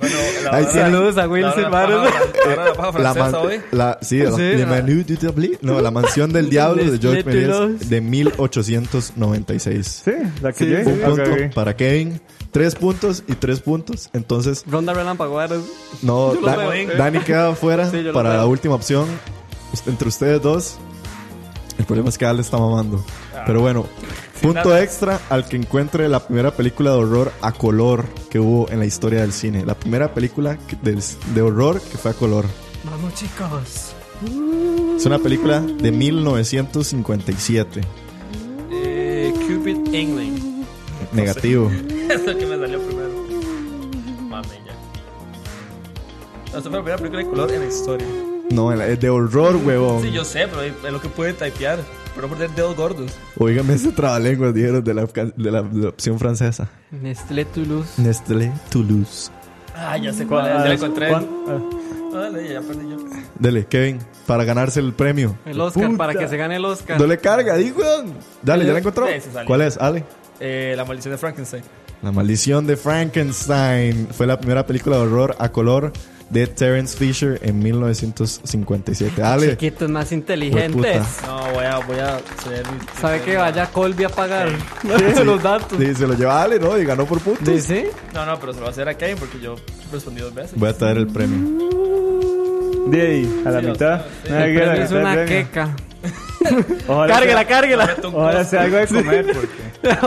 [SPEAKER 7] Bueno, la
[SPEAKER 3] Ahí
[SPEAKER 7] hora-
[SPEAKER 3] sí,
[SPEAKER 4] Saludos a
[SPEAKER 7] la hora de
[SPEAKER 4] Wilson
[SPEAKER 7] la paja,
[SPEAKER 4] Maros.
[SPEAKER 7] la- la hora de la
[SPEAKER 3] La,
[SPEAKER 7] paja
[SPEAKER 3] man-
[SPEAKER 7] francesa hoy.
[SPEAKER 3] la- sí, la,
[SPEAKER 4] Sí,
[SPEAKER 3] Le
[SPEAKER 4] la-
[SPEAKER 3] Manu du Diable. No, la mansión del diablo de George
[SPEAKER 4] Les
[SPEAKER 3] Méliès
[SPEAKER 4] Létulos.
[SPEAKER 3] de 1896.
[SPEAKER 6] Sí, la que
[SPEAKER 4] Sí,
[SPEAKER 6] yo hice.
[SPEAKER 3] Un punto
[SPEAKER 6] Ok, ok.
[SPEAKER 3] para Kevin, tres puntos y tres puntos. Entonces,
[SPEAKER 4] Ronda relámpago, ¿verdad?
[SPEAKER 3] No,
[SPEAKER 4] lo
[SPEAKER 3] Da-
[SPEAKER 4] veo, ¿eh?
[SPEAKER 3] Dani queda afuera
[SPEAKER 4] Sí, yo lo
[SPEAKER 3] para
[SPEAKER 4] veo.
[SPEAKER 3] la última opción. Ust- Entre ustedes dos, el problema es que Ale está mamando.
[SPEAKER 4] Ah.
[SPEAKER 3] Pero bueno, punto extra al que encuentre la primera película de horror a color que hubo en la historia del cine. La primera película que- del- de horror que fue a color.
[SPEAKER 4] Vamos, chicos.
[SPEAKER 3] Es una película de 1957.
[SPEAKER 7] Eh, Cupid England.
[SPEAKER 3] Negativo.
[SPEAKER 7] Es el que me salió primero. Mame ya. Esta fue la primera película de color en la historia.
[SPEAKER 3] No, es de horror, huevón.
[SPEAKER 7] Sí, yo sé, pero es lo que pude typear. Pero por tener dedos gordos.
[SPEAKER 3] Óigame ese trabalenguas, dijeron, de la, afga- de la- de la opción francesa.
[SPEAKER 4] Nestlé Toulouse.
[SPEAKER 3] Nestlé Toulouse.
[SPEAKER 7] Ah, ya sé cuál es. Ya la encontré.
[SPEAKER 6] ¿Cuán- ah,
[SPEAKER 7] Dale, ya perdí yo.
[SPEAKER 3] Dele, Kevin, para ganarse el premio.
[SPEAKER 4] El Oscar,
[SPEAKER 3] Puta.
[SPEAKER 4] para que se gane el Oscar.
[SPEAKER 3] No le carga, di, weón. Dale, ya la encontró.
[SPEAKER 7] Sí, se salió.
[SPEAKER 3] ¿Cuál es, Ale?
[SPEAKER 7] Eh, la maldición de Frankenstein.
[SPEAKER 3] La maldición de Frankenstein. Fue la primera película de horror a color de Terence Fisher en 1957. Ale,
[SPEAKER 4] Chiquitos más
[SPEAKER 3] Hijueputa.
[SPEAKER 4] inteligentes.
[SPEAKER 7] No, voy a, voy a ceder mi.
[SPEAKER 4] ¿Sabe
[SPEAKER 7] mi-
[SPEAKER 4] que vaya Colby a pagar los datos?
[SPEAKER 3] sí, se lo lleva Ale, ¿no? Y ganó por puntos.
[SPEAKER 4] ¿Dice?
[SPEAKER 7] No, no, pero se lo va a hacer a Kevin porque yo respondí dos veces.
[SPEAKER 3] Voy a traer el premio.
[SPEAKER 6] De ahí, a la
[SPEAKER 7] Sí, o
[SPEAKER 6] mitad.
[SPEAKER 7] sea, sí.
[SPEAKER 6] Nada que
[SPEAKER 4] Pero
[SPEAKER 6] era,
[SPEAKER 4] es
[SPEAKER 6] era
[SPEAKER 4] una
[SPEAKER 6] premio.
[SPEAKER 4] queca.
[SPEAKER 6] Ojalá
[SPEAKER 4] Cárguela,
[SPEAKER 6] sea-
[SPEAKER 4] cárguela.
[SPEAKER 7] Meto un
[SPEAKER 6] Ojalá
[SPEAKER 7] costo.
[SPEAKER 6] sea algo de comer, porque.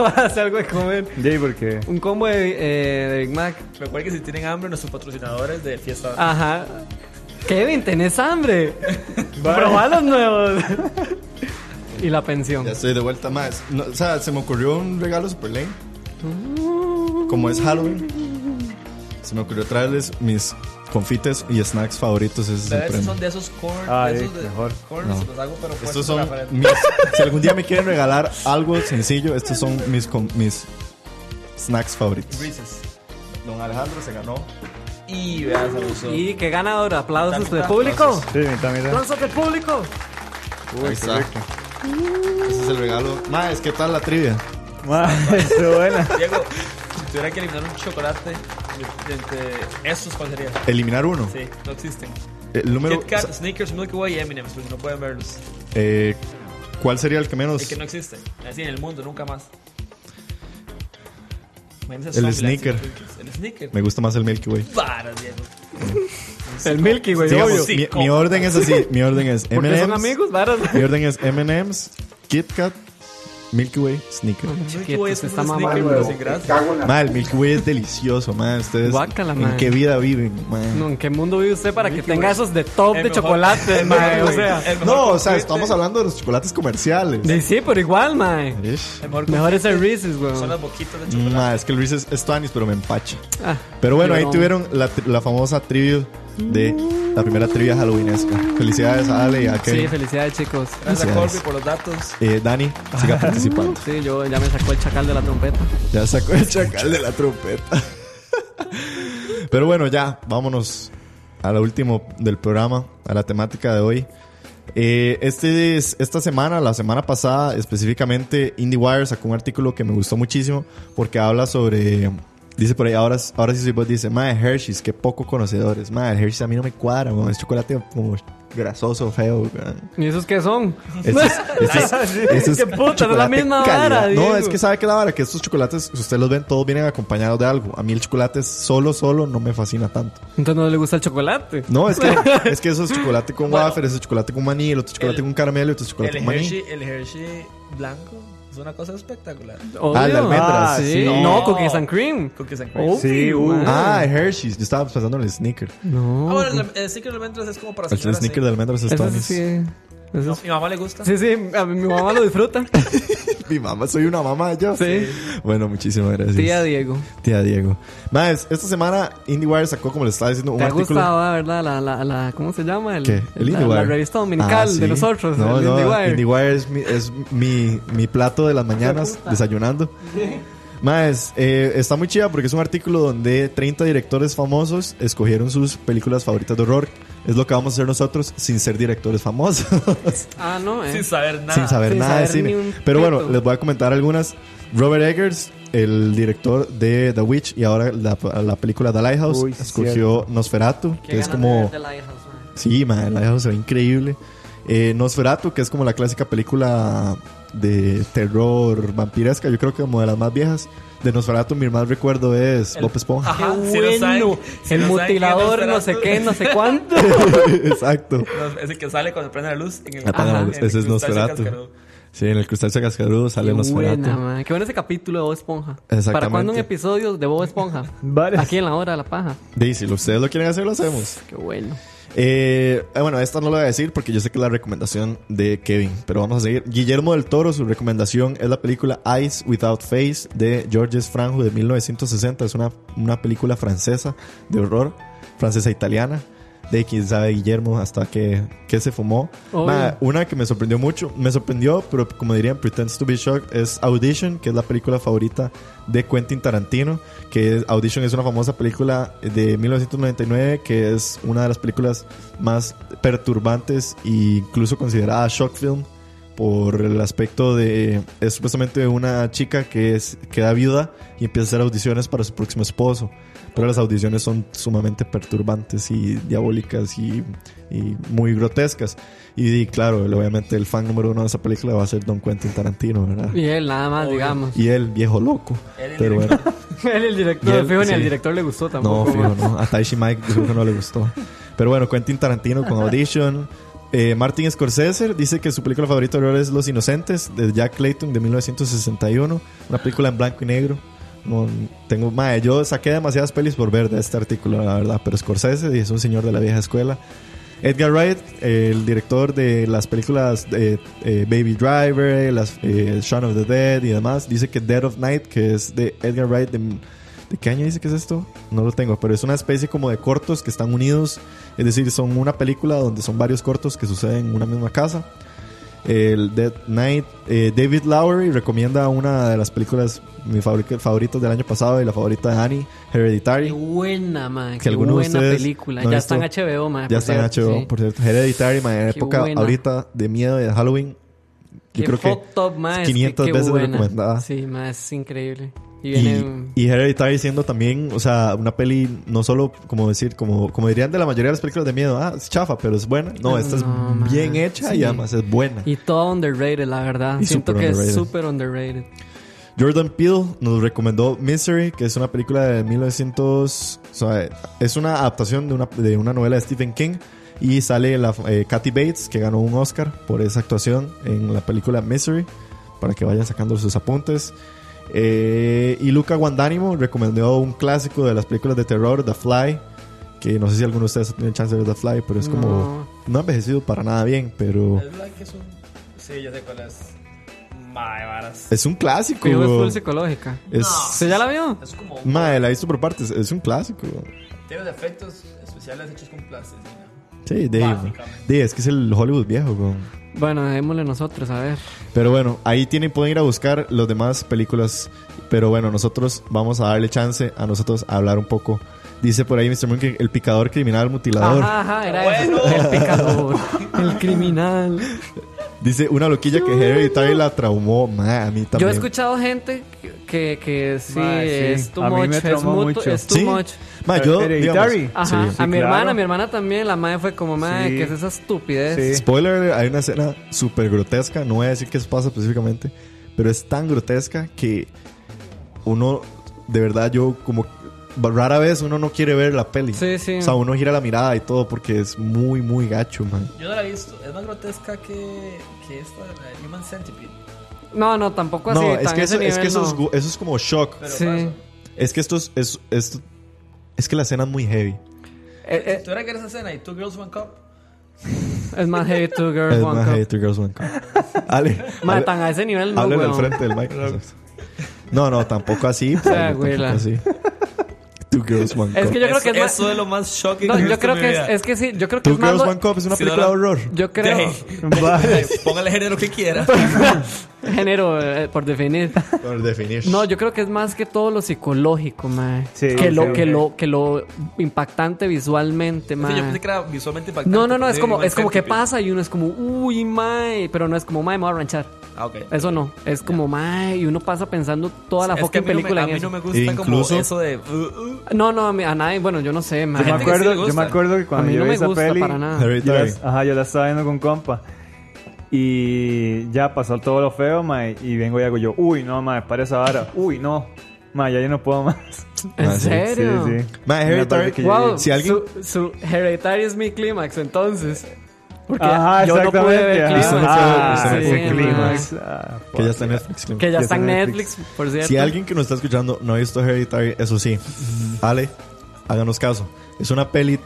[SPEAKER 4] Vas a hacer algo de comer.
[SPEAKER 6] De ahí, porque.
[SPEAKER 4] Un combo de, eh, de Big Mac.
[SPEAKER 7] Recuerden que si tienen hambre, nuestros patrocinadores de fiesta.
[SPEAKER 4] Ajá. Kevin, ¿tenés hambre? Probá los nuevos. y la pensión.
[SPEAKER 3] Ya estoy de vuelta más. No, o sea, se me ocurrió un regalo super lame. Como es Halloween, se me ocurrió traerles mis confites y snacks favoritos. Ese es
[SPEAKER 7] Pero
[SPEAKER 3] el
[SPEAKER 7] esos
[SPEAKER 3] premio.
[SPEAKER 7] son de esos corn.
[SPEAKER 6] Ay,
[SPEAKER 7] de esos de-
[SPEAKER 6] mejor.
[SPEAKER 7] Corn,
[SPEAKER 3] No.
[SPEAKER 7] se los hago, pero pues,
[SPEAKER 3] Estos
[SPEAKER 7] puestos en la
[SPEAKER 3] son
[SPEAKER 7] pared.
[SPEAKER 3] mis, si algún día me quieren regalar algo sencillo, estos son mis com- mis snacks favoritos.
[SPEAKER 7] Reese's.
[SPEAKER 3] Don Alejandro se ganó.
[SPEAKER 7] Y veas, abuso.
[SPEAKER 4] Y qué ganador. Aplausos
[SPEAKER 7] Mitad,
[SPEAKER 4] del
[SPEAKER 7] mitad.
[SPEAKER 4] público.
[SPEAKER 6] Sí, mitad, mitad.
[SPEAKER 4] Aplausos del público.
[SPEAKER 3] Ahí está. Ese es el regalo. Más, ¿qué tal la trivia?
[SPEAKER 6] Madre, qué buena.
[SPEAKER 7] Diego, si tuviera que eliminar un chocolate de entre estos, ¿cuál sería?
[SPEAKER 3] Eliminar uno.
[SPEAKER 7] Sí, no existen.
[SPEAKER 3] El número.
[SPEAKER 7] Kit Kat, Snickers, Milky Way y Eminems, porque no pueden verlos.
[SPEAKER 3] eh, ¿Cuál sería el que menos?
[SPEAKER 7] Es que no existen. Así en el mundo, nunca más. Imagínense
[SPEAKER 3] El
[SPEAKER 7] Zombieland
[SPEAKER 3] Snicker.
[SPEAKER 7] sin Twinkies. El Snicker.
[SPEAKER 3] Me gusta más el Milky Way.
[SPEAKER 7] Para, Diego.
[SPEAKER 4] El Milky, güey.
[SPEAKER 3] Digamos,
[SPEAKER 4] obvio.
[SPEAKER 7] sí,
[SPEAKER 3] mi,
[SPEAKER 7] ¿cómo?
[SPEAKER 3] mi orden es así. Mi orden es
[SPEAKER 4] Porque son
[SPEAKER 3] M&M's.
[SPEAKER 4] amigos, varas.
[SPEAKER 3] Mi orden es M&M's, Kit Kat, Milky Way sneaker.
[SPEAKER 4] Chiquito,
[SPEAKER 7] es
[SPEAKER 4] se
[SPEAKER 7] un
[SPEAKER 4] está
[SPEAKER 7] sneaker,
[SPEAKER 4] mamando.
[SPEAKER 7] pero sin grasa.
[SPEAKER 9] Cago en la-
[SPEAKER 3] Mal, el Milky Way es delicioso, man. Ustedes,
[SPEAKER 4] Guácala,
[SPEAKER 3] ¿en
[SPEAKER 4] ma.
[SPEAKER 3] qué vida viven, ma?
[SPEAKER 4] No, ¿En qué mundo vive usted para que tenga esos de top
[SPEAKER 7] El
[SPEAKER 4] de
[SPEAKER 7] mejor-
[SPEAKER 4] chocolate,
[SPEAKER 7] el
[SPEAKER 4] mae?
[SPEAKER 7] mejor-
[SPEAKER 4] O sea,
[SPEAKER 7] el mejor
[SPEAKER 3] No, o sea,
[SPEAKER 7] juguete-
[SPEAKER 3] estamos hablando de los chocolates comerciales.
[SPEAKER 4] de- sí, pero igual, mae.
[SPEAKER 3] Ish.
[SPEAKER 7] el mejor
[SPEAKER 4] Mejor es el Reese's,
[SPEAKER 7] Son
[SPEAKER 4] weón.
[SPEAKER 7] las boquitas de chocolate.
[SPEAKER 3] Ma, Mm, ah, es que el Reese's es Tuanis, pero me empacha.
[SPEAKER 4] Ah,
[SPEAKER 3] Pero bueno, ahí
[SPEAKER 4] llorón.
[SPEAKER 3] tuvieron la, tri- la famosa trivia de la primera trivia halloweenesca. Felicidades a Ale y a
[SPEAKER 4] Sí,
[SPEAKER 3] Kevin.
[SPEAKER 4] felicidades, chicos.
[SPEAKER 7] Gracias a
[SPEAKER 3] Felicidades.
[SPEAKER 7] Corby por los datos.
[SPEAKER 3] Eh, Dani, siga
[SPEAKER 7] Ah.
[SPEAKER 3] participando.
[SPEAKER 4] Sí, yo ya me sacó el chacal de la trompeta.
[SPEAKER 3] Ya sacó el chacal de la trompeta. Pero bueno, ya, vámonos a lo último del programa, a la temática de hoy. Eh, este es- esta semana, la semana pasada específicamente, IndieWire sacó un artículo que me gustó muchísimo porque habla sobre... Dice por ahí, ahora, ahora sí soy vos, dice, madre Hershey's, qué poco conocedores. Madre Hershey's a mí no me cuadra, weón, es chocolate como grasoso, feo. weón".
[SPEAKER 4] ¿Y esos qué son?
[SPEAKER 3] Este es- este es- este
[SPEAKER 4] Qué puta, no es la
[SPEAKER 3] chocolate
[SPEAKER 4] misma
[SPEAKER 3] calidad.
[SPEAKER 4] vara,
[SPEAKER 3] No,
[SPEAKER 4] Diego.
[SPEAKER 3] es que sabe que la vara, que estos chocolates, si ustedes los ven, todos vienen acompañados de algo. A mí el chocolate solo, solo no me fascina tanto.
[SPEAKER 4] Entonces no le gusta el chocolate.
[SPEAKER 3] No, es que, es que eso es chocolate con wafer, eso es chocolate con maní, el otro chocolate
[SPEAKER 7] El-
[SPEAKER 3] con caramelo, el otro chocolate
[SPEAKER 7] El
[SPEAKER 3] con maní.
[SPEAKER 7] Hershey, el Hershey blanco es una cosa espectacular.
[SPEAKER 4] Obvio.
[SPEAKER 3] Ah, el de almendras.
[SPEAKER 4] Ah, sí.
[SPEAKER 6] Sí.
[SPEAKER 4] No, cookies and cream.
[SPEAKER 3] Oh.
[SPEAKER 7] Cookies and cream.
[SPEAKER 4] Obvio,
[SPEAKER 6] Sí, uh.
[SPEAKER 4] mae.
[SPEAKER 3] Ah, Hershey's. Yo estaba pensando en el sneaker.
[SPEAKER 7] Ah,
[SPEAKER 4] No.
[SPEAKER 7] bueno, el, el sneaker de almendras es como para
[SPEAKER 3] Pues El
[SPEAKER 7] señoras,
[SPEAKER 3] sneaker
[SPEAKER 7] sí.
[SPEAKER 3] de almendras es
[SPEAKER 4] Eso
[SPEAKER 3] Tony's.
[SPEAKER 4] sí. Eso
[SPEAKER 7] No,
[SPEAKER 4] es-
[SPEAKER 7] mi mamá le gusta.
[SPEAKER 4] Sí, sí, a mi mamá lo disfruta.
[SPEAKER 3] Mi mamá, soy una mamá yo.
[SPEAKER 4] Sí.
[SPEAKER 3] Bueno, muchísimas gracias.
[SPEAKER 4] Tía Diego.
[SPEAKER 3] Tía Diego. Más, esta semana IndieWire sacó, como les estaba diciendo, un
[SPEAKER 4] ¿Te ha
[SPEAKER 3] artículo.
[SPEAKER 4] gustado, ah, verdad? La, la, la, ¿Cómo se llama? El,
[SPEAKER 3] ¿Qué? El
[SPEAKER 4] la,
[SPEAKER 3] IndieWire.
[SPEAKER 4] la revista dominical
[SPEAKER 3] Ah, sí.
[SPEAKER 4] de nosotros,
[SPEAKER 3] No,
[SPEAKER 4] el
[SPEAKER 3] no,
[SPEAKER 4] IndieWire.
[SPEAKER 3] IndieWire es mi, es mi, mi plato de las mañanas desayunando. Más, eh, está muy chida porque es un artículo donde 30 directores famosos escogieron sus películas favoritas de horror. Es lo que vamos a hacer nosotros sin ser directores famosos,
[SPEAKER 4] Ah, no, eh.
[SPEAKER 7] Sin saber nada.
[SPEAKER 3] sin saber
[SPEAKER 4] sin
[SPEAKER 3] nada de
[SPEAKER 4] saber
[SPEAKER 3] cine.
[SPEAKER 4] ni un
[SPEAKER 3] Pero bueno,
[SPEAKER 4] pito.
[SPEAKER 3] les voy a comentar algunas. Robert Eggers, el director de The Witch y ahora la, la película The Lighthouse,
[SPEAKER 6] Uy,
[SPEAKER 3] escogió
[SPEAKER 6] cierto.
[SPEAKER 3] Nosferatu,
[SPEAKER 4] Qué
[SPEAKER 3] que es
[SPEAKER 4] ganas
[SPEAKER 3] como...
[SPEAKER 4] de ver The Lighthouse, man.
[SPEAKER 3] Sí, man, la Lighthouse se ve increíble. Eh, Nosferatu, que es como la clásica película de terror vampiresca, yo creo que como de las más viejas. De Nosferatu, mi más recuerdo es Bob Esponja.
[SPEAKER 7] Ajá,
[SPEAKER 4] Qué
[SPEAKER 7] si no saben-
[SPEAKER 4] bueno.
[SPEAKER 7] si
[SPEAKER 4] el
[SPEAKER 7] no saben quién es
[SPEAKER 4] mutilador, no sé
[SPEAKER 7] Nosferatu,
[SPEAKER 4] qué, no sé cuánto.
[SPEAKER 3] Exacto.
[SPEAKER 7] no, Es el que sale cuando prende la luz. En el,
[SPEAKER 3] Apaga la
[SPEAKER 7] Ajá,
[SPEAKER 3] luz.
[SPEAKER 7] en el
[SPEAKER 3] Ese es
[SPEAKER 7] crustáceo
[SPEAKER 3] Nosferatu.
[SPEAKER 7] cascarudo.
[SPEAKER 3] Sí, en el crustáceo cascarudo sale
[SPEAKER 4] Qué
[SPEAKER 3] Nosferatu.
[SPEAKER 4] buena, man. Qué bueno ese capítulo de Bob Esponja. ¿Para
[SPEAKER 3] Exactamente.
[SPEAKER 4] cuándo un episodio de Bob Esponja?
[SPEAKER 6] Varias.
[SPEAKER 4] Aquí en la hora de la paja.
[SPEAKER 3] Di, si ustedes lo quieren hacer, lo hacemos.
[SPEAKER 4] Qué bueno.
[SPEAKER 3] Eh, eh, bueno, esta no la voy a decir porque yo sé que es la recomendación de Kevin, pero vamos a seguir. Guillermo del Toro, su recomendación es la película Eyes Without Face de Georges Franju de 1960. Es una, una película francesa de horror, e francesa-italiana. De quién sabe Guillermo hasta que, que se fumó.
[SPEAKER 4] Obvio.
[SPEAKER 3] Ma, una que me sorprendió mucho, me sorprendió, pero como dirían, Pretends to be Shocked, es Audition, que es la película favorita de Quentin Tarantino. Que es- Audition es una famosa película de 1999, que es una de las películas más perturbantes e incluso considerada shock film por el aspecto de es supuestamente una chica que es, queda viuda y empieza a hacer audiciones para su próximo esposo pero las audiciones son sumamente perturbantes y diabólicas y, y muy grotescas y, di, claro obviamente el fan número uno de esa película va a ser Don Quentin Tarantino ¿verdad?
[SPEAKER 4] Y él, nada más, digamos.
[SPEAKER 3] y el viejo loco
[SPEAKER 7] Él, el
[SPEAKER 3] pero bueno
[SPEAKER 4] Él, el director.
[SPEAKER 3] Y él,
[SPEAKER 4] fijo, ni al
[SPEAKER 3] sí.
[SPEAKER 4] director le gustó tampoco.
[SPEAKER 3] no, fijo,
[SPEAKER 4] man.
[SPEAKER 3] no. A Taishi Mike yo creo que no le gustó. Pero bueno, Quentin Tarantino con Audition. Eh, Martin Scorsese dice que su película favorita de horror es Los Inocentes, de Jack Clayton, de 1961. Una película en blanco y negro. No, tengo, mae, yo saqué demasiadas pelis por ver de este artículo, la verdad. Pero Scorsese es un señor de la vieja escuela. Edgar Wright, eh, el director de las películas eh, eh, Baby Driver, las, eh, Shaun of the Dead y demás, dice que Dead of Night, que es de Edgar Wright, de, ¿de qué año dice que es esto? No lo tengo, pero es una especie como de cortos que están unidos, es decir, son una película donde son varios cortos que suceden en una misma casa. El Dead Night, eh, David Lowery recomienda una de las películas mis favori- favoritas del año pasado y la favorita de Annie, Hereditary.
[SPEAKER 4] Qué buena, man.
[SPEAKER 3] Que
[SPEAKER 4] Qué
[SPEAKER 3] alguno de
[SPEAKER 4] buena
[SPEAKER 3] ustedes
[SPEAKER 4] película.
[SPEAKER 3] no
[SPEAKER 4] ya
[SPEAKER 3] ha
[SPEAKER 4] está en
[SPEAKER 3] visto.
[SPEAKER 4] HBO, man.
[SPEAKER 3] Ya
[SPEAKER 4] Ah, por
[SPEAKER 3] está en
[SPEAKER 4] cierto,
[SPEAKER 3] HBO,
[SPEAKER 4] sí.
[SPEAKER 3] por cierto. Hereditary, ma, en
[SPEAKER 4] Qué
[SPEAKER 3] época
[SPEAKER 4] buena.
[SPEAKER 3] ahorita de miedo y de Halloween. Yo
[SPEAKER 4] Qué
[SPEAKER 3] creo que
[SPEAKER 4] fucked up, ma, es que
[SPEAKER 3] 500
[SPEAKER 4] qué
[SPEAKER 3] veces
[SPEAKER 4] buena.
[SPEAKER 3] recomendada.
[SPEAKER 4] Sí, ma, es increíble. Y
[SPEAKER 3] Y,
[SPEAKER 4] viene...
[SPEAKER 3] y Hereditary siendo también, o sea, una peli no solo, como decir, como, como dirían de la mayoría de las películas de miedo, ah, es chafa, pero es buena. No, esta es
[SPEAKER 4] Ah, No, ma,
[SPEAKER 3] bien hecha y
[SPEAKER 4] sí.
[SPEAKER 3] además es buena.
[SPEAKER 4] Y, todo underrated, la verdad.
[SPEAKER 3] Y
[SPEAKER 4] Siento
[SPEAKER 3] súper
[SPEAKER 4] que es
[SPEAKER 3] underrated.
[SPEAKER 4] súper underrated.
[SPEAKER 3] Jordan Peele nos recomendó Misery, que es una película de 1900. O sea, es una adaptación de una, de una novela de Stephen King. Y sale la, eh, Kathy Bates, que ganó un Oscar por esa actuación en la película Misery. para que vayan sacando sus apuntes. Eh, y Luca Guandánimo recomendó un clásico de las películas de terror, The Fly, que no sé si alguno de ustedes tiene chance de ver The Fly, pero es como...
[SPEAKER 4] No.
[SPEAKER 3] No ha envejecido para nada bien, pero...
[SPEAKER 7] Es la que es un. Sí, yo sé cuál es. Mae, varas.
[SPEAKER 3] Es un clásico.
[SPEAKER 4] Fijo es full psicológica.
[SPEAKER 3] Es...
[SPEAKER 4] ¿Se ya la vio?
[SPEAKER 7] Es como.
[SPEAKER 3] Madre, la he visto por partes. Es un clásico.
[SPEAKER 7] Tiene los efectos especiales hechos con plastilina.
[SPEAKER 3] Sí, de,
[SPEAKER 7] Básicamente.
[SPEAKER 3] de- es que es el Hollywood viejo. güey.
[SPEAKER 4] Bueno, démosle nosotros, a ver.
[SPEAKER 3] Pero bueno, ahí tienen, pueden ir a buscar las demás películas. Pero bueno, nosotros vamos a darle chance a nosotros a hablar un poco. Dice por ahí Mr. Moon que el picador criminal mutilador.
[SPEAKER 4] Ajá, ajá, era
[SPEAKER 7] Bueno.
[SPEAKER 4] eso. El picador, el criminal.
[SPEAKER 3] Dice una loquilla que Hereditary la traumó. Ma, a mí
[SPEAKER 4] Yo
[SPEAKER 3] también.
[SPEAKER 4] he escuchado gente que, que sí,
[SPEAKER 6] Ma, sí.
[SPEAKER 4] es too
[SPEAKER 6] A mí
[SPEAKER 4] much,
[SPEAKER 6] me
[SPEAKER 4] es,
[SPEAKER 6] traumó
[SPEAKER 4] mutu-
[SPEAKER 6] mucho.
[SPEAKER 4] es too
[SPEAKER 3] Sí.
[SPEAKER 4] much.
[SPEAKER 3] Ma, yo, digamos,
[SPEAKER 6] Hereditary.
[SPEAKER 4] Ajá,
[SPEAKER 3] Sí.
[SPEAKER 4] a mi
[SPEAKER 6] claro.
[SPEAKER 4] hermana, a mi hermana también, la madre fue como, madre,
[SPEAKER 6] Sí.
[SPEAKER 4] ¿qué es esa estupidez?
[SPEAKER 6] Sí.
[SPEAKER 3] Spoiler, hay una escena súper grotesca, no voy a decir qué pasa específicamente, pero es tan grotesca que uno, de verdad, yo como rara vez uno no quiere ver la peli.
[SPEAKER 4] Sí, sí.
[SPEAKER 3] O sea, uno gira la mirada y todo porque es muy, muy gacho, man.
[SPEAKER 7] Yo no la he visto. Es más grotesca que, que esta, la de Human Centipede.
[SPEAKER 4] No, no, tampoco así.
[SPEAKER 3] No,
[SPEAKER 4] Pues tan
[SPEAKER 3] es que, eso,
[SPEAKER 4] ese
[SPEAKER 3] es
[SPEAKER 4] nivel,
[SPEAKER 3] que eso,
[SPEAKER 4] no.
[SPEAKER 3] es, gu- eso es como shock.
[SPEAKER 7] Pero
[SPEAKER 4] Sí.
[SPEAKER 7] paso.
[SPEAKER 3] Es que esto es, es, esto- es que la escena es muy heavy.
[SPEAKER 4] Eh, eh,
[SPEAKER 7] Si tuviera que ver esa escena y Two Girls One Cup,
[SPEAKER 4] es más heavy two girls,
[SPEAKER 3] Es
[SPEAKER 4] one
[SPEAKER 3] más
[SPEAKER 4] cup.
[SPEAKER 3] heavy, Two Girls One Cup. Ale,
[SPEAKER 4] Madre,
[SPEAKER 3] ale-
[SPEAKER 4] tan a ese nivel no,
[SPEAKER 3] Hablen al
[SPEAKER 4] weón.
[SPEAKER 3] frente del mic. Exacto. No, no, tampoco así.
[SPEAKER 4] sea,
[SPEAKER 3] Pablo,
[SPEAKER 4] güey,
[SPEAKER 3] tampoco
[SPEAKER 4] la-
[SPEAKER 3] así. Two Girls One
[SPEAKER 4] Es
[SPEAKER 3] Cup.
[SPEAKER 4] que yo creo
[SPEAKER 7] eso-
[SPEAKER 4] que es más...
[SPEAKER 7] eso es lo más shocking
[SPEAKER 4] No,
[SPEAKER 7] que he
[SPEAKER 4] yo
[SPEAKER 7] visto
[SPEAKER 4] creo
[SPEAKER 7] en
[SPEAKER 4] que
[SPEAKER 7] mi
[SPEAKER 4] es,
[SPEAKER 7] vida.
[SPEAKER 4] es que sí, yo creo que
[SPEAKER 3] Two
[SPEAKER 4] es más...
[SPEAKER 3] Girls
[SPEAKER 4] lo-
[SPEAKER 3] One Cup es una
[SPEAKER 7] Sí,
[SPEAKER 3] película de
[SPEAKER 7] no, no.
[SPEAKER 3] horror.
[SPEAKER 4] Yo creo...
[SPEAKER 7] Ay, Póngale género que quiera.
[SPEAKER 4] Género, eh, por definir.
[SPEAKER 3] Por definir.
[SPEAKER 4] No, yo creo que es más que todo lo psicológico, mae.
[SPEAKER 6] Sí,
[SPEAKER 4] que,
[SPEAKER 6] sí,
[SPEAKER 4] lo,
[SPEAKER 6] sí.
[SPEAKER 4] que, lo, que lo impactante visualmente,
[SPEAKER 7] Sí, yo
[SPEAKER 4] mae.
[SPEAKER 7] pensé que era visualmente impactante.
[SPEAKER 4] No, no, no, es
[SPEAKER 7] Sí,
[SPEAKER 4] como,
[SPEAKER 7] Human
[SPEAKER 4] es como que
[SPEAKER 7] Centipede.
[SPEAKER 4] pasa y uno es como, uy, mae, pero no es como, mae, me voy a ranchar.
[SPEAKER 7] Ah, ok.
[SPEAKER 4] Eso no, es como, mae, y uno pasa pensando toda la
[SPEAKER 7] Es
[SPEAKER 4] fucking
[SPEAKER 7] que a mí no me-
[SPEAKER 4] película
[SPEAKER 7] A
[SPEAKER 4] en
[SPEAKER 7] mí no
[SPEAKER 4] eso.
[SPEAKER 7] me gusta
[SPEAKER 3] Incluso-
[SPEAKER 7] como eso de. uh, uh.
[SPEAKER 4] No, no, a, mí- a nadie, bueno, yo no sé, mae.
[SPEAKER 6] Yo me
[SPEAKER 7] gente que sí le
[SPEAKER 6] acuerdo, yo
[SPEAKER 7] gusta.
[SPEAKER 6] me acuerdo que
[SPEAKER 4] A
[SPEAKER 6] cuando
[SPEAKER 4] mí
[SPEAKER 6] yo
[SPEAKER 4] no
[SPEAKER 6] vi
[SPEAKER 4] me
[SPEAKER 6] esa
[SPEAKER 4] gusta
[SPEAKER 6] peli,
[SPEAKER 4] para nada.
[SPEAKER 6] yo la,
[SPEAKER 3] Hereditary.
[SPEAKER 6] ajá, yo la estaba viendo con compa. Y ya pasó todo lo feo, mae. Y vengo y hago yo, uy, no, mae, para esa vara. Uy, no. Mae, ya yo no puedo más.
[SPEAKER 4] ¿En
[SPEAKER 3] Ah, sí,
[SPEAKER 4] serio?
[SPEAKER 6] Sí, sí.
[SPEAKER 3] Mae,
[SPEAKER 6] Una
[SPEAKER 3] Hereditary-
[SPEAKER 6] parte que yo
[SPEAKER 4] Wow,
[SPEAKER 6] vi.
[SPEAKER 3] Si alguien-
[SPEAKER 4] su, su Hereditary es mi clímax, entonces. Porque
[SPEAKER 6] Ajá,
[SPEAKER 4] yo no pude ver
[SPEAKER 6] exactamente.
[SPEAKER 4] clímax.
[SPEAKER 3] Usted no puede- usted
[SPEAKER 6] Ah,
[SPEAKER 3] no
[SPEAKER 6] sí,
[SPEAKER 3] puede ver
[SPEAKER 6] clímax.
[SPEAKER 4] mae.
[SPEAKER 6] Ah,
[SPEAKER 3] Que ya está en Netflix. claro.
[SPEAKER 4] Que ya
[SPEAKER 6] Ya
[SPEAKER 4] está en
[SPEAKER 6] está en
[SPEAKER 4] Netflix, por cierto.
[SPEAKER 3] Si alguien que nos está escuchando no ha visto Hereditary, eso sí, Ale, háganos caso. Es una peli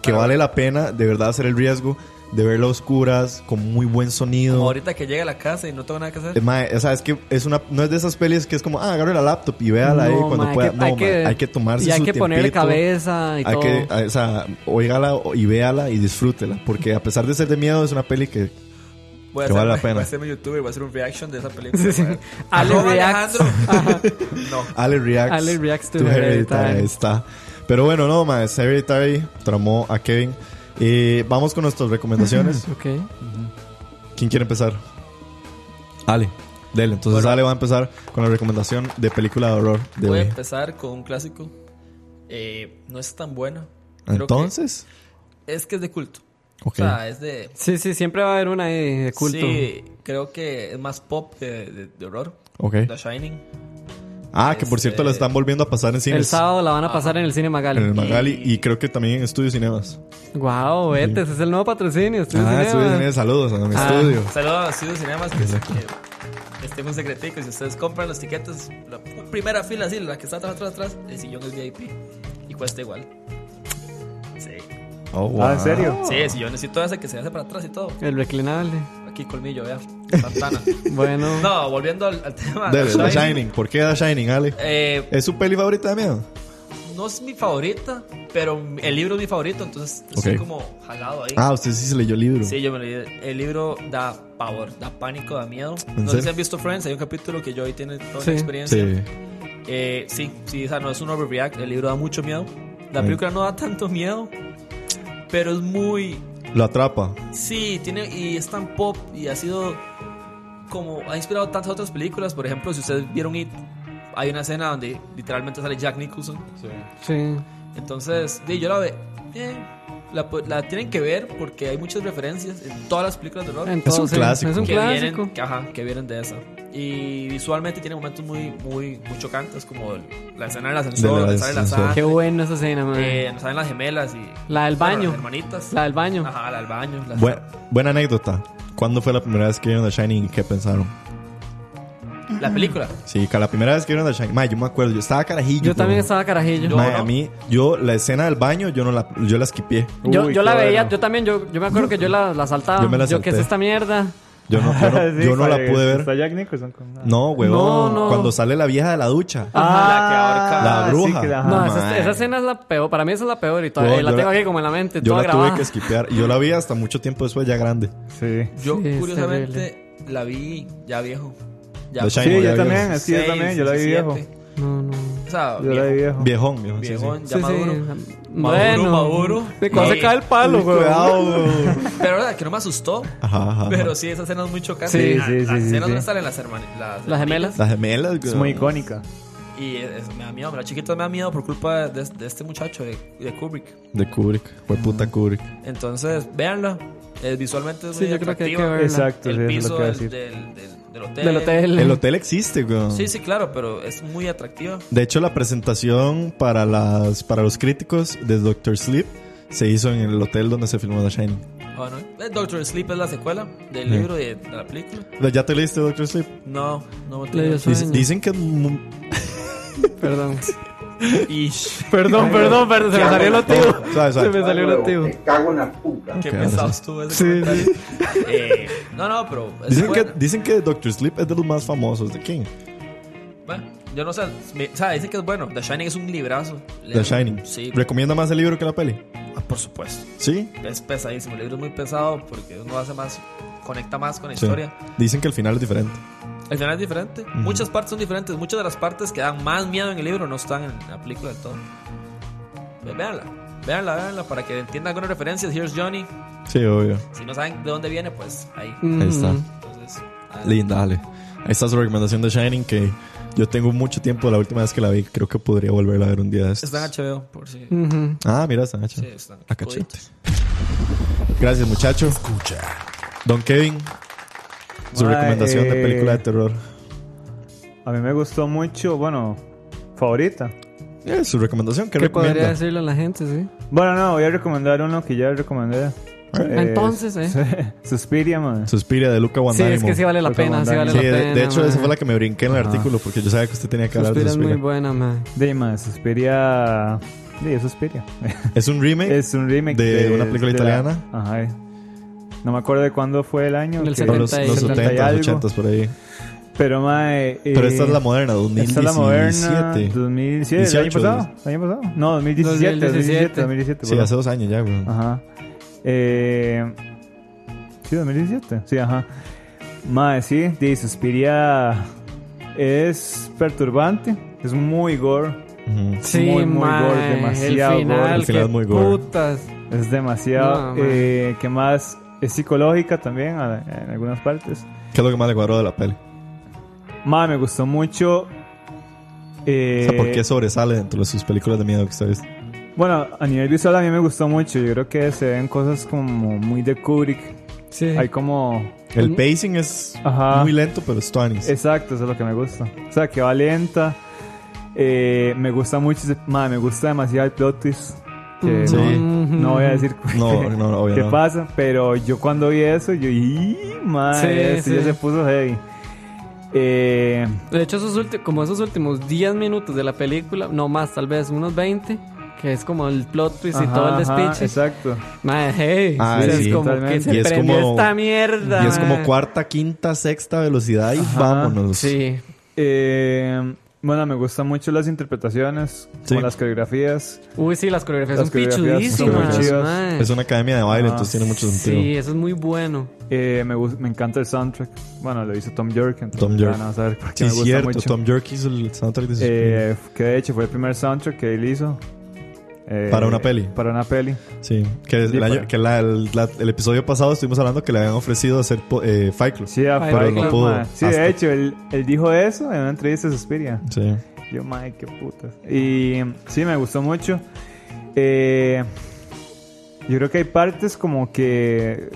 [SPEAKER 3] que vale la pena de verdad hacer el riesgo de verla a oscuras, con muy buen
[SPEAKER 7] Como
[SPEAKER 3] sonido.
[SPEAKER 7] ahorita que llega a la casa y no tengo nada que hacer.
[SPEAKER 3] Eh, mae, o sea, es que es una, no es de esas pelis que es como, ah, agarre la laptop y véala ahí
[SPEAKER 4] No,
[SPEAKER 3] cuando
[SPEAKER 4] mae,
[SPEAKER 3] pueda.
[SPEAKER 4] que-
[SPEAKER 3] no, mae, hay que, tomarse
[SPEAKER 4] Y hay
[SPEAKER 3] su
[SPEAKER 4] que ponerle
[SPEAKER 3] tiempito.
[SPEAKER 4] cabeza y
[SPEAKER 3] Hay
[SPEAKER 4] todo.
[SPEAKER 3] que, o sea, óigala y véala y disfrútela. Porque a pesar de ser de miedo, es una peli que.
[SPEAKER 7] Voy a
[SPEAKER 3] que
[SPEAKER 7] hacer,
[SPEAKER 3] vale la pena.
[SPEAKER 7] Voy a hacerme youtuber, voy a hacer un reaction de esa película.
[SPEAKER 4] Sí, sí.
[SPEAKER 7] mae.
[SPEAKER 4] Ale
[SPEAKER 7] Arroba
[SPEAKER 4] reacts.
[SPEAKER 7] Alejandro. no.
[SPEAKER 3] Ale reacts.
[SPEAKER 4] Ale reacts to
[SPEAKER 3] to
[SPEAKER 4] Hereditary.
[SPEAKER 3] Ahí está. Pero bueno, no, más. Hereditary tramó a Kevin. Eh, vamos con nuestras recomendaciones.
[SPEAKER 4] Ok.
[SPEAKER 3] ¿Quién quiere empezar? Ale. Dele. Entonces, Ale va a empezar con la recomendación de película de horror de
[SPEAKER 7] Voy a
[SPEAKER 3] hoy.
[SPEAKER 7] empezar con un clásico. Eh, no es tan bueno. Creo que-
[SPEAKER 3] Entonces,
[SPEAKER 7] es que es de culto.
[SPEAKER 3] ok.
[SPEAKER 7] O sea, es de.
[SPEAKER 4] Sí, sí, siempre va a haber una ahí de culto.
[SPEAKER 7] Sí, creo que es más pop que de, de horror.
[SPEAKER 3] ok.
[SPEAKER 7] The Shining.
[SPEAKER 3] Ah, que por cierto,
[SPEAKER 7] este-
[SPEAKER 3] la están volviendo a pasar en
[SPEAKER 4] El
[SPEAKER 3] cines.
[SPEAKER 4] sábado la van a pasar en el
[SPEAKER 3] En
[SPEAKER 4] Cine
[SPEAKER 3] el
[SPEAKER 4] Magali.
[SPEAKER 3] Magali y creo que también en Estudios Cinemas.
[SPEAKER 4] Wow, vete, ese es el nuevo patrocinio. Estudio
[SPEAKER 3] Ah,
[SPEAKER 4] Cinema.
[SPEAKER 3] Estudios Cinemas, saludos a mi
[SPEAKER 4] Ah.
[SPEAKER 3] estudio.
[SPEAKER 7] Saludos a Studio Cinemas. Que, que estén un secretico. Si ustedes compran los tiquetes, la primera fila, así, la que está atrás, atrás, atrás, el sillón es VIP. Y cuesta igual. Sí.
[SPEAKER 3] Oh, wow.
[SPEAKER 6] Ah, ¿en serio?
[SPEAKER 7] Sí, el sillón es y todo ese que se hace para atrás y todo.
[SPEAKER 4] El reclinable.
[SPEAKER 7] Aquí colmillo, vea. Santana.
[SPEAKER 4] Bueno.
[SPEAKER 7] No, volviendo al, al
[SPEAKER 6] Ah,
[SPEAKER 7] tema.
[SPEAKER 3] Dele,
[SPEAKER 7] The
[SPEAKER 3] The Shining. ¿Por qué The Shining, Ale?
[SPEAKER 7] Eh,
[SPEAKER 3] ¿Es su peli favorita de miedo?
[SPEAKER 7] No es mi favorita, pero el libro es mi favorito, entonces estoy
[SPEAKER 3] Ok.
[SPEAKER 7] como jalado ahí.
[SPEAKER 3] Ah, usted sí se leyó el libro.
[SPEAKER 7] Sí, yo me leí. El libro da pavor, da pánico, da miedo.
[SPEAKER 3] ¿En
[SPEAKER 7] No sé
[SPEAKER 3] serio?
[SPEAKER 7] si han visto Friends, hay un capítulo que yo hoy tiene toda
[SPEAKER 4] Sí.
[SPEAKER 7] la experiencia.
[SPEAKER 3] Sí.
[SPEAKER 7] Eh, sí, sí, o sea, no es un overreact, el libro da mucho miedo. La película no da tanto miedo, pero es muy...
[SPEAKER 3] Lo atrapa.
[SPEAKER 7] Sí, tiene y es tan pop y ha sido como... Ha inspirado tantas otras películas, por ejemplo, si ustedes vieron It, hay una escena donde literalmente sale Jack Nicholson.
[SPEAKER 4] Sí.
[SPEAKER 7] Entonces, di, yo la ve. eh, la, pu- la tienen que ver porque hay muchas referencias en todas las películas de horror
[SPEAKER 4] Entonces,
[SPEAKER 3] clásico.
[SPEAKER 4] Es un
[SPEAKER 7] que
[SPEAKER 4] clásico.
[SPEAKER 7] vienen, que, ajá, que vienen de esa. Y visualmente tiene momentos muy, muy, muy chocantes, como el- la escena del
[SPEAKER 3] De
[SPEAKER 7] ascensor,
[SPEAKER 3] la
[SPEAKER 7] la escena del
[SPEAKER 3] ascensor.
[SPEAKER 4] Qué
[SPEAKER 7] azar,
[SPEAKER 4] bueno esa escena, man.
[SPEAKER 7] eh, nos salen las gemelas y.
[SPEAKER 4] La del
[SPEAKER 7] bueno,
[SPEAKER 4] baño.
[SPEAKER 7] las hermanitas.
[SPEAKER 4] la del baño.
[SPEAKER 7] Ajá, la del baño. la-
[SPEAKER 3] Buen- buena anécdota. ¿Cuándo fue la primera vez que vieron The Shining y qué pensaron?
[SPEAKER 7] la película.
[SPEAKER 3] Sí, que la primera vez que vieron a Shang, ma, yo me acuerdo, yo estaba carajillo.
[SPEAKER 4] Yo también
[SPEAKER 3] weón.
[SPEAKER 4] estaba carajillo.
[SPEAKER 3] Ma, a mí, yo la escena del baño, yo no la, yo la esquipé.
[SPEAKER 4] Yo,
[SPEAKER 6] Uy,
[SPEAKER 4] yo la
[SPEAKER 6] qué
[SPEAKER 4] veía,
[SPEAKER 6] bueno.
[SPEAKER 4] yo también, yo, yo me acuerdo que yo la, la saltaba.
[SPEAKER 3] Yo me la
[SPEAKER 4] Yo, ¿qué es
[SPEAKER 3] salté.
[SPEAKER 4] esta mierda?
[SPEAKER 3] Yo no, yo no,
[SPEAKER 6] Sí,
[SPEAKER 3] yo no la
[SPEAKER 6] para-
[SPEAKER 3] pude
[SPEAKER 6] Está
[SPEAKER 3] ver.
[SPEAKER 6] Jack Nicholson con una-
[SPEAKER 3] No, huevón.
[SPEAKER 4] No, no.
[SPEAKER 3] Cuando sale la vieja de la ducha.
[SPEAKER 6] Ah,
[SPEAKER 3] La bruja.
[SPEAKER 6] Sí, que, ajá.
[SPEAKER 4] No,
[SPEAKER 3] Ah,
[SPEAKER 4] esa,
[SPEAKER 3] mae.
[SPEAKER 4] esa escena es la peor, para mí esa es la peor y todavía
[SPEAKER 3] Yo-
[SPEAKER 4] la
[SPEAKER 3] yo
[SPEAKER 4] tengo
[SPEAKER 3] la-
[SPEAKER 4] aquí como en la mente,
[SPEAKER 3] Yo
[SPEAKER 4] toda
[SPEAKER 3] la
[SPEAKER 4] grabada.
[SPEAKER 3] tuve que esquipear. Y yo la vi hasta mucho tiempo después, ya grande.
[SPEAKER 6] Sí.
[SPEAKER 7] Yo,
[SPEAKER 4] Sí, es
[SPEAKER 7] curiosamente, la vi ya viejo. Ya
[SPEAKER 3] The
[SPEAKER 7] como
[SPEAKER 3] Shining,
[SPEAKER 6] Sí, yo
[SPEAKER 3] ya
[SPEAKER 6] también,
[SPEAKER 3] viejo.
[SPEAKER 6] así yo
[SPEAKER 7] seis,
[SPEAKER 6] también, yo la vi
[SPEAKER 7] siete.
[SPEAKER 6] viejo.
[SPEAKER 4] No, no.
[SPEAKER 7] O sea,
[SPEAKER 6] Yo la vi
[SPEAKER 7] viejo,
[SPEAKER 6] viejo.
[SPEAKER 3] Viejón, viejón. sí, sí.
[SPEAKER 7] viejón, ya
[SPEAKER 4] Sí, sí.
[SPEAKER 7] maduro.
[SPEAKER 4] Bueno,
[SPEAKER 7] maduro.
[SPEAKER 4] De cuando
[SPEAKER 7] Sí.
[SPEAKER 4] se cae el palo, güey.
[SPEAKER 3] Cuidado, huevón.
[SPEAKER 7] Pero la verdad que no me asustó.
[SPEAKER 3] Ajá, ajá.
[SPEAKER 7] Pero sí, esa escena es muy chocante.
[SPEAKER 4] Sí,
[SPEAKER 7] La-
[SPEAKER 6] sí, sí,
[SPEAKER 7] Las
[SPEAKER 6] sí,
[SPEAKER 7] escenas
[SPEAKER 6] sí.
[SPEAKER 7] donde salen las hermanas. Las,
[SPEAKER 4] Las gemelas.
[SPEAKER 3] Las gemelas,
[SPEAKER 6] Es
[SPEAKER 3] huevón.
[SPEAKER 6] muy icónica.
[SPEAKER 7] Y eso me da miedo. La chiquita me da miedo por culpa de, de este muchacho, de, de Kubrick.
[SPEAKER 3] De Kubrick. Fue puta Kubrick.
[SPEAKER 7] Entonces, véanla. Eh, visualmente es
[SPEAKER 4] Sí,
[SPEAKER 7] muy
[SPEAKER 4] yo creo que hay que
[SPEAKER 7] atractiva.
[SPEAKER 4] verla.
[SPEAKER 6] Exacto, sí,
[SPEAKER 7] El
[SPEAKER 6] eso es lo
[SPEAKER 7] piso
[SPEAKER 6] que iba a
[SPEAKER 7] del,
[SPEAKER 6] decir.
[SPEAKER 7] del- del- del hotel.
[SPEAKER 4] Del hotel.
[SPEAKER 3] El hotel existe, huevón.
[SPEAKER 7] Sí, sí, claro, pero es muy atractiva.
[SPEAKER 3] De hecho, la presentación para, las, para los críticos de Doctor Sleep se hizo en el hotel donde se filmó The Shining.
[SPEAKER 7] Bueno, eh, Doctor Sleep es la secuela del
[SPEAKER 3] Sí.
[SPEAKER 7] libro y de, de la película.
[SPEAKER 3] ¿Ya te leíste Doctor Sleep?
[SPEAKER 7] No, no me
[SPEAKER 4] Le dio
[SPEAKER 7] tengo.
[SPEAKER 3] Dice-
[SPEAKER 4] sueño.
[SPEAKER 3] dicen que es mu-
[SPEAKER 4] Perdón.
[SPEAKER 7] Ish.
[SPEAKER 4] Perdón, perdón, perdón, se me salió el
[SPEAKER 3] Oh,
[SPEAKER 4] nativo.
[SPEAKER 3] suave,
[SPEAKER 4] Se
[SPEAKER 3] suave.
[SPEAKER 4] me salió el nativo.
[SPEAKER 7] Qué
[SPEAKER 3] Ok,
[SPEAKER 7] pesado
[SPEAKER 3] ahora
[SPEAKER 7] estuvo ese comentario. Eh, no, no, pero. es
[SPEAKER 3] Dicen que,
[SPEAKER 7] buena.
[SPEAKER 3] dicen que Doctor Sleep es de los más famosos de King.
[SPEAKER 7] Bueno, yo no sé. me- o sea, dicen que es bueno. The Shining es un librazo.
[SPEAKER 3] The Shining.
[SPEAKER 7] Sí,
[SPEAKER 3] ¿Recomienda más el libro que la peli?
[SPEAKER 7] ah, por supuesto.
[SPEAKER 3] Sí.
[SPEAKER 7] Es pesadísimo. El libro es muy pesado porque uno hace más. Conecta más con la
[SPEAKER 3] Sí.
[SPEAKER 7] historia.
[SPEAKER 3] Dicen que el final es diferente.
[SPEAKER 7] El final es diferente. Muchas partes son diferentes. Muchas de las partes que dan más miedo en el libro no están en la película del todo. Pues véanla. Véanla, véanla para que entiendan algunas referencias. Here's Johnny.
[SPEAKER 3] Sí, obvio.
[SPEAKER 7] Si no saben de dónde viene, pues ahí.
[SPEAKER 4] Mm,
[SPEAKER 3] Ahí está.
[SPEAKER 7] Entonces, ah,
[SPEAKER 3] Linda, dale. Ahí está su recomendación de Shining que yo tengo mucho tiempo. La última vez que la vi, creo que podría volverla a ver un día de estos.
[SPEAKER 7] está en HBO, por si.
[SPEAKER 4] ujú.
[SPEAKER 3] Ah, mira, está hecho.
[SPEAKER 7] Sí, está en
[SPEAKER 3] La cachete. Gracias, muchacho.
[SPEAKER 1] Escucha.
[SPEAKER 3] Don Kevin, su
[SPEAKER 6] Ma,
[SPEAKER 3] recomendación de
[SPEAKER 6] eh,
[SPEAKER 3] película de terror.
[SPEAKER 6] A mí me gustó mucho, bueno, favorita.
[SPEAKER 3] Eh, su recomendación, ¿qué,
[SPEAKER 4] ¿Qué podría
[SPEAKER 3] recomienda?
[SPEAKER 4] decirle a la gente, sí?
[SPEAKER 6] Bueno, no, voy a recomendar uno que ya recomendé. Eh,
[SPEAKER 4] Entonces, eh.
[SPEAKER 6] Suspiria, man.
[SPEAKER 3] Suspiria de Luca
[SPEAKER 4] Sí,
[SPEAKER 3] Guadagnino.
[SPEAKER 4] es que sí vale la
[SPEAKER 6] Fue
[SPEAKER 4] pena, sí
[SPEAKER 6] como
[SPEAKER 4] vale
[SPEAKER 3] Sí,
[SPEAKER 4] la
[SPEAKER 3] de,
[SPEAKER 4] pena.
[SPEAKER 3] de hecho,
[SPEAKER 4] man.
[SPEAKER 3] esa fue la que me brinqué en el artículo porque yo sabía que usted tenía que hablar
[SPEAKER 4] Suspiria
[SPEAKER 3] de
[SPEAKER 4] es muy
[SPEAKER 3] Suspiria.
[SPEAKER 4] buena, man.
[SPEAKER 6] De más, Suspiria. Sí, es Suspiria.
[SPEAKER 3] Es un remake.
[SPEAKER 6] Es un remake
[SPEAKER 3] ¿De una película
[SPEAKER 6] la-
[SPEAKER 3] italiana?
[SPEAKER 6] Ajá. eh. No me acuerdo de cuándo fue el año.
[SPEAKER 4] Del
[SPEAKER 6] que-
[SPEAKER 3] por los,
[SPEAKER 4] 70 y-
[SPEAKER 3] los
[SPEAKER 4] 70
[SPEAKER 6] y
[SPEAKER 3] 70,
[SPEAKER 6] algo.
[SPEAKER 3] 80 por ahí.
[SPEAKER 6] Pero, mae. eh,
[SPEAKER 3] Pero esta es la moderna, 2017.
[SPEAKER 6] Esta es la moderna. 2017. ¿El año
[SPEAKER 3] 18,
[SPEAKER 6] pasado? ¿El año pasado? No, 2017.
[SPEAKER 4] 2017,
[SPEAKER 6] 2017.
[SPEAKER 3] Sí,
[SPEAKER 6] perdón.
[SPEAKER 3] hace dos años ya, güey.
[SPEAKER 6] Ajá. Eh, sí, 2017. Sí, ajá. Mae, sí, de Suspiria es perturbante. Es muy gore.
[SPEAKER 3] Ujú.
[SPEAKER 4] Sí,
[SPEAKER 6] Muy, muy
[SPEAKER 4] man,
[SPEAKER 6] gore, demasiado
[SPEAKER 4] el
[SPEAKER 6] gore.
[SPEAKER 4] final,
[SPEAKER 3] El final
[SPEAKER 4] qué
[SPEAKER 3] es muy gore.
[SPEAKER 4] putas.
[SPEAKER 6] Es demasiado.
[SPEAKER 4] No,
[SPEAKER 6] eh, que más es psicológica también a- en algunas partes.
[SPEAKER 3] ¿Qué es lo que más le cuadró de la peli?
[SPEAKER 6] Mae, me gustó mucho.
[SPEAKER 3] O
[SPEAKER 6] Eh,
[SPEAKER 3] sea, ¿por qué sobresale dentro de sus películas de miedo que usted ha visto?
[SPEAKER 6] Bueno, a nivel visual a mí me gustó mucho. Yo creo que se ven cosas como muy de Kubrick.
[SPEAKER 4] Sí.
[SPEAKER 6] Hay como
[SPEAKER 3] El pacing es
[SPEAKER 6] Mm. Ajá.
[SPEAKER 3] muy lento, pero es tuanis.
[SPEAKER 6] Exacto, eso es lo que me gusta. O sea, que va lenta. Eh, me gusta mucho, ese- madre, me gusta demasiado el plot twist. Que
[SPEAKER 3] Mm, Sí.
[SPEAKER 6] no voy a decir qué,
[SPEAKER 3] No, no, no, obvio
[SPEAKER 6] qué
[SPEAKER 3] no.
[SPEAKER 6] pasa, pero yo cuando vi eso, yo, ¡y! Madre,
[SPEAKER 4] Sí,
[SPEAKER 6] esto ya
[SPEAKER 4] sí.
[SPEAKER 6] se puso heavy. Eh,
[SPEAKER 4] De hecho, esos ulti- como esos últimos 10 minutos de la película, no más, tal vez unos 20, que es como el plot twist y
[SPEAKER 6] ajá,
[SPEAKER 4] todo el
[SPEAKER 6] ajá,
[SPEAKER 4] despiche.
[SPEAKER 6] Exacto.
[SPEAKER 4] Mae, hey,
[SPEAKER 3] Ah,
[SPEAKER 4] o sea,
[SPEAKER 3] sí,
[SPEAKER 4] es como
[SPEAKER 6] totalmente.
[SPEAKER 4] que se
[SPEAKER 3] Y es
[SPEAKER 4] prendió
[SPEAKER 3] como-
[SPEAKER 4] esta mierda.
[SPEAKER 3] Y es como
[SPEAKER 4] mae.
[SPEAKER 3] cuarta, quinta, sexta velocidad y vámonos.
[SPEAKER 4] Sí,
[SPEAKER 6] Eh, bueno, me gustan mucho las interpretaciones, como
[SPEAKER 3] Sí.
[SPEAKER 6] las coreografías.
[SPEAKER 4] uy, sí, las coreografías
[SPEAKER 6] Las
[SPEAKER 4] son
[SPEAKER 6] coreografías son
[SPEAKER 4] pichudísimas.
[SPEAKER 6] muy chidas.
[SPEAKER 4] mae.
[SPEAKER 3] Es una academia de baile,
[SPEAKER 6] Ah,
[SPEAKER 3] entonces tiene mucho sentido.
[SPEAKER 4] Sí, eso es muy bueno.
[SPEAKER 6] Eh, me, gus- me encanta el soundtrack. Bueno, lo hizo Tom York. entonces
[SPEAKER 3] Tom York.
[SPEAKER 6] van a saber por qué
[SPEAKER 3] Sí,
[SPEAKER 6] me
[SPEAKER 3] es
[SPEAKER 6] gusta
[SPEAKER 3] cierto.
[SPEAKER 6] mucho.
[SPEAKER 3] Tom York hizo el soundtrack de sus películas.
[SPEAKER 6] Eh, que de hecho fue el primer soundtrack que él hizo. Eh,
[SPEAKER 3] Para una peli.
[SPEAKER 6] Para una peli.
[SPEAKER 3] Sí, que,
[SPEAKER 6] Sí,
[SPEAKER 3] el, año-
[SPEAKER 6] para-
[SPEAKER 3] que la- el, la- el episodio pasado estuvimos hablando que le habían ofrecido hacer po- eh, Fight Club.
[SPEAKER 6] Sí,
[SPEAKER 4] Ay,
[SPEAKER 6] a
[SPEAKER 4] pero
[SPEAKER 6] Fight
[SPEAKER 4] no
[SPEAKER 6] Club,
[SPEAKER 3] pudo.
[SPEAKER 6] mae. Sí,
[SPEAKER 3] Hasta-
[SPEAKER 6] de hecho, él, él dijo eso en una entrevista de Suspiria.
[SPEAKER 3] Sí.
[SPEAKER 6] Yo, madre, qué putas. Y sí, me gustó mucho. Eh, yo creo que hay partes como que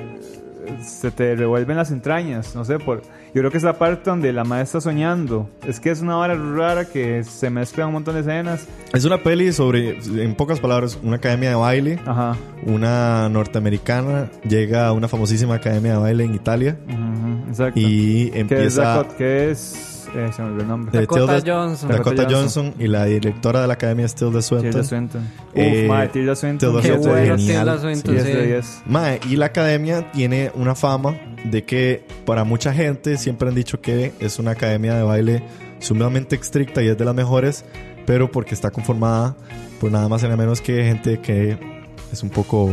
[SPEAKER 6] se te revuelven las entrañas, no sé, por... Yo creo que es la parte donde la madre está soñando. Es que es una hora rara que se mezclan un montón de escenas.
[SPEAKER 3] Es una peli sobre, en pocas palabras, una academia de baile.
[SPEAKER 6] Ajá.
[SPEAKER 3] Una norteamericana llega a una famosísima academia de baile en Italia
[SPEAKER 6] Ujú, exacto.
[SPEAKER 3] y
[SPEAKER 6] que es,
[SPEAKER 3] empieza.
[SPEAKER 6] Dakota- que es Eh, se me olvidó el nombre.
[SPEAKER 3] De
[SPEAKER 4] Dakota
[SPEAKER 3] Tilda-
[SPEAKER 4] Johnson.
[SPEAKER 3] Dakota
[SPEAKER 6] Dakota
[SPEAKER 3] Johnson. y la directora de la academia es Tilda Swinton.
[SPEAKER 6] Tilda Swinton.
[SPEAKER 3] Eh,
[SPEAKER 6] Uf, madre, Tilda Swinton.
[SPEAKER 3] Tilda
[SPEAKER 4] Qué
[SPEAKER 3] Swinton,
[SPEAKER 4] bueno,
[SPEAKER 3] genial.
[SPEAKER 4] Tilda Swinton,
[SPEAKER 6] 10
[SPEAKER 4] sí.
[SPEAKER 6] de 10.
[SPEAKER 3] Mae, y la academia tiene una fama de que para mucha gente siempre han dicho que es una academia de baile sumamente estricta y es de las mejores, pero porque está conformada por nada más y nada menos que gente que es un poco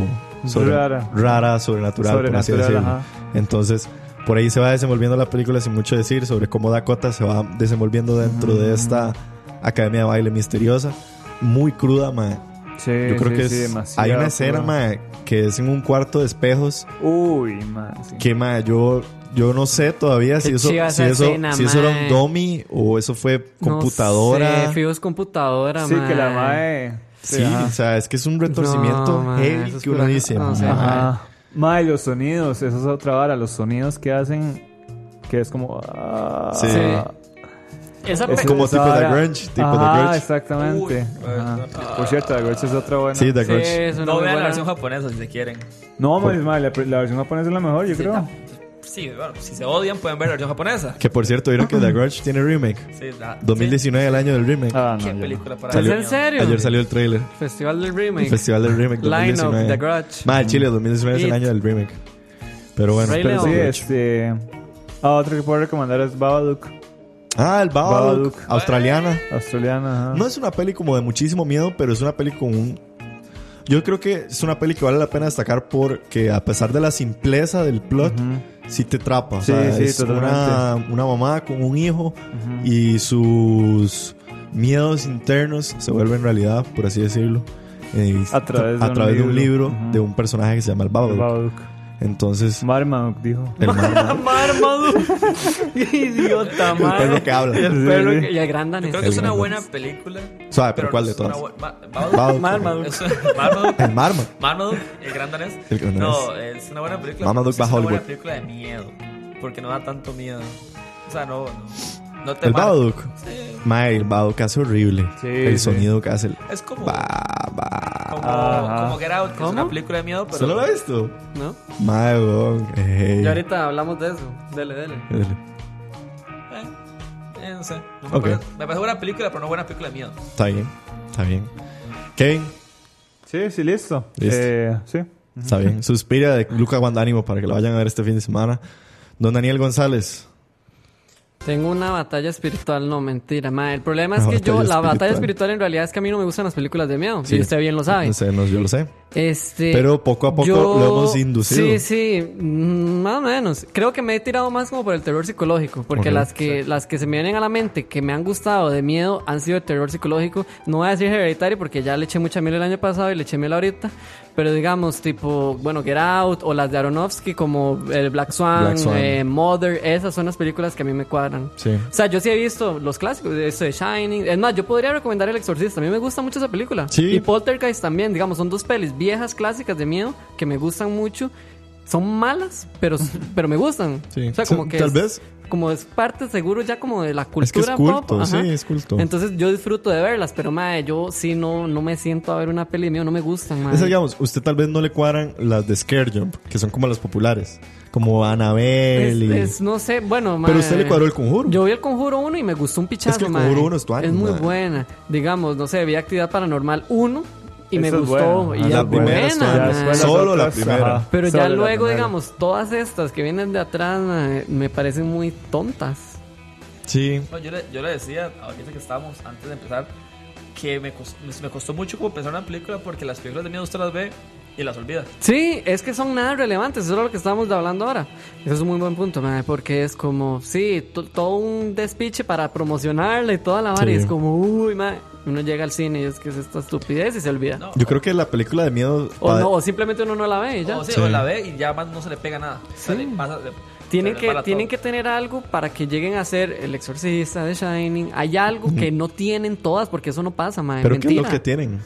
[SPEAKER 6] Rara.
[SPEAKER 3] rara, sobrenatural, por así
[SPEAKER 6] Sobrenatural,
[SPEAKER 3] decirlo.
[SPEAKER 6] ajá.
[SPEAKER 3] Entonces, por ahí se va desenvolviendo la película sin mucho decir sobre cómo Dakota se va desenvolviendo dentro
[SPEAKER 6] Mm.
[SPEAKER 3] de esta academia de baile misteriosa, muy cruda, mae.
[SPEAKER 6] Sí,
[SPEAKER 3] Yo creo
[SPEAKER 6] sí,
[SPEAKER 3] que
[SPEAKER 6] sí,
[SPEAKER 3] es-
[SPEAKER 6] demasiado
[SPEAKER 3] hay una escena,
[SPEAKER 6] puro.
[SPEAKER 3] mae, que es en un cuarto de espejos
[SPEAKER 6] Uy, madre. sí.
[SPEAKER 3] que mae, yo, yo no sé todavía si
[SPEAKER 4] Qué
[SPEAKER 3] eso, si
[SPEAKER 4] chiva
[SPEAKER 3] eso,
[SPEAKER 4] esa escena,
[SPEAKER 3] si eso era un
[SPEAKER 4] mae.
[SPEAKER 3] dummy o eso fue
[SPEAKER 4] No
[SPEAKER 3] computadora.
[SPEAKER 4] sé, fijo es computadora,
[SPEAKER 6] Sí, que la
[SPEAKER 4] mae.
[SPEAKER 6] mae.
[SPEAKER 3] sí,
[SPEAKER 6] ajá.
[SPEAKER 3] o sea, es que es un retorcimiento
[SPEAKER 4] No, mae,
[SPEAKER 3] heavy
[SPEAKER 4] eso es
[SPEAKER 3] que uno
[SPEAKER 4] pura-
[SPEAKER 3] dice.
[SPEAKER 4] no sé.
[SPEAKER 3] mae.
[SPEAKER 6] Ajá. Mae, los sonidos, eso es otra vara, los sonidos que hacen que es como ah,
[SPEAKER 3] Sí.
[SPEAKER 4] Sí. Esa
[SPEAKER 6] es
[SPEAKER 4] pe-
[SPEAKER 3] como
[SPEAKER 6] esa
[SPEAKER 3] tipo The
[SPEAKER 6] vara.
[SPEAKER 3] Grunge, tipo The
[SPEAKER 6] Ajá,
[SPEAKER 3] Grunge.
[SPEAKER 6] exactamente.
[SPEAKER 7] Uy,
[SPEAKER 6] Ajá.
[SPEAKER 7] ah.
[SPEAKER 6] Por cierto, The Grudge es otra buena.
[SPEAKER 3] Sí, The
[SPEAKER 4] sí,
[SPEAKER 3] Grudge.
[SPEAKER 4] es una
[SPEAKER 7] No
[SPEAKER 4] muy
[SPEAKER 7] vean la
[SPEAKER 4] buena.
[SPEAKER 7] versión japonesa si se quieren.
[SPEAKER 6] No, mae, mae, la, la versión japonesa es la mejor, yo
[SPEAKER 7] Sí,
[SPEAKER 6] creo.
[SPEAKER 7] ta- Sí, bueno, si se odian pueden ver la versión japonesa.
[SPEAKER 3] Que por cierto, vieron que The Grudge tiene remake.
[SPEAKER 7] Sí, da-
[SPEAKER 3] 2019 el año del remake.
[SPEAKER 6] Ah, no.
[SPEAKER 7] sí. ¿Qué
[SPEAKER 6] yo no.
[SPEAKER 7] película para
[SPEAKER 4] ¿Es
[SPEAKER 3] Salió-
[SPEAKER 4] en serio?
[SPEAKER 3] Ayer salió el trailer.
[SPEAKER 4] Festival del
[SPEAKER 3] El
[SPEAKER 4] Remake.
[SPEAKER 3] Festival del remake
[SPEAKER 4] Line of
[SPEAKER 3] 2019.
[SPEAKER 4] The Grudge.
[SPEAKER 3] Mae, Chile 2019 es el
[SPEAKER 4] It.
[SPEAKER 3] año del remake. Pero bueno.
[SPEAKER 4] Rey
[SPEAKER 3] pero
[SPEAKER 4] León.
[SPEAKER 6] Sí,
[SPEAKER 3] The Grudge.
[SPEAKER 6] este. Ah, otra que puedo recomendar es Babadook,
[SPEAKER 3] Ah, el Babadook.
[SPEAKER 6] Babadook.
[SPEAKER 3] Australiana.
[SPEAKER 6] australiana. ajá.
[SPEAKER 3] No es una peli como de muchísimo miedo, pero es una peli con un... Yo creo que es una peli que vale la pena destacar porque a pesar de la simpleza del plot, sí te atrapa. O
[SPEAKER 6] Sí,
[SPEAKER 3] sea,
[SPEAKER 6] sí,
[SPEAKER 3] es una,
[SPEAKER 6] totalmente.
[SPEAKER 3] una mamá con un hijo y sus miedos internos se vuelven realidad, por así decirlo. eh,
[SPEAKER 6] A través de un
[SPEAKER 3] través de un libro,
[SPEAKER 6] libro. Ujú.
[SPEAKER 3] de un personaje que se llama el Babadook.
[SPEAKER 6] Babadook.
[SPEAKER 3] Entonces,
[SPEAKER 6] Marmaduke dijo.
[SPEAKER 3] el, man-
[SPEAKER 4] Marmaduke. Idiota,
[SPEAKER 3] el
[SPEAKER 4] madre.
[SPEAKER 3] perro que habla.
[SPEAKER 4] El perro que- Y el gran danés.
[SPEAKER 7] Creo que es una
[SPEAKER 3] Elena
[SPEAKER 7] buena película.
[SPEAKER 3] Suave, pero
[SPEAKER 7] pero
[SPEAKER 3] ¿cuál
[SPEAKER 7] no
[SPEAKER 3] de
[SPEAKER 7] es una
[SPEAKER 3] todas?
[SPEAKER 7] bu- Ma- Babadook.
[SPEAKER 3] Babadook.
[SPEAKER 4] Marmaduke.
[SPEAKER 7] Es- Marmaduke.
[SPEAKER 3] El Marma.
[SPEAKER 7] Marmaduke, el gran danés.
[SPEAKER 3] El gran
[SPEAKER 7] No, es una buena película.
[SPEAKER 3] Marmaduke
[SPEAKER 7] pero
[SPEAKER 3] va
[SPEAKER 7] sí
[SPEAKER 3] a
[SPEAKER 7] es una
[SPEAKER 3] Hollywood.
[SPEAKER 7] buena película de miedo. Porque no da tanto miedo. O sea, no. no- No te
[SPEAKER 3] El
[SPEAKER 7] marca.
[SPEAKER 3] Babadook.
[SPEAKER 7] Sí,
[SPEAKER 3] Mae, el Babadook hace horrible.
[SPEAKER 6] Sí,
[SPEAKER 3] el
[SPEAKER 6] sí.
[SPEAKER 3] sonido que hace el...
[SPEAKER 7] Es como.
[SPEAKER 3] Ba, ba.
[SPEAKER 7] Como,
[SPEAKER 6] Ajá.
[SPEAKER 7] como Get Out, que es
[SPEAKER 4] ¿Cómo?
[SPEAKER 7] una película de miedo, pero.
[SPEAKER 3] ¿Solo lo ha visto?
[SPEAKER 4] ¿No?
[SPEAKER 3] Mae, weón.
[SPEAKER 4] Y
[SPEAKER 3] ey.
[SPEAKER 4] ahorita hablamos de eso. Dele, dele.
[SPEAKER 7] Eh, eh, no sé. No me,
[SPEAKER 3] Ok.
[SPEAKER 7] parece, me parece buena película, pero no buena película de miedo.
[SPEAKER 3] Está bien, está bien. Kevin,
[SPEAKER 6] Sí, sí, listo.
[SPEAKER 3] Listo.
[SPEAKER 6] Eh, sí.
[SPEAKER 3] está bien. Suspira de Luca Guandánimo para que lo vayan a ver este fin de semana. Don Daniel González.
[SPEAKER 4] Tengo una batalla espiritual, no mentira, ma. El problema es
[SPEAKER 3] Una
[SPEAKER 4] que yo,
[SPEAKER 3] batalla
[SPEAKER 4] la batalla
[SPEAKER 3] espiritual.
[SPEAKER 4] espiritual en realidad es que a mí no me gustan las películas de miedo.
[SPEAKER 3] Sí.
[SPEAKER 4] Y usted este bien lo sabe.
[SPEAKER 3] No sé, no, yo lo sé.
[SPEAKER 4] Este,
[SPEAKER 3] Pero poco a poco lo hemos inducido.
[SPEAKER 4] Sí, sí, mm, más o menos. Creo que me he tirado más como por el terror psicológico, porque
[SPEAKER 3] Ok.
[SPEAKER 4] las que las que se me vienen a la mente que me han gustado de miedo han sido de terror psicológico. No voy a decir hereditario porque ya le eché mucha miel el año pasado y le eché miel ahorita, pero digamos tipo, bueno, Get Out o las de Aronofsky como el Black Swan,
[SPEAKER 3] Black Swan.
[SPEAKER 4] eh, Mother, esas son las películas que a mí me cuadran.
[SPEAKER 3] Sí.
[SPEAKER 4] O sea, yo sí he visto los clásicos, este de Shining. Es más, yo podría recomendar El Exorcista. A mí me gusta mucho esa película.
[SPEAKER 3] Sí.
[SPEAKER 4] Y Poltergeist también, digamos, son dos pelis viejas clásicas de miedo que me gustan mucho. Son malas, pero, pero me gustan.
[SPEAKER 3] Sí.
[SPEAKER 4] O sea, como
[SPEAKER 3] Sí,
[SPEAKER 4] que
[SPEAKER 3] tal
[SPEAKER 4] es-
[SPEAKER 3] vez.
[SPEAKER 4] Como es parte seguro ya como de la cultura
[SPEAKER 3] Es que es culto,
[SPEAKER 4] pop, ajá.
[SPEAKER 3] sí, es culto.
[SPEAKER 4] Entonces yo disfruto de verlas, pero madre, yo sí no, no me siento a ver una peli de miedo, no me gustan, madre.
[SPEAKER 3] Esas, digamos, usted tal vez no le cuadran las de Scare Jump, que son como las populares. Como Annabelle
[SPEAKER 4] Es-
[SPEAKER 3] y...
[SPEAKER 4] es- no sé, bueno,
[SPEAKER 3] Pero
[SPEAKER 4] mae,
[SPEAKER 3] usted le cuadró El Conjuro.
[SPEAKER 4] Yo vi el conjuro 1 y me gustó un pichazo.
[SPEAKER 3] Es que El
[SPEAKER 4] mae.
[SPEAKER 3] Conjuro 1 es tu ánimo,
[SPEAKER 4] muy
[SPEAKER 3] mae.
[SPEAKER 4] buena. Digamos, no sé, vi actividad paranormal 1 y me
[SPEAKER 6] Esa es
[SPEAKER 4] gustó.
[SPEAKER 6] buena. Ah,
[SPEAKER 4] Y
[SPEAKER 3] La
[SPEAKER 4] es
[SPEAKER 3] primera es
[SPEAKER 4] buena,
[SPEAKER 3] buena.
[SPEAKER 4] mae.
[SPEAKER 3] después las Solo la primera.
[SPEAKER 4] Pero
[SPEAKER 6] Solo
[SPEAKER 4] ya
[SPEAKER 6] la
[SPEAKER 4] luego,
[SPEAKER 6] primera.
[SPEAKER 4] digamos, todas estas que vienen de atrás mae, me parecen muy tontas.
[SPEAKER 3] Sí.
[SPEAKER 7] No, yo, le, yo le decía, ahorita que estábamos, antes de empezar, que me, cos- me- me costó mucho como pensar una película porque las películas de miedo usted las ve y las olvida.
[SPEAKER 4] Sí, es que son nada relevantes, eso es lo que estábamos hablando ahora. Eso es un muy buen punto, mae, porque es como, sí, to- todo un despiche para promocionarla y toda la vara. Y
[SPEAKER 3] Sí.
[SPEAKER 4] es como, uy, mae, uno llega al cine y es que es esta estupidez y se olvida.
[SPEAKER 7] No,
[SPEAKER 3] Yo creo que la película de miedo...
[SPEAKER 4] O, no, o simplemente uno no la ve y ya.
[SPEAKER 7] O, sí,
[SPEAKER 3] Sí.
[SPEAKER 7] o la ve y ya más no se le pega nada. O sea,
[SPEAKER 4] Sí.
[SPEAKER 7] le pasa- le-
[SPEAKER 4] tienen
[SPEAKER 7] se le
[SPEAKER 4] que,
[SPEAKER 7] resbala
[SPEAKER 4] tienen
[SPEAKER 7] todo.
[SPEAKER 4] que tener algo para que lleguen a ser El Exorcista, The Shining. Hay algo que no tienen todas porque eso no pasa, mae.
[SPEAKER 3] ¿Pero qué es
[SPEAKER 4] Mentira.
[SPEAKER 3] lo que tienen?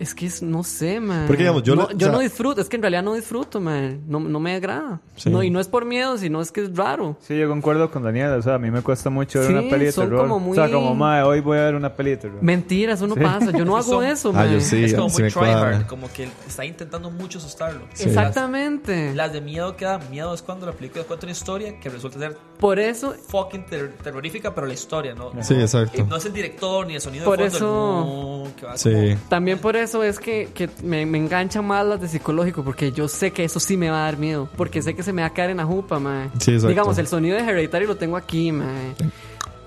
[SPEAKER 4] Es que es- no sé, man.
[SPEAKER 3] Porque, digamos, yo
[SPEAKER 4] no,
[SPEAKER 3] le- o
[SPEAKER 4] yo
[SPEAKER 3] sea-
[SPEAKER 4] no disfruto, es que en realidad no disfruto, man. No, no me agrada.
[SPEAKER 3] Sí.
[SPEAKER 4] No, y no es por miedo, sino es que es raro.
[SPEAKER 6] Sí, yo concuerdo con Daniel. O sea, a mí me cuesta mucho ver
[SPEAKER 4] Sí,
[SPEAKER 6] una peli de
[SPEAKER 4] son
[SPEAKER 6] terror.
[SPEAKER 4] como muy-
[SPEAKER 6] O sea, como, madre, hoy voy a ver una peli de terror.
[SPEAKER 4] Mentiras, eso no pasa. Yo no hago
[SPEAKER 7] Son-
[SPEAKER 4] eso,
[SPEAKER 3] Ah,
[SPEAKER 4] man.
[SPEAKER 3] yo sí,
[SPEAKER 7] es como
[SPEAKER 3] sí
[SPEAKER 7] muy
[SPEAKER 3] me
[SPEAKER 7] tryhard,
[SPEAKER 3] cuadra.
[SPEAKER 7] como que está intentando mucho asustarlo.
[SPEAKER 4] Exactamente.
[SPEAKER 7] Las, las de miedo que da miedo es cuando la película cuenta una historia que resulta ser
[SPEAKER 4] Por eso,
[SPEAKER 7] fucking ter- terrorífica, pero la historia, ¿no?
[SPEAKER 3] Sí,
[SPEAKER 7] no-
[SPEAKER 3] exacto.
[SPEAKER 7] eh, No es el director ni el sonido
[SPEAKER 4] Por
[SPEAKER 7] de fondo.
[SPEAKER 4] eso-
[SPEAKER 7] no, que va
[SPEAKER 3] Sí.
[SPEAKER 7] como-
[SPEAKER 4] también por eso es que, que me, me enganchan más las de psicológico, porque yo sé que eso sí me va a dar miedo. Porque sé que se me va a caer en la jupa, man.
[SPEAKER 3] Sí, exacto.
[SPEAKER 4] Digamos, el sonido de Hereditary lo tengo aquí, man.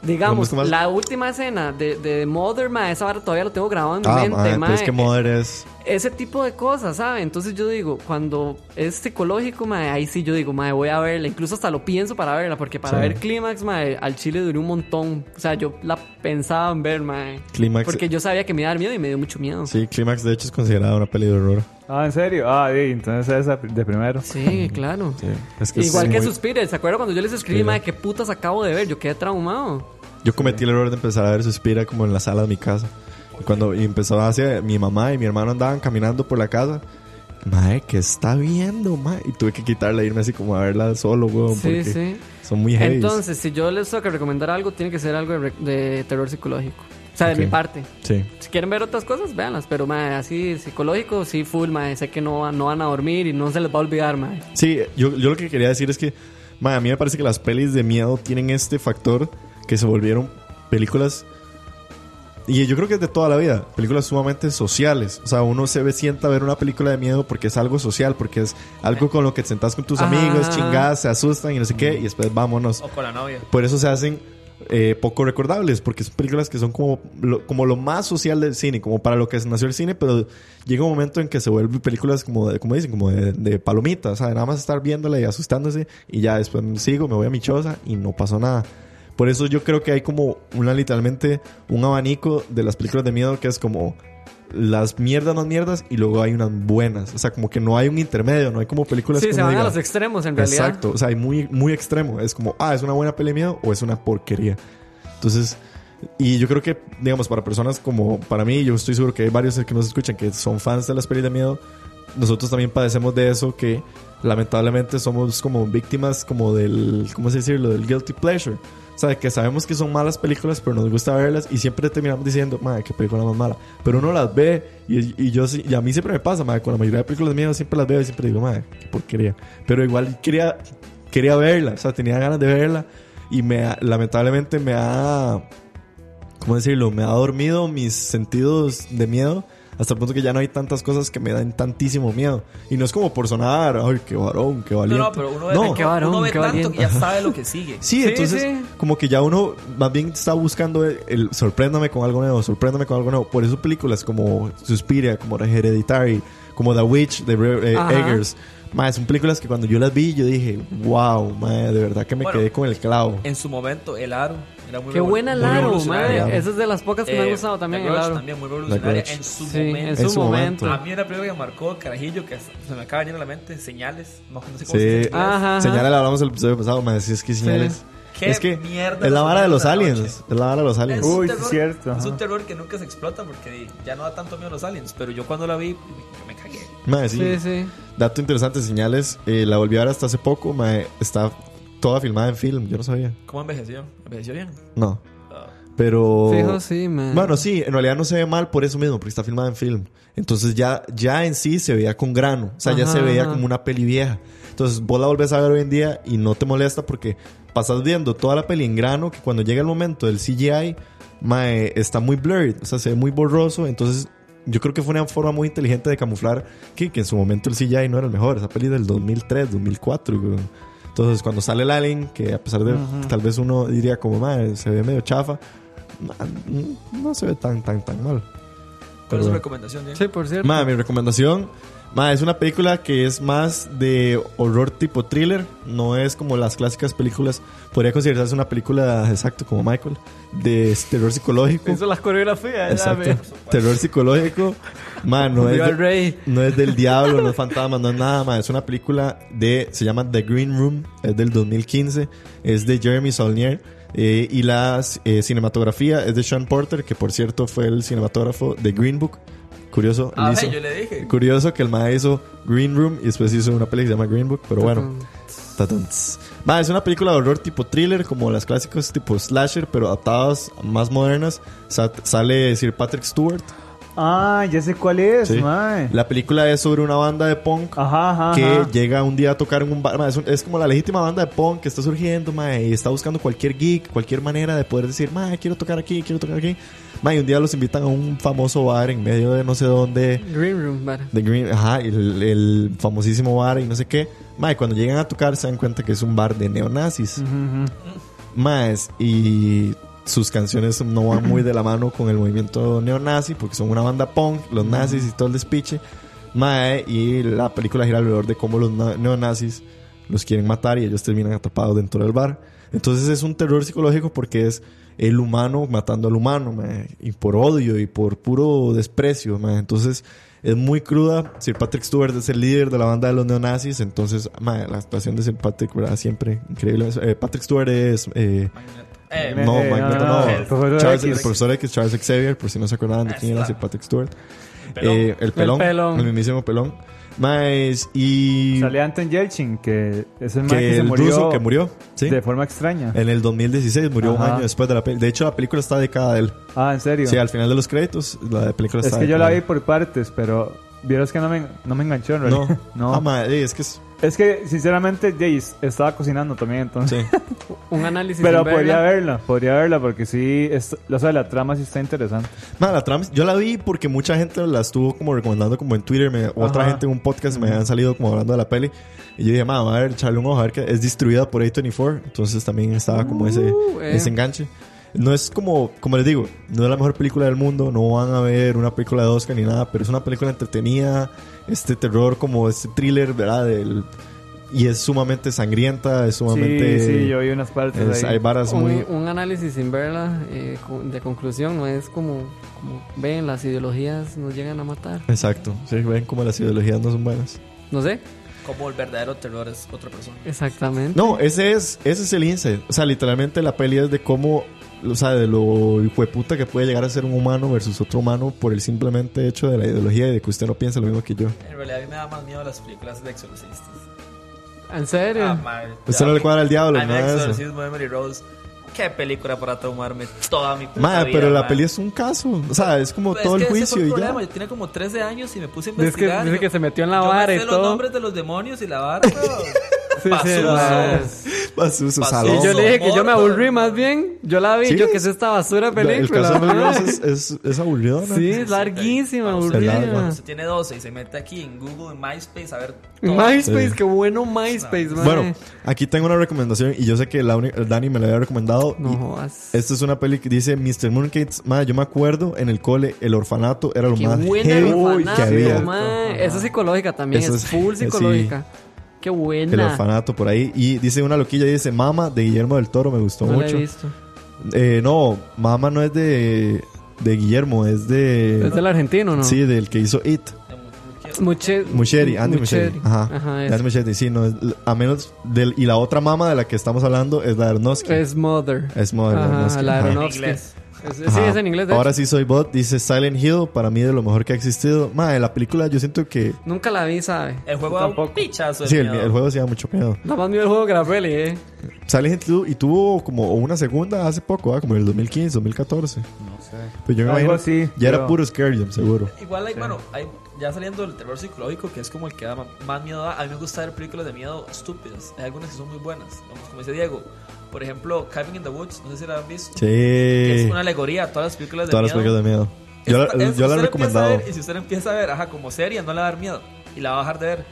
[SPEAKER 4] Digamos,
[SPEAKER 3] Vamos, ¿cómo es?
[SPEAKER 4] la última escena de, de Mother, man, esa vara todavía lo tengo grabado en mi
[SPEAKER 3] Ah,
[SPEAKER 4] mente,
[SPEAKER 3] madre, pero es
[SPEAKER 4] mae.
[SPEAKER 3] que Mother es.
[SPEAKER 4] ese tipo de cosas, ¿sabe? Entonces yo digo, cuando es psicológico, mae, ahí sí yo digo, mae, voy a verla. Incluso hasta lo pienso para verla, porque para
[SPEAKER 3] Sí.
[SPEAKER 4] ver Clímax, mae, al chile duró un montón. O sea, yo la pensaba en ver, mae.
[SPEAKER 3] Clímax.
[SPEAKER 4] Porque yo sabía que me iba a dar miedo y me dio mucho miedo. Sí,
[SPEAKER 3] Sí, Clímax de hecho es considerada una peli de horror.
[SPEAKER 6] Ah, ¿en serio? Ah, sí, entonces esa de primero.
[SPEAKER 4] claro.
[SPEAKER 3] Sí. Es que
[SPEAKER 4] Igual
[SPEAKER 3] es
[SPEAKER 4] que
[SPEAKER 3] muy-
[SPEAKER 4] Suspiria, ¿se acuerdan cuando yo les escribí,
[SPEAKER 3] Suspiria.
[SPEAKER 4] mae, qué putas acabo de ver? Yo quedé traumado.
[SPEAKER 3] Yo cometí el error de empezar a ver Suspira como en la sala de mi casa. Y Cuando y empezó hacia mi mamá y mi hermano andaban caminando por la casa. Mae, ¿qué está viendo, mae? Y tuve que quitarla e irme así como a verla solo, weón.
[SPEAKER 4] Sí,
[SPEAKER 3] porque
[SPEAKER 4] sí.
[SPEAKER 3] Son muy heavy.
[SPEAKER 4] Entonces, si yo les tengo que recomendar algo, tiene que ser algo de, re- de terror psicológico. O sea, de
[SPEAKER 3] Ok.
[SPEAKER 4] mi parte.
[SPEAKER 3] Sí.
[SPEAKER 4] Si quieren ver otras cosas, véanlas, pero mae, así psicológico, sí, full, mae. Sé que no, va- no van a dormir y no se les va a olvidar, mae.
[SPEAKER 3] Sí, yo, yo lo que quería decir es que, mae, a mí me parece que las pelis de miedo tienen este factor que se volvieron películas. Y yo creo que es de toda la vida, películas sumamente sociales. O sea, uno se ve, sienta a ver una película de miedo porque es algo social, porque es algo con lo que te sentás con tus
[SPEAKER 4] Ajá.
[SPEAKER 3] amigos, chingás, se asustan y no sé qué, y después vámonos.
[SPEAKER 7] O con la novia.
[SPEAKER 3] Por eso se hacen eh, poco recordables, porque son películas que son como lo, como lo más social del cine, como para lo que nació el cine, pero llega un momento en que se vuelven películas como, de- como dicen, como de, de palomitas, o sea, nada más estar viéndola y asustándose y ya después sigo, me voy a mi choza y no pasó nada. Por eso yo creo que hay como una literalmente un abanico de las películas de miedo que es como las mierdas más mierdas y luego hay unas buenas, o sea, como que no hay un intermedio, no hay como películas
[SPEAKER 4] Sí,
[SPEAKER 3] que
[SPEAKER 4] se
[SPEAKER 3] uno
[SPEAKER 4] van a
[SPEAKER 3] diga,
[SPEAKER 4] los extremos en realidad.
[SPEAKER 3] Exacto, o sea, hay muy, muy extremo. Es como, ah, es una buena pelea de miedo o es una porquería. Entonces, y yo creo que, digamos, para personas como para mí, yo estoy seguro que hay varios que nos escuchan que son fans de las pelis de miedo. Nosotros también padecemos de eso que lamentablemente somos como víctimas como del, ¿cómo se decirlo? Del guilty pleasure. O sea, que sabemos que son malas películas, pero nos gusta verlas y siempre terminamos diciendo, madre, qué película más mala. Pero uno las ve y, y yo sí- y a mí siempre me pasa, madre, con la mayoría de películas de miedo siempre las veo y siempre digo, madre, qué porquería. Pero igual quería, quería verla, o sea, tenía ganas de verla y me ha- lamentablemente me ha ¿cómo decirlo? Me ha dormido mis sentidos de miedo hasta el punto que ya no hay tantas cosas que me dan tantísimo miedo. Y no es como por sonar, ay, qué varón, qué
[SPEAKER 7] No,
[SPEAKER 3] valiente.
[SPEAKER 7] no, pero uno ve,
[SPEAKER 3] No.
[SPEAKER 4] qué varón,
[SPEAKER 7] uno ve
[SPEAKER 4] qué
[SPEAKER 7] tanto
[SPEAKER 4] valiente.
[SPEAKER 7] que ya sabe lo que sigue.
[SPEAKER 3] Sí,
[SPEAKER 4] Sí,
[SPEAKER 3] entonces
[SPEAKER 4] sí.
[SPEAKER 3] como que ya uno más bien está buscando el, el sorpréndame con algo nuevo, sorpréndame con algo nuevo. Por eso películas como Suspiria, como Hereditary, como The Witch de Re- eh,
[SPEAKER 4] Ajá.
[SPEAKER 3] Eggers, ma, son películas que cuando yo las vi yo dije, wow, ma, de verdad que me
[SPEAKER 7] Bueno,
[SPEAKER 3] quedé con el clavo.
[SPEAKER 7] En su momento, el aro era muy
[SPEAKER 4] Qué
[SPEAKER 7] revolu-
[SPEAKER 4] buena
[SPEAKER 7] muy
[SPEAKER 4] Laro,
[SPEAKER 7] revolucionaria.
[SPEAKER 4] mae. Esa es de las pocas que me
[SPEAKER 7] Eh,
[SPEAKER 4] ha gustado también,
[SPEAKER 7] The
[SPEAKER 4] el
[SPEAKER 7] Grudge
[SPEAKER 4] Laro.
[SPEAKER 7] también muy revolucionaria
[SPEAKER 3] Grudge.
[SPEAKER 7] en su
[SPEAKER 4] Sí, en
[SPEAKER 7] momento.
[SPEAKER 4] su,
[SPEAKER 3] En su
[SPEAKER 4] momento.
[SPEAKER 7] A mí una película que marcó Carajillo, que se me acaba de venir a la mente, Señales. No, no sé cómo se
[SPEAKER 3] Sí,
[SPEAKER 7] dice.
[SPEAKER 4] Ajá, ajá.
[SPEAKER 3] señala, la hablamos el episodio pasado, ma, decís que señales.
[SPEAKER 7] Qué
[SPEAKER 3] es que
[SPEAKER 7] mierda
[SPEAKER 3] es la vara de los
[SPEAKER 7] la
[SPEAKER 3] aliens.
[SPEAKER 7] noche.
[SPEAKER 3] Es la vara de los aliens.
[SPEAKER 7] Es un
[SPEAKER 6] Uy, sí,
[SPEAKER 7] terror-
[SPEAKER 6] cierto,
[SPEAKER 7] Es
[SPEAKER 6] ajá.
[SPEAKER 7] un terror que nunca se explota porque ya no da tanto miedo a los aliens. Pero yo cuando la vi, yo me cagué.
[SPEAKER 3] Mae, sí.
[SPEAKER 4] Sí, sí.
[SPEAKER 3] Dato interesante, señales. eh, la volví a ver hasta hace poco. mae, está toda filmada en film. Yo no sabía.
[SPEAKER 7] ¿Cómo envejeció? ¿Envejeció bien? Ah,
[SPEAKER 3] No. Pero.
[SPEAKER 4] Fijo, sí, mae.
[SPEAKER 3] Oh. Bueno, sí, en realidad no se ve mal por eso mismo, porque está filmada en film. Entonces ya, ya en sí se veía con grano. O sea, ya
[SPEAKER 4] Ajá,
[SPEAKER 3] se veía
[SPEAKER 4] ajá.
[SPEAKER 3] como una peli vieja. Entonces vos la volvés a ver hoy en día y no te molesta porque pasas viendo toda la peli en grano que cuando llega el momento del CGI mae, está muy blurred, o sea, se ve muy borroso. Entonces yo creo que fue una forma muy inteligente de camuflar que, que en su momento el CGI no era el mejor. Esa peli del 2003, 2004. güey. Entonces cuando sale el alien, que a pesar de tal vez uno diría como, mae, se ve medio chafa. Ma- no se ve tan, tan, tan mal.
[SPEAKER 7] ¿Cuál
[SPEAKER 3] Perdón.
[SPEAKER 7] es su recomendación, Diego?
[SPEAKER 4] Sí, por cierto.
[SPEAKER 3] Ma, mi recomendación ma, es una película que es más de horror tipo thriller. No es como las clásicas películas. Podría considerarse una película, exacto, como Michael, de terror psicológico.
[SPEAKER 4] Hizo las coreografías, ya,
[SPEAKER 3] Exacto.
[SPEAKER 4] ve.
[SPEAKER 3] Terror psicológico. Ma, no es,
[SPEAKER 4] Yo al
[SPEAKER 3] de-
[SPEAKER 4] rey.
[SPEAKER 3] no es del diablo, no es fantasma, no es nada, ma. Es una película de. Se llama The Green Room. Es del 2015. Es de Jeremy Saulnier. eh, y la eh, cinematografía es de Sean Porter, que por cierto fue el cinematógrafo de Green Book. Curioso. él
[SPEAKER 7] Ah,
[SPEAKER 3] hizo-
[SPEAKER 7] yo le dije.
[SPEAKER 3] Curioso que el mae hizo Green Room y después hizo una peli que se llama Green Book, pero bueno. Tatun, tss. Mae, es una película de horror tipo thriller, como las clásicas tipo slasher, pero adaptadas a más modernas. Sa- sale Sir Patrick Stewart.
[SPEAKER 6] Ah, ya sé cuál es,
[SPEAKER 3] ¿sí?
[SPEAKER 6] mae.
[SPEAKER 3] La película es sobre una banda de punk
[SPEAKER 6] Ajá, ajá.
[SPEAKER 3] que
[SPEAKER 6] ajá.
[SPEAKER 3] llega un día a tocar en un bar. mae, es, un- es como la legítima banda de punk que está surgiendo, mae, y está buscando cualquier geek, cualquier manera de poder decir, mae, quiero tocar aquí, quiero tocar aquí. Mae, y un día los invitan a un famoso bar en medio de no sé dónde.
[SPEAKER 4] Green Room, vara.
[SPEAKER 3] The Green, ajá, el, el famosísimo bar y no sé qué. Mae, cuando llegan a tocar se dan cuenta que es un bar de neonazis.
[SPEAKER 6] Ujú, ujú.
[SPEAKER 3] Más, y sus canciones no van muy de la mano con el movimiento neonazi porque son una banda punk, los nazis y todo el despiche. Mae, y la película gira alrededor de cómo los na- neonazis los quieren matar y ellos terminan atrapados dentro del bar. Entonces es un terror psicológico porque es el humano matando al humano, mae, y por odio y por puro desprecio. mae. Entonces es muy cruda. Sir Patrick Stewart es el líder de la banda de los neonazis, entonces mae, la actuación de Sir Patrick ¿verdad? siempre increíble. Eh, Patrick Stewart es... eh,
[SPEAKER 6] Eh,
[SPEAKER 7] Eh,
[SPEAKER 3] no,
[SPEAKER 6] eh,
[SPEAKER 3] Magneto no.
[SPEAKER 6] no, no, el profesor
[SPEAKER 3] Charles,
[SPEAKER 6] X.
[SPEAKER 3] el profesor X, Charles Xavier, por si no se acuerdan de
[SPEAKER 7] Ah,
[SPEAKER 3] quién era
[SPEAKER 7] está.
[SPEAKER 3] Sir Patrick Stewart.
[SPEAKER 7] pelón.
[SPEAKER 3] Eh, el pelón. El
[SPEAKER 4] pelón.
[SPEAKER 3] mismísimo pelón. Más, y.
[SPEAKER 6] Sale Anton Yelchin, que es el
[SPEAKER 3] que
[SPEAKER 6] mae que se
[SPEAKER 3] el
[SPEAKER 6] murió.
[SPEAKER 3] ruso que murió. ¿sí? Eh,
[SPEAKER 6] De forma extraña.
[SPEAKER 3] En el 2016, murió un
[SPEAKER 6] Ajá.
[SPEAKER 3] año después de la película. De hecho, la película está dedicada a él.
[SPEAKER 6] Ah, en serio.
[SPEAKER 3] Sí, al final de los créditos, la película
[SPEAKER 6] es
[SPEAKER 3] está
[SPEAKER 6] que yo
[SPEAKER 3] dedicada
[SPEAKER 6] la
[SPEAKER 3] a
[SPEAKER 6] vi
[SPEAKER 3] él.
[SPEAKER 6] por partes, pero vieras que no me, no me enganchó en realidad.
[SPEAKER 3] No,
[SPEAKER 6] no.
[SPEAKER 3] Ah, ma, eh, es que es.
[SPEAKER 6] es que sinceramente Jace estaba cocinando también, entonces.
[SPEAKER 3] Sí.
[SPEAKER 4] Un análisis.
[SPEAKER 6] Pero
[SPEAKER 4] sin verla.
[SPEAKER 6] podría verla, podría verla porque sí, es, o sea, la trama sí está interesante.
[SPEAKER 3] Ma, la trama- yo la vi porque mucha gente la estuvo como recomendando como en Twitter, me- otra
[SPEAKER 6] Ajá.
[SPEAKER 3] gente en un podcast me habían salido como hablando de la peli y yo dije, "Ma, voy a ver, echarle un ojo a ver que es distribuida por A24, entonces también estaba como ese,
[SPEAKER 4] Uh, eh.
[SPEAKER 3] ese enganche. No es como, como les digo, no es la mejor película del mundo, no van a ver una película de Oscar ni nada, pero es una película entretenida, este terror como este thriller, ¿verdad? Del- y es sumamente sangrienta, es sumamente...
[SPEAKER 6] Sí, sí, yo vi unas partes
[SPEAKER 3] es-
[SPEAKER 6] ahí.
[SPEAKER 3] hay varas
[SPEAKER 4] un,
[SPEAKER 3] muy...
[SPEAKER 4] un análisis sin verla eh, con- de conclusión no es como, como ven las ideologías nos llegan a matar
[SPEAKER 3] Exacto, sí, ven como las ideologías no son buenas.
[SPEAKER 4] no sé
[SPEAKER 7] como el verdadero terror es otra persona.
[SPEAKER 4] exactamente
[SPEAKER 3] No, ese es, ese es el insight. O sea, literalmente la peli es de cómo, o sea, de lo hijueputa que puede llegar a ser un humano versus otro humano por el simplemente hecho de la ideología y de que usted no piensa lo mismo que yo.
[SPEAKER 7] En realidad a mí me da más miedo las películas de exorcistas.
[SPEAKER 4] en serio
[SPEAKER 7] Ah, madre.
[SPEAKER 3] Usted no le cuadra al diablo,
[SPEAKER 7] A mí el
[SPEAKER 3] nada de eso.
[SPEAKER 7] exorcismo de Mary Rose. Qué película para traumarme toda mi puta
[SPEAKER 3] Madre,
[SPEAKER 7] vida,
[SPEAKER 3] pero la
[SPEAKER 7] madre.
[SPEAKER 3] peli es un caso. O sea, es como
[SPEAKER 7] Pues
[SPEAKER 3] todo
[SPEAKER 7] es
[SPEAKER 3] el
[SPEAKER 7] que ese fue
[SPEAKER 3] juicio y ya.
[SPEAKER 7] problema. Yo tenía como 13 años y me puse a
[SPEAKER 4] Dice que,
[SPEAKER 7] investigar.
[SPEAKER 4] dice
[SPEAKER 7] Yo-
[SPEAKER 4] que se metió en la
[SPEAKER 7] yo me
[SPEAKER 4] vara
[SPEAKER 7] sé
[SPEAKER 4] y
[SPEAKER 7] los
[SPEAKER 4] todo
[SPEAKER 7] nombres de los demonios y la vara.
[SPEAKER 4] Sí, sí,
[SPEAKER 7] Pasuso.
[SPEAKER 3] Ah,
[SPEAKER 4] la-
[SPEAKER 3] Pasuso,
[SPEAKER 7] Pasuso.
[SPEAKER 3] Salón.
[SPEAKER 4] y yo le dije que yo me
[SPEAKER 7] Mordo.
[SPEAKER 4] aburrí más bien yo la vi
[SPEAKER 3] Sí.
[SPEAKER 4] yo que es esta basura película
[SPEAKER 3] El caso de Mel Rose es, es, es aburrido, ¿no?
[SPEAKER 4] sí es larguísima
[SPEAKER 7] Vamos
[SPEAKER 3] a ver.
[SPEAKER 4] aburrida
[SPEAKER 7] Cuando se tiene 12 y se mete aquí en Google, en MySpace, a ver todo.
[SPEAKER 4] MySpace
[SPEAKER 3] Sí.
[SPEAKER 4] qué bueno MySpace madre.
[SPEAKER 3] Bueno, aquí tengo una recomendación y yo sé que la uni- Dani me la había recomendado.
[SPEAKER 4] no
[SPEAKER 3] y
[SPEAKER 4] jodas
[SPEAKER 3] Esta es una peli que dice Mr. Mooncakes. Madre, yo me acuerdo en el cole, el orfanato era lo
[SPEAKER 4] Qué
[SPEAKER 3] más
[SPEAKER 4] buena
[SPEAKER 3] heavy
[SPEAKER 4] orfanato,
[SPEAKER 3] que había.
[SPEAKER 4] mae. Esa es psicológica también,
[SPEAKER 3] Eso
[SPEAKER 4] es
[SPEAKER 3] es-
[SPEAKER 4] full
[SPEAKER 3] sí.
[SPEAKER 4] psicológica. Qué
[SPEAKER 3] El
[SPEAKER 4] buena.
[SPEAKER 3] orfanato por ahí. Y dice una loquilla, dice Mama de Guillermo del Toro, me gustó
[SPEAKER 4] no la he
[SPEAKER 3] mucho.
[SPEAKER 4] visto.
[SPEAKER 3] Eh, no, Mama no es de, de Guillermo, es de...
[SPEAKER 4] Es del argentino, ¿no?
[SPEAKER 3] Sí, del que hizo It.
[SPEAKER 4] Muche-
[SPEAKER 3] Mucheri, Andy
[SPEAKER 4] Mucheri.
[SPEAKER 3] Mucheri. Ajá.
[SPEAKER 4] Ajá,
[SPEAKER 3] De
[SPEAKER 4] es,
[SPEAKER 3] Andy Muschietti, sí, no, es- a menos del... Y la otra Mama de la que estamos hablando es la de Aronofsky.
[SPEAKER 4] es Mother.
[SPEAKER 3] Es Mother de
[SPEAKER 4] Ajá,
[SPEAKER 3] Aronofsky,
[SPEAKER 4] la
[SPEAKER 3] ajá.
[SPEAKER 4] Aronofsky.
[SPEAKER 7] En inglés.
[SPEAKER 4] Es- sí,
[SPEAKER 3] Ajá.
[SPEAKER 4] es en inglés. de
[SPEAKER 3] Ahora
[SPEAKER 4] hecho.
[SPEAKER 3] sí soy bot, dice Silent Hill, para mí de lo mejor que ha existido. Madre, la película yo siento que...
[SPEAKER 4] Nunca la vi, ¿sabe?
[SPEAKER 7] El juego da un pichazo. de
[SPEAKER 3] Sí, el,
[SPEAKER 7] miedo.
[SPEAKER 3] el juego hacía mucho miedo.
[SPEAKER 4] Nada más vi el juego que la peli, ¿eh?
[SPEAKER 3] Silent Hill y tuvo como una segunda hace poco, ¿ah? como en el 2015, 2014. No sé. Pues yo me imagino.
[SPEAKER 6] Algo así,
[SPEAKER 3] ya era
[SPEAKER 6] pero-
[SPEAKER 3] puro Scare Jam, seguro.
[SPEAKER 7] Igual hay, bueno, hay, ya saliendo del terror psicológico, que es como el que da ma- más miedo da, a mí me gusta ver películas de miedo estúpidas. Hay algunas que son muy buenas, vamos, como dice Diego. Por ejemplo, Cabin in the Woods, no sé si la han visto. que
[SPEAKER 3] Sí.
[SPEAKER 7] Es una alegoría a todas las películas de
[SPEAKER 3] Todas las
[SPEAKER 7] miedo.
[SPEAKER 3] películas de miedo. Yo la,
[SPEAKER 7] Es- es-
[SPEAKER 3] yo la he
[SPEAKER 7] usted empieza a
[SPEAKER 3] recomendado.
[SPEAKER 7] ver, y si usted la empieza a ver, ajá, como serie, no le va a dar miedo. Y la va a dejar de ver.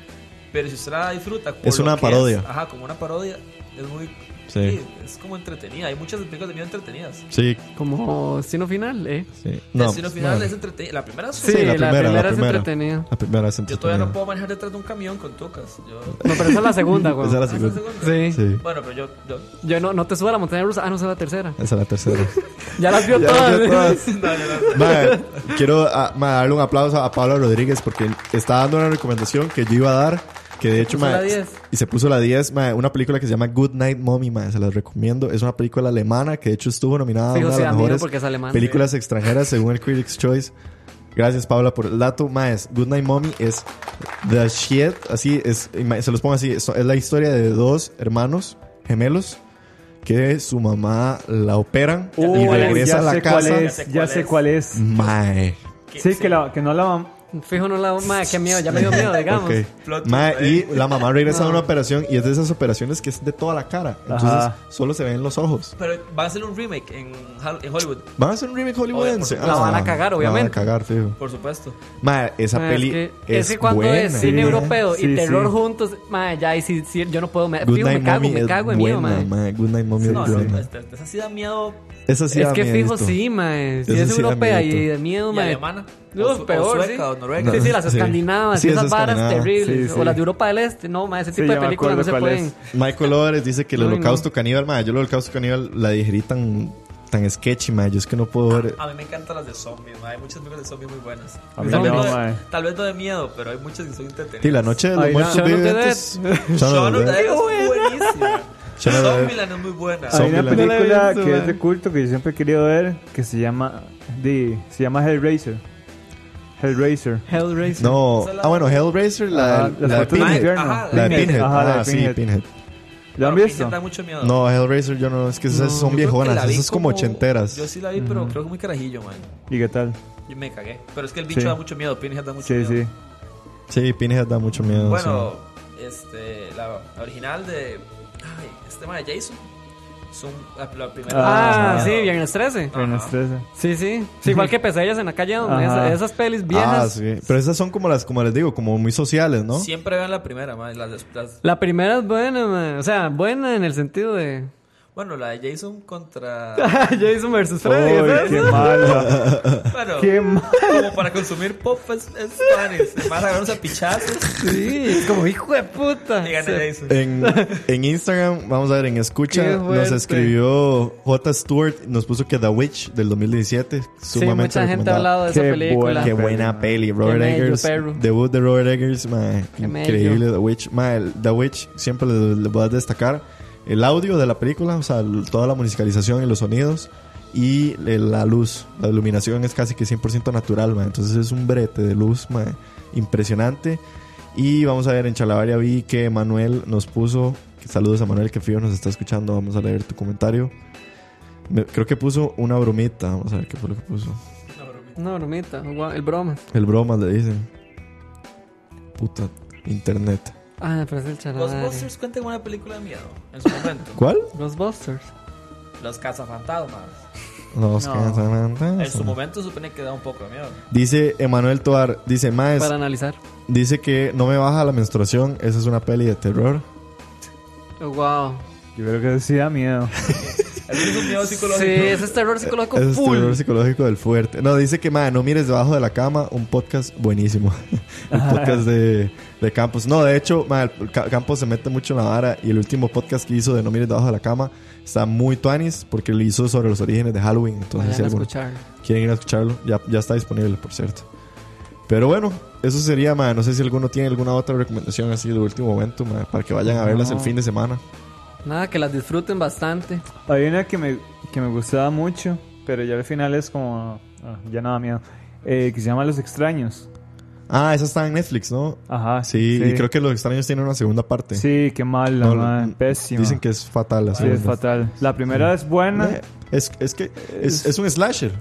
[SPEAKER 7] Pero si usted la disfruta. por
[SPEAKER 3] Es
[SPEAKER 7] lo
[SPEAKER 3] una
[SPEAKER 7] que
[SPEAKER 3] parodia.
[SPEAKER 7] es, ajá, como una parodia. Es muy.
[SPEAKER 3] Sí.
[SPEAKER 7] sí, es como entretenida. Hay muchas películas de miedo entretenidas.
[SPEAKER 3] Sí,
[SPEAKER 4] Como destino final, ¿eh.
[SPEAKER 3] sí. No,
[SPEAKER 7] No, Destino final
[SPEAKER 3] no.
[SPEAKER 7] es entretenida. La primera es
[SPEAKER 4] Sí,
[SPEAKER 3] la
[SPEAKER 4] la,
[SPEAKER 3] primera,
[SPEAKER 4] primera,
[SPEAKER 3] la
[SPEAKER 4] es
[SPEAKER 3] primera.
[SPEAKER 4] entretenida.
[SPEAKER 3] La primera es
[SPEAKER 7] Yo todavía no
[SPEAKER 3] entretenida.
[SPEAKER 7] puedo manejar detrás de un camión con tucas. Yo.
[SPEAKER 4] No, pero esa es la segunda, güey.
[SPEAKER 3] Esa es la
[SPEAKER 7] Ah, ¿esa es
[SPEAKER 3] segunda.
[SPEAKER 7] la
[SPEAKER 4] Sí.
[SPEAKER 7] segunda?
[SPEAKER 3] Sí,
[SPEAKER 7] Bueno, pero yo. yo-
[SPEAKER 4] Yo no, no te subo a la montaña rusa. Ah, no, esa es la tercera.
[SPEAKER 3] esa es la tercera.
[SPEAKER 7] Ah,
[SPEAKER 4] Ya las vio
[SPEAKER 3] Ya,
[SPEAKER 4] todas.
[SPEAKER 3] ya todas.
[SPEAKER 7] No, yo no-
[SPEAKER 3] Madre, quiero ah, madre, darle un aplauso a Pablo Rodríguez porque está dando una recomendación que yo iba a dar. Que de hecho,
[SPEAKER 4] puso
[SPEAKER 3] madre,
[SPEAKER 4] la 10.
[SPEAKER 3] y se puso la 10. madre, una película que se llama Good Night Mommy, madre, se las recomiendo. Es una película alemana que de hecho estuvo nominada a
[SPEAKER 4] Fijo,
[SPEAKER 3] una de
[SPEAKER 4] sí,
[SPEAKER 3] las
[SPEAKER 4] da miedo
[SPEAKER 3] mejores
[SPEAKER 4] porque es alemán.
[SPEAKER 3] películas extranjeras según el Critics' Choice. Gracias, Paula, por el dato. Más, Good Night Mommy es The Shit. Así es, ima- se los pongo así. Es es la historia de dos hermanos gemelos que su mamá la operan y
[SPEAKER 6] Uy,
[SPEAKER 3] regresa a
[SPEAKER 6] ya
[SPEAKER 3] la
[SPEAKER 6] sé cuál
[SPEAKER 3] casa.
[SPEAKER 6] es, ya sé cuál es.
[SPEAKER 3] Mae.
[SPEAKER 6] Sí, que, la, que no la mam-
[SPEAKER 4] Fijo, no la. Madre, qué miedo, ya me dio miedo, digamos.
[SPEAKER 3] Ok.
[SPEAKER 7] Plot
[SPEAKER 3] Mae, y
[SPEAKER 7] twist.
[SPEAKER 3] la mamá regresa a una operación y es de esas operaciones que es de toda la cara. Entonces
[SPEAKER 6] Ajá.
[SPEAKER 3] solo se ven los ojos.
[SPEAKER 7] Pero van a hacer un remake en, Hol- en Hollywood,
[SPEAKER 3] Van a hacer un remake hollywoodense. Ah,
[SPEAKER 7] Obvio,
[SPEAKER 4] por supuesto. La van a cagar,
[SPEAKER 3] La van
[SPEAKER 4] obviamente.
[SPEAKER 3] a cagar, fijo.
[SPEAKER 7] por supuesto.
[SPEAKER 3] Mae, esa
[SPEAKER 4] Mae,
[SPEAKER 3] peli
[SPEAKER 4] es
[SPEAKER 3] es,
[SPEAKER 4] que, es que cuando
[SPEAKER 3] buena.
[SPEAKER 4] es cine
[SPEAKER 6] Sí.
[SPEAKER 4] europeo
[SPEAKER 6] Sí,
[SPEAKER 4] y terror
[SPEAKER 6] sí.
[SPEAKER 4] juntos, madre, ya ahí sí, sí, yo no puedo. Me,
[SPEAKER 3] Good
[SPEAKER 4] fijo, me
[SPEAKER 3] Night
[SPEAKER 4] cago,
[SPEAKER 3] Mommy
[SPEAKER 4] me
[SPEAKER 3] es
[SPEAKER 4] cago de
[SPEAKER 3] buena,
[SPEAKER 4] miedo, madre.
[SPEAKER 3] mae. Good Night Mommy
[SPEAKER 7] No,
[SPEAKER 3] es buena.
[SPEAKER 7] esa, esa- esa sí da miedo
[SPEAKER 3] Esa sí
[SPEAKER 4] pues, es
[SPEAKER 3] da
[SPEAKER 4] que
[SPEAKER 3] miedo,
[SPEAKER 4] fijo,
[SPEAKER 3] esto.
[SPEAKER 4] sí, mae. Si
[SPEAKER 3] Eso
[SPEAKER 4] es
[SPEAKER 3] sí da
[SPEAKER 4] europea y
[SPEAKER 3] miedito.
[SPEAKER 4] de miedo,
[SPEAKER 7] y
[SPEAKER 4] mae.
[SPEAKER 7] alemana.
[SPEAKER 4] No,
[SPEAKER 7] o, su- o
[SPEAKER 4] peor,
[SPEAKER 7] sueca
[SPEAKER 4] sí.
[SPEAKER 7] o noruega.
[SPEAKER 4] Sí, sí, las
[SPEAKER 3] Sí.
[SPEAKER 4] escandinavas,
[SPEAKER 3] Sí,
[SPEAKER 4] esas
[SPEAKER 3] esas
[SPEAKER 4] varas
[SPEAKER 3] escandinavas.
[SPEAKER 4] terribles.
[SPEAKER 6] Sí, sí.
[SPEAKER 4] O las de Europa del Este, no, mae, ese
[SPEAKER 6] Sí,
[SPEAKER 4] tipo
[SPEAKER 6] ya
[SPEAKER 4] de
[SPEAKER 6] me
[SPEAKER 4] películas no
[SPEAKER 6] acuerdo
[SPEAKER 4] se
[SPEAKER 6] cuál
[SPEAKER 4] pueden.
[SPEAKER 6] es.
[SPEAKER 3] Michael Lores dice que el
[SPEAKER 4] Ay, no.
[SPEAKER 3] holocausto caníbal, mae, yo el holocausto caníbal la digerí tan, tan sketchy, mae. Yo es que no puedo ver.
[SPEAKER 7] A mí me encantan las de zombies, ma. hay muchas películas de zombies muy buenas.
[SPEAKER 6] A mí
[SPEAKER 7] tal, vez
[SPEAKER 6] no,
[SPEAKER 7] no de,
[SPEAKER 6] mae.
[SPEAKER 7] tal vez no de miedo, pero hay muchas que son entretenidas.
[SPEAKER 3] Sí, la noche de los
[SPEAKER 6] Ay,
[SPEAKER 3] muertos
[SPEAKER 6] no.
[SPEAKER 4] Shaun of the
[SPEAKER 3] vivientes. Shaun of
[SPEAKER 7] Shaun
[SPEAKER 3] the
[SPEAKER 7] of the
[SPEAKER 3] Dead.
[SPEAKER 7] Dead es buenísima.
[SPEAKER 3] Shaun of the Dead.
[SPEAKER 7] Zombieland es muy buena.
[SPEAKER 6] Hay una
[SPEAKER 3] Zombieland.
[SPEAKER 6] película
[SPEAKER 3] No la he visto,
[SPEAKER 6] que es
[SPEAKER 3] mae.
[SPEAKER 6] de culto que yo siempre he querido ver que se llama di- se llama Hellraiser. Hellraiser.
[SPEAKER 4] Hellraiser.
[SPEAKER 3] No,
[SPEAKER 7] Esa es la-
[SPEAKER 3] ah, bueno, Hellraiser, la,
[SPEAKER 6] Ah,
[SPEAKER 3] la,
[SPEAKER 6] las
[SPEAKER 3] de
[SPEAKER 6] fotos del
[SPEAKER 3] Pinhead.
[SPEAKER 6] infierno.
[SPEAKER 7] Ajá,
[SPEAKER 3] La de Pinhead.
[SPEAKER 6] Ajá, la
[SPEAKER 3] Ah,
[SPEAKER 6] de
[SPEAKER 3] sí, Pinhead.
[SPEAKER 6] ¿Lo han
[SPEAKER 7] Pero
[SPEAKER 6] visto?
[SPEAKER 7] Da mucho miedo.
[SPEAKER 3] No, Hellraiser yo no, es que esas
[SPEAKER 4] No,
[SPEAKER 3] son
[SPEAKER 7] Yo creo que
[SPEAKER 3] viejonas,
[SPEAKER 7] la vi
[SPEAKER 3] esas es como ochenteras.
[SPEAKER 7] Yo sí la vi, pero creo que muy carajillo, man.
[SPEAKER 6] ¿Y qué tal?
[SPEAKER 7] Yo me cagué. Pero es que el bicho
[SPEAKER 6] Sí.
[SPEAKER 7] da mucho miedo, Pinhead da mucho
[SPEAKER 6] Sí,
[SPEAKER 7] miedo.
[SPEAKER 6] sí.
[SPEAKER 3] Sí, Pinhead da mucho miedo.
[SPEAKER 7] Bueno, este, la, la original de. Ay, este tema de Jason. Son la, la primera.
[SPEAKER 4] Ah,
[SPEAKER 7] Ajá.
[SPEAKER 4] sí, Viernes 13.
[SPEAKER 7] Ah.
[SPEAKER 6] Bueno, es esa.
[SPEAKER 4] Sí, sí. Sí, igual que Pesadillas en la calle, donde
[SPEAKER 6] Ajá.
[SPEAKER 4] esas, esas pelis
[SPEAKER 3] sí. Ah,
[SPEAKER 4] viejas.
[SPEAKER 3] sí. Pero esas son como las, como les digo, como muy sociales, ¿no?
[SPEAKER 7] Siempre vean la primera, man. Las, des- las-
[SPEAKER 4] La primera es buena, mae. O sea, buena en el sentido de.
[SPEAKER 7] bueno, la de Jason contra.
[SPEAKER 4] Jason versus Freddy.
[SPEAKER 6] Uy,
[SPEAKER 4] ¿es
[SPEAKER 6] qué
[SPEAKER 4] eso?
[SPEAKER 6] mala.
[SPEAKER 7] Bueno,
[SPEAKER 6] qué mala.
[SPEAKER 7] como para consumir pop es, es panes. Se van a agarrar unos pichazos
[SPEAKER 4] Sí, es como hijo de puta.
[SPEAKER 7] y gana
[SPEAKER 4] Se-
[SPEAKER 7] Jason.
[SPEAKER 3] En, en Instagram, vamos a ver, en
[SPEAKER 4] Qué
[SPEAKER 3] Escucha, nos
[SPEAKER 4] fuerte.
[SPEAKER 3] escribió J. Stewart, nos puso que The Witch del 2017,
[SPEAKER 4] Sí,
[SPEAKER 3] sumamente
[SPEAKER 4] mucha gente ha
[SPEAKER 3] recomendada.
[SPEAKER 4] hablado de esa
[SPEAKER 6] Qué
[SPEAKER 4] película.
[SPEAKER 6] buena.
[SPEAKER 3] Qué
[SPEAKER 6] Peli,
[SPEAKER 3] buena
[SPEAKER 6] man.
[SPEAKER 3] peli, Robert
[SPEAKER 4] mello,
[SPEAKER 3] Eggers.
[SPEAKER 4] perro.
[SPEAKER 3] Debut de Robert Eggers, ma,
[SPEAKER 4] Qué mello.
[SPEAKER 3] increíble. The Witch, ma, el- The Witch, siempre le, le voy a destacar el audio de la película, o sea, l- toda la musicalización y los sonidos. Y le- la luz, la iluminación es casi que 100% natural, ma, entonces es un brete de luz ma, impresionante. Y vamos a ver, en Chalabaria vi que Manuel nos puso, que saludos a Manuel que frío nos está escuchando, vamos a leer tu comentario. Me- creo que puso una bromita, vamos a ver qué fue lo que puso.
[SPEAKER 4] No, bromita. guau, El broma.
[SPEAKER 3] El broma le dicen. Puta, internet.
[SPEAKER 4] Ah, pero es el charabari.
[SPEAKER 7] Ghostbusters cuenta con una película de miedo en su momento.
[SPEAKER 3] ¿Cuál?
[SPEAKER 4] Ghostbusters.
[SPEAKER 7] Los cazafantasmas.
[SPEAKER 3] Los
[SPEAKER 4] No.
[SPEAKER 3] cazafantasmas.
[SPEAKER 7] En su momento supone que da un poco de miedo.
[SPEAKER 3] Dice Emanuel Toar, dice Maes,
[SPEAKER 4] Para analizar.
[SPEAKER 3] dice que no me baja la menstruación, esa es una peli de terror.
[SPEAKER 4] Wow.
[SPEAKER 6] Yo creo que sí da miedo.
[SPEAKER 7] Eso es un miedo psicológico.
[SPEAKER 4] Sí, ese es terror psicológico
[SPEAKER 3] Ese es este
[SPEAKER 4] full.
[SPEAKER 3] terror psicológico del fuerte. No, dice que Mae, no mires debajo de la cama, un podcast buenísimo. un podcast de, de Campos. No, de hecho, mae, el Ca- Campos se mete mucho en la vara y el último podcast que hizo de No mires debajo de la cama está muy tuanis porque lo hizo sobre los orígenes de Halloween. Entonces, si
[SPEAKER 4] Vayan a
[SPEAKER 3] alguno-
[SPEAKER 4] escuchar.
[SPEAKER 3] quieren ir a escucharlo, ya, ya está disponible, por cierto. Pero bueno, eso sería, ma. No sé si alguno tiene alguna otra recomendación así de último momento, ma, para que vayan a verlas el fin de semana.
[SPEAKER 4] Nada, que las disfruten bastante.
[SPEAKER 6] Hay una que me, que me gustaba mucho, pero ya al final es como. ah, ya nada miedo. Eh, que se llama Los Extraños.
[SPEAKER 3] Ah, esa está en Netflix, ¿no?
[SPEAKER 6] Ajá.
[SPEAKER 3] Sí, y creo que Los Extraños tienen una segunda parte.
[SPEAKER 6] Sí, qué mala,
[SPEAKER 3] No,
[SPEAKER 6] man.
[SPEAKER 3] l-
[SPEAKER 6] Pésima.
[SPEAKER 3] Dicen que es fatal la
[SPEAKER 6] Sí, es
[SPEAKER 3] segunda.
[SPEAKER 6] fatal. La primera es buena.
[SPEAKER 3] Eh, Es, es que es, es un slasher.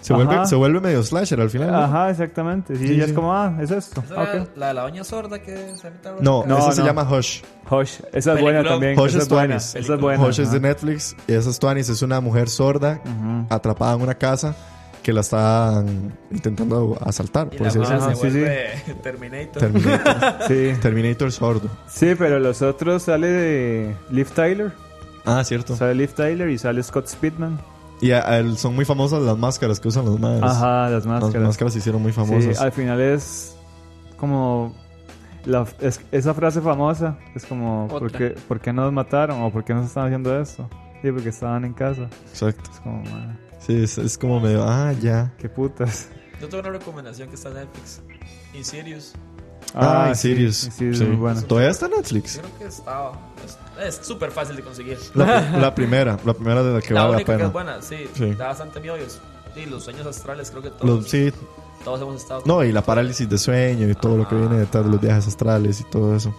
[SPEAKER 3] Se
[SPEAKER 6] Ajá.
[SPEAKER 3] vuelve, se vuelve medio slasher al final. ¿no?
[SPEAKER 6] Ajá, exactamente. Sí,
[SPEAKER 3] Sí,
[SPEAKER 6] ya es
[SPEAKER 3] sí.
[SPEAKER 6] como, ah, es esto.
[SPEAKER 7] Esa
[SPEAKER 6] Ah,
[SPEAKER 7] era
[SPEAKER 6] ok.
[SPEAKER 7] La de la doña sorda que se mete a la
[SPEAKER 3] No,
[SPEAKER 7] boca.
[SPEAKER 3] esa
[SPEAKER 6] No,
[SPEAKER 3] se
[SPEAKER 6] no.
[SPEAKER 3] llama Hush.
[SPEAKER 6] Hush, esa es buena
[SPEAKER 7] Película.
[SPEAKER 6] también.
[SPEAKER 3] Hush
[SPEAKER 6] esa
[SPEAKER 3] es
[SPEAKER 6] es buena.
[SPEAKER 3] tuanis.
[SPEAKER 6] Esa es buena.
[SPEAKER 3] Hush es de Netflix. Y esa es Tuanis. Es una mujer sorda
[SPEAKER 6] Ajá.
[SPEAKER 3] atrapada en una casa que la están intentando asaltar.
[SPEAKER 7] Y
[SPEAKER 3] Por
[SPEAKER 7] la
[SPEAKER 3] así
[SPEAKER 7] mala
[SPEAKER 3] decirlo.
[SPEAKER 7] se
[SPEAKER 6] Ajá, sí, sí.
[SPEAKER 7] vuelve Terminator.
[SPEAKER 3] Terminator,
[SPEAKER 6] Sí.
[SPEAKER 3] Terminator sordo.
[SPEAKER 6] sí, pero los otros sale de Liv Tyler.
[SPEAKER 3] Ah, cierto.
[SPEAKER 6] Sale Liv Tyler y sale Scott Speedman.
[SPEAKER 3] Y a- a él son muy famosas las máscaras que usan los madres.
[SPEAKER 6] Ajá, las máscaras.
[SPEAKER 3] Las máscaras se hicieron muy famosas.
[SPEAKER 6] Sí, al final es como la- es- esa frase famosa. Es como, ¿por
[SPEAKER 4] Otra.
[SPEAKER 6] qué, ¿por qué nos mataron? ¿O por qué nos están haciendo esto? Sí, porque estaban en casa.
[SPEAKER 3] Exacto.
[SPEAKER 6] Es como, "Ma,
[SPEAKER 3] Sí, es, es como medio, ah, ya.
[SPEAKER 6] qué putas.
[SPEAKER 7] Yo tengo una recomendación que está en Netflix. Insidious.
[SPEAKER 3] Ah,
[SPEAKER 6] sí,
[SPEAKER 3] Insidious.
[SPEAKER 6] Sí,
[SPEAKER 3] Sí.
[SPEAKER 6] es muy buena.
[SPEAKER 3] Todavía está en Netflix.
[SPEAKER 7] Creo que estaba. Es es súper fácil de conseguir.
[SPEAKER 3] La, la primera, la primera de la que
[SPEAKER 7] la
[SPEAKER 3] vale la
[SPEAKER 7] única que es
[SPEAKER 3] pena.
[SPEAKER 7] buena, sí.
[SPEAKER 3] Sí.
[SPEAKER 7] Da bastante miedo. Y los- y los sueños astrales, creo que todos.
[SPEAKER 3] Los, sí,
[SPEAKER 7] Todos hemos estado.
[SPEAKER 3] No, y la parálisis de sueño y todo lo que viene detrás de los viajes astrales y todo eso.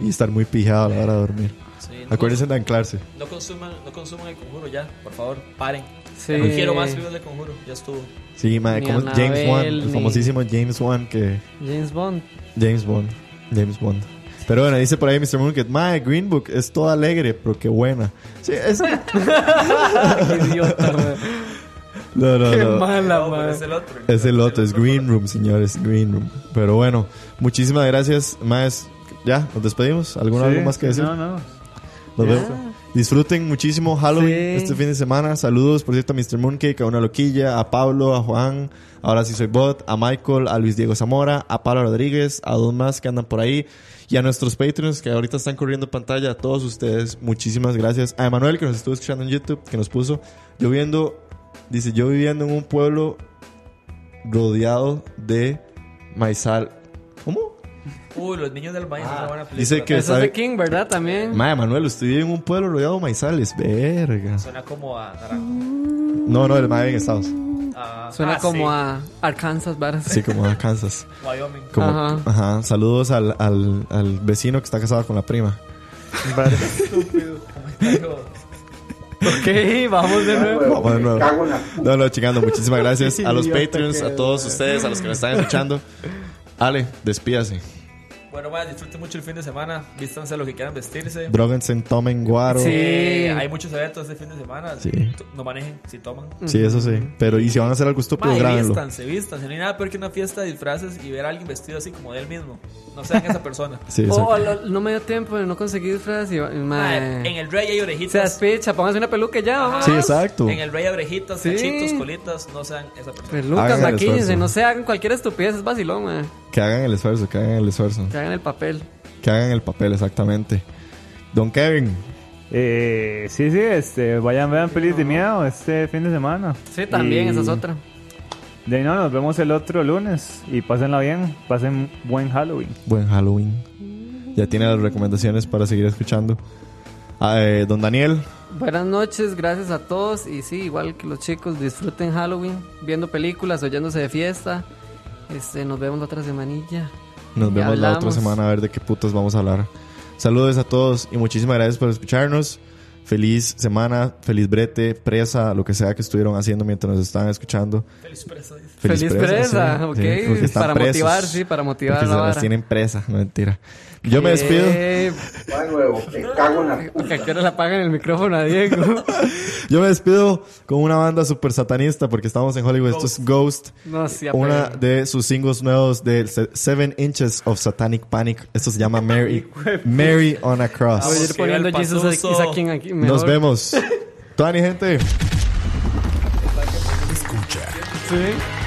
[SPEAKER 3] Y estar muy pijado a la hora de dormir.
[SPEAKER 7] Sí, no,
[SPEAKER 3] Acuérdense de anclarse.
[SPEAKER 7] no consuman, no consuman el conjuro ya, por favor, paren.
[SPEAKER 4] Sí.
[SPEAKER 7] No quiero más videos de conjuro, ya estuvo.
[SPEAKER 3] Sí, madre,
[SPEAKER 4] Ni
[SPEAKER 3] como
[SPEAKER 4] Anabel,
[SPEAKER 3] James Wan, el
[SPEAKER 4] ni-
[SPEAKER 3] famosísimo James Wan que...
[SPEAKER 4] James Bond.
[SPEAKER 3] James Bond. James Bond. Pero bueno, dice por ahí Mr. Moon que "Mae, Green Book es toda alegre, pero qué buena. Sí, es...
[SPEAKER 4] Idiota, güey.
[SPEAKER 3] No, no,
[SPEAKER 4] Qué
[SPEAKER 3] no.
[SPEAKER 4] mala,
[SPEAKER 7] No, pero
[SPEAKER 4] madre.
[SPEAKER 7] es el otro.
[SPEAKER 3] Es el otro, es Green Room, señores, Green Room. Pero bueno, muchísimas gracias, más. Ya, nos despedimos. ¿Alguna algo más que decir?
[SPEAKER 6] No, no.
[SPEAKER 3] Nos vemos. Disfruten muchísimo Halloween
[SPEAKER 4] Sí.
[SPEAKER 3] este fin de semana. Saludos, por cierto, a Mr. Mooncake, a Una Loquilla, a Pablo, a Juan, ahora sí soy bot, a Michael, a Luis Diego Zamora, a Pablo Rodríguez, a dos más que andan por ahí y a nuestros Patreons que ahorita están corriendo en pantalla. A todos ustedes, muchísimas gracias. A Emanuel que nos estuvo escuchando en YouTube, que nos puso. Yo viendo, dice, yo viviendo en un pueblo rodeado de maizal. ¿Cómo?
[SPEAKER 7] Uy, Los Niños del Valle es
[SPEAKER 4] Ah.
[SPEAKER 7] una buena película.
[SPEAKER 3] Dice que
[SPEAKER 4] Eso es
[SPEAKER 3] sabe.
[SPEAKER 4] de King, ¿verdad? También.
[SPEAKER 3] Mae, Manuel, usted vive en un pueblo rodeado de maizales. Verga.
[SPEAKER 7] Suena como a Naranjo.
[SPEAKER 3] No, no, el mae vive en Estados
[SPEAKER 7] A-
[SPEAKER 4] Suena
[SPEAKER 7] ah,
[SPEAKER 4] como
[SPEAKER 7] sí,
[SPEAKER 4] a Arkansas, varas.
[SPEAKER 3] Sí, como a Kansas.
[SPEAKER 7] Wyoming.
[SPEAKER 3] Como,
[SPEAKER 4] Ajá.
[SPEAKER 3] ajá. Saludos al, al, al vecino que está casado con la prima.
[SPEAKER 7] Digo,
[SPEAKER 4] Ok, vamos de nuevo.
[SPEAKER 3] Vamos de nuevo. No, no, chingando. Muchísimas gracias a los Patreons, a todos ustedes, a los que nos están escuchando. Ale, despídase.
[SPEAKER 7] Bueno, vaya, disfruten mucho el fin de semana. Vístanse lo que quieran vestirse.
[SPEAKER 3] Droguense, tomen guaro.
[SPEAKER 4] Sí.
[SPEAKER 3] Sí.
[SPEAKER 7] Eh, hay muchos eventos este fin de semana.
[SPEAKER 3] Sí.
[SPEAKER 7] T- No manejen si toman.
[SPEAKER 3] eso sí. Pero, y si van a hacer algo estúpido,
[SPEAKER 7] Madre,
[SPEAKER 3] grábenlo.
[SPEAKER 7] vístanse, vístanse. No hay nada peor que una fiesta de disfraces y ver a alguien vestido así como de él mismo. No sean esa persona.
[SPEAKER 3] Sí,
[SPEAKER 4] Oh,
[SPEAKER 3] exacto.
[SPEAKER 4] lo- no me dio tiempo, no conseguí disfraz. Y,
[SPEAKER 7] Madre,
[SPEAKER 4] madre.
[SPEAKER 7] en el rey hay
[SPEAKER 4] Se
[SPEAKER 7] orejitas.
[SPEAKER 4] despicha, póngase una peluca y ya, vamos.
[SPEAKER 3] Sí, exacto.
[SPEAKER 7] En el rey hay orejitas,
[SPEAKER 4] Sí.
[SPEAKER 7] cachitos, colitas. No sean esa persona.
[SPEAKER 4] Pelucas,
[SPEAKER 3] Hagan el
[SPEAKER 4] maquillense,
[SPEAKER 3] esfuerzo.
[SPEAKER 4] no se hagan cualquier estupidez, es vacilón, madre.
[SPEAKER 3] Que hagan el esfuerzo, que hagan el esfuerzo.
[SPEAKER 4] Que hagan el papel.
[SPEAKER 3] Que hagan el papel, exactamente. Don Kevin,
[SPEAKER 6] Eh, sí, sí, este, vayan, vean pelis de miedo este fin de semana.
[SPEAKER 4] Sí, también,
[SPEAKER 6] Y
[SPEAKER 4] esa es otra.
[SPEAKER 6] De ahí no, nos vemos el otro lunes y pásenla bien, pasen buen Halloween.
[SPEAKER 3] buen Halloween. Ya tiene las recomendaciones para seguir escuchando. Ah, eh, don Daniel,
[SPEAKER 4] Buenas noches, gracias a todos. Y sí, igual que los chicos, disfruten Halloween, viendo películas, oyéndose de fiesta. Este, nos vemos la otra semanilla.
[SPEAKER 3] Nos
[SPEAKER 4] Y
[SPEAKER 3] vemos la otra
[SPEAKER 4] hablamos.
[SPEAKER 3] semana a ver de qué putas vamos a hablar. Saludos a todos y muchísimas gracias por escucharnos. Feliz semana, feliz brete, presa, lo que sea que estuvieron haciendo mientras nos estaban escuchando.
[SPEAKER 7] Feliz preso, dice.
[SPEAKER 4] Feliz, presa,
[SPEAKER 3] sí,
[SPEAKER 4] ok.
[SPEAKER 3] sí, porque están
[SPEAKER 4] para
[SPEAKER 3] presos,
[SPEAKER 4] motivar, sí, para motivar
[SPEAKER 3] porque
[SPEAKER 4] la
[SPEAKER 3] se las
[SPEAKER 4] vara.
[SPEAKER 3] tienen presa, no mentira. Yo me despido.
[SPEAKER 4] Eh, Porque a qué hora le apagan el micrófono a Diego.
[SPEAKER 3] Yo me despido con una banda super satanista porque estamos en Hollywood. Esto es Ghost.
[SPEAKER 4] No, sí,
[SPEAKER 3] Una
[SPEAKER 4] apenas.
[SPEAKER 3] de sus singles nuevos de se- Seven Inches of Satanic Panic. Esto se llama Mary, Mary on a Cross.
[SPEAKER 4] Voy a ir poniendo
[SPEAKER 7] el
[SPEAKER 4] Jesus
[SPEAKER 7] pasuso.
[SPEAKER 4] is a King aquí. mejor.
[SPEAKER 3] Nos vemos. Tuani, gente.
[SPEAKER 1] Escucha.
[SPEAKER 4] Sí.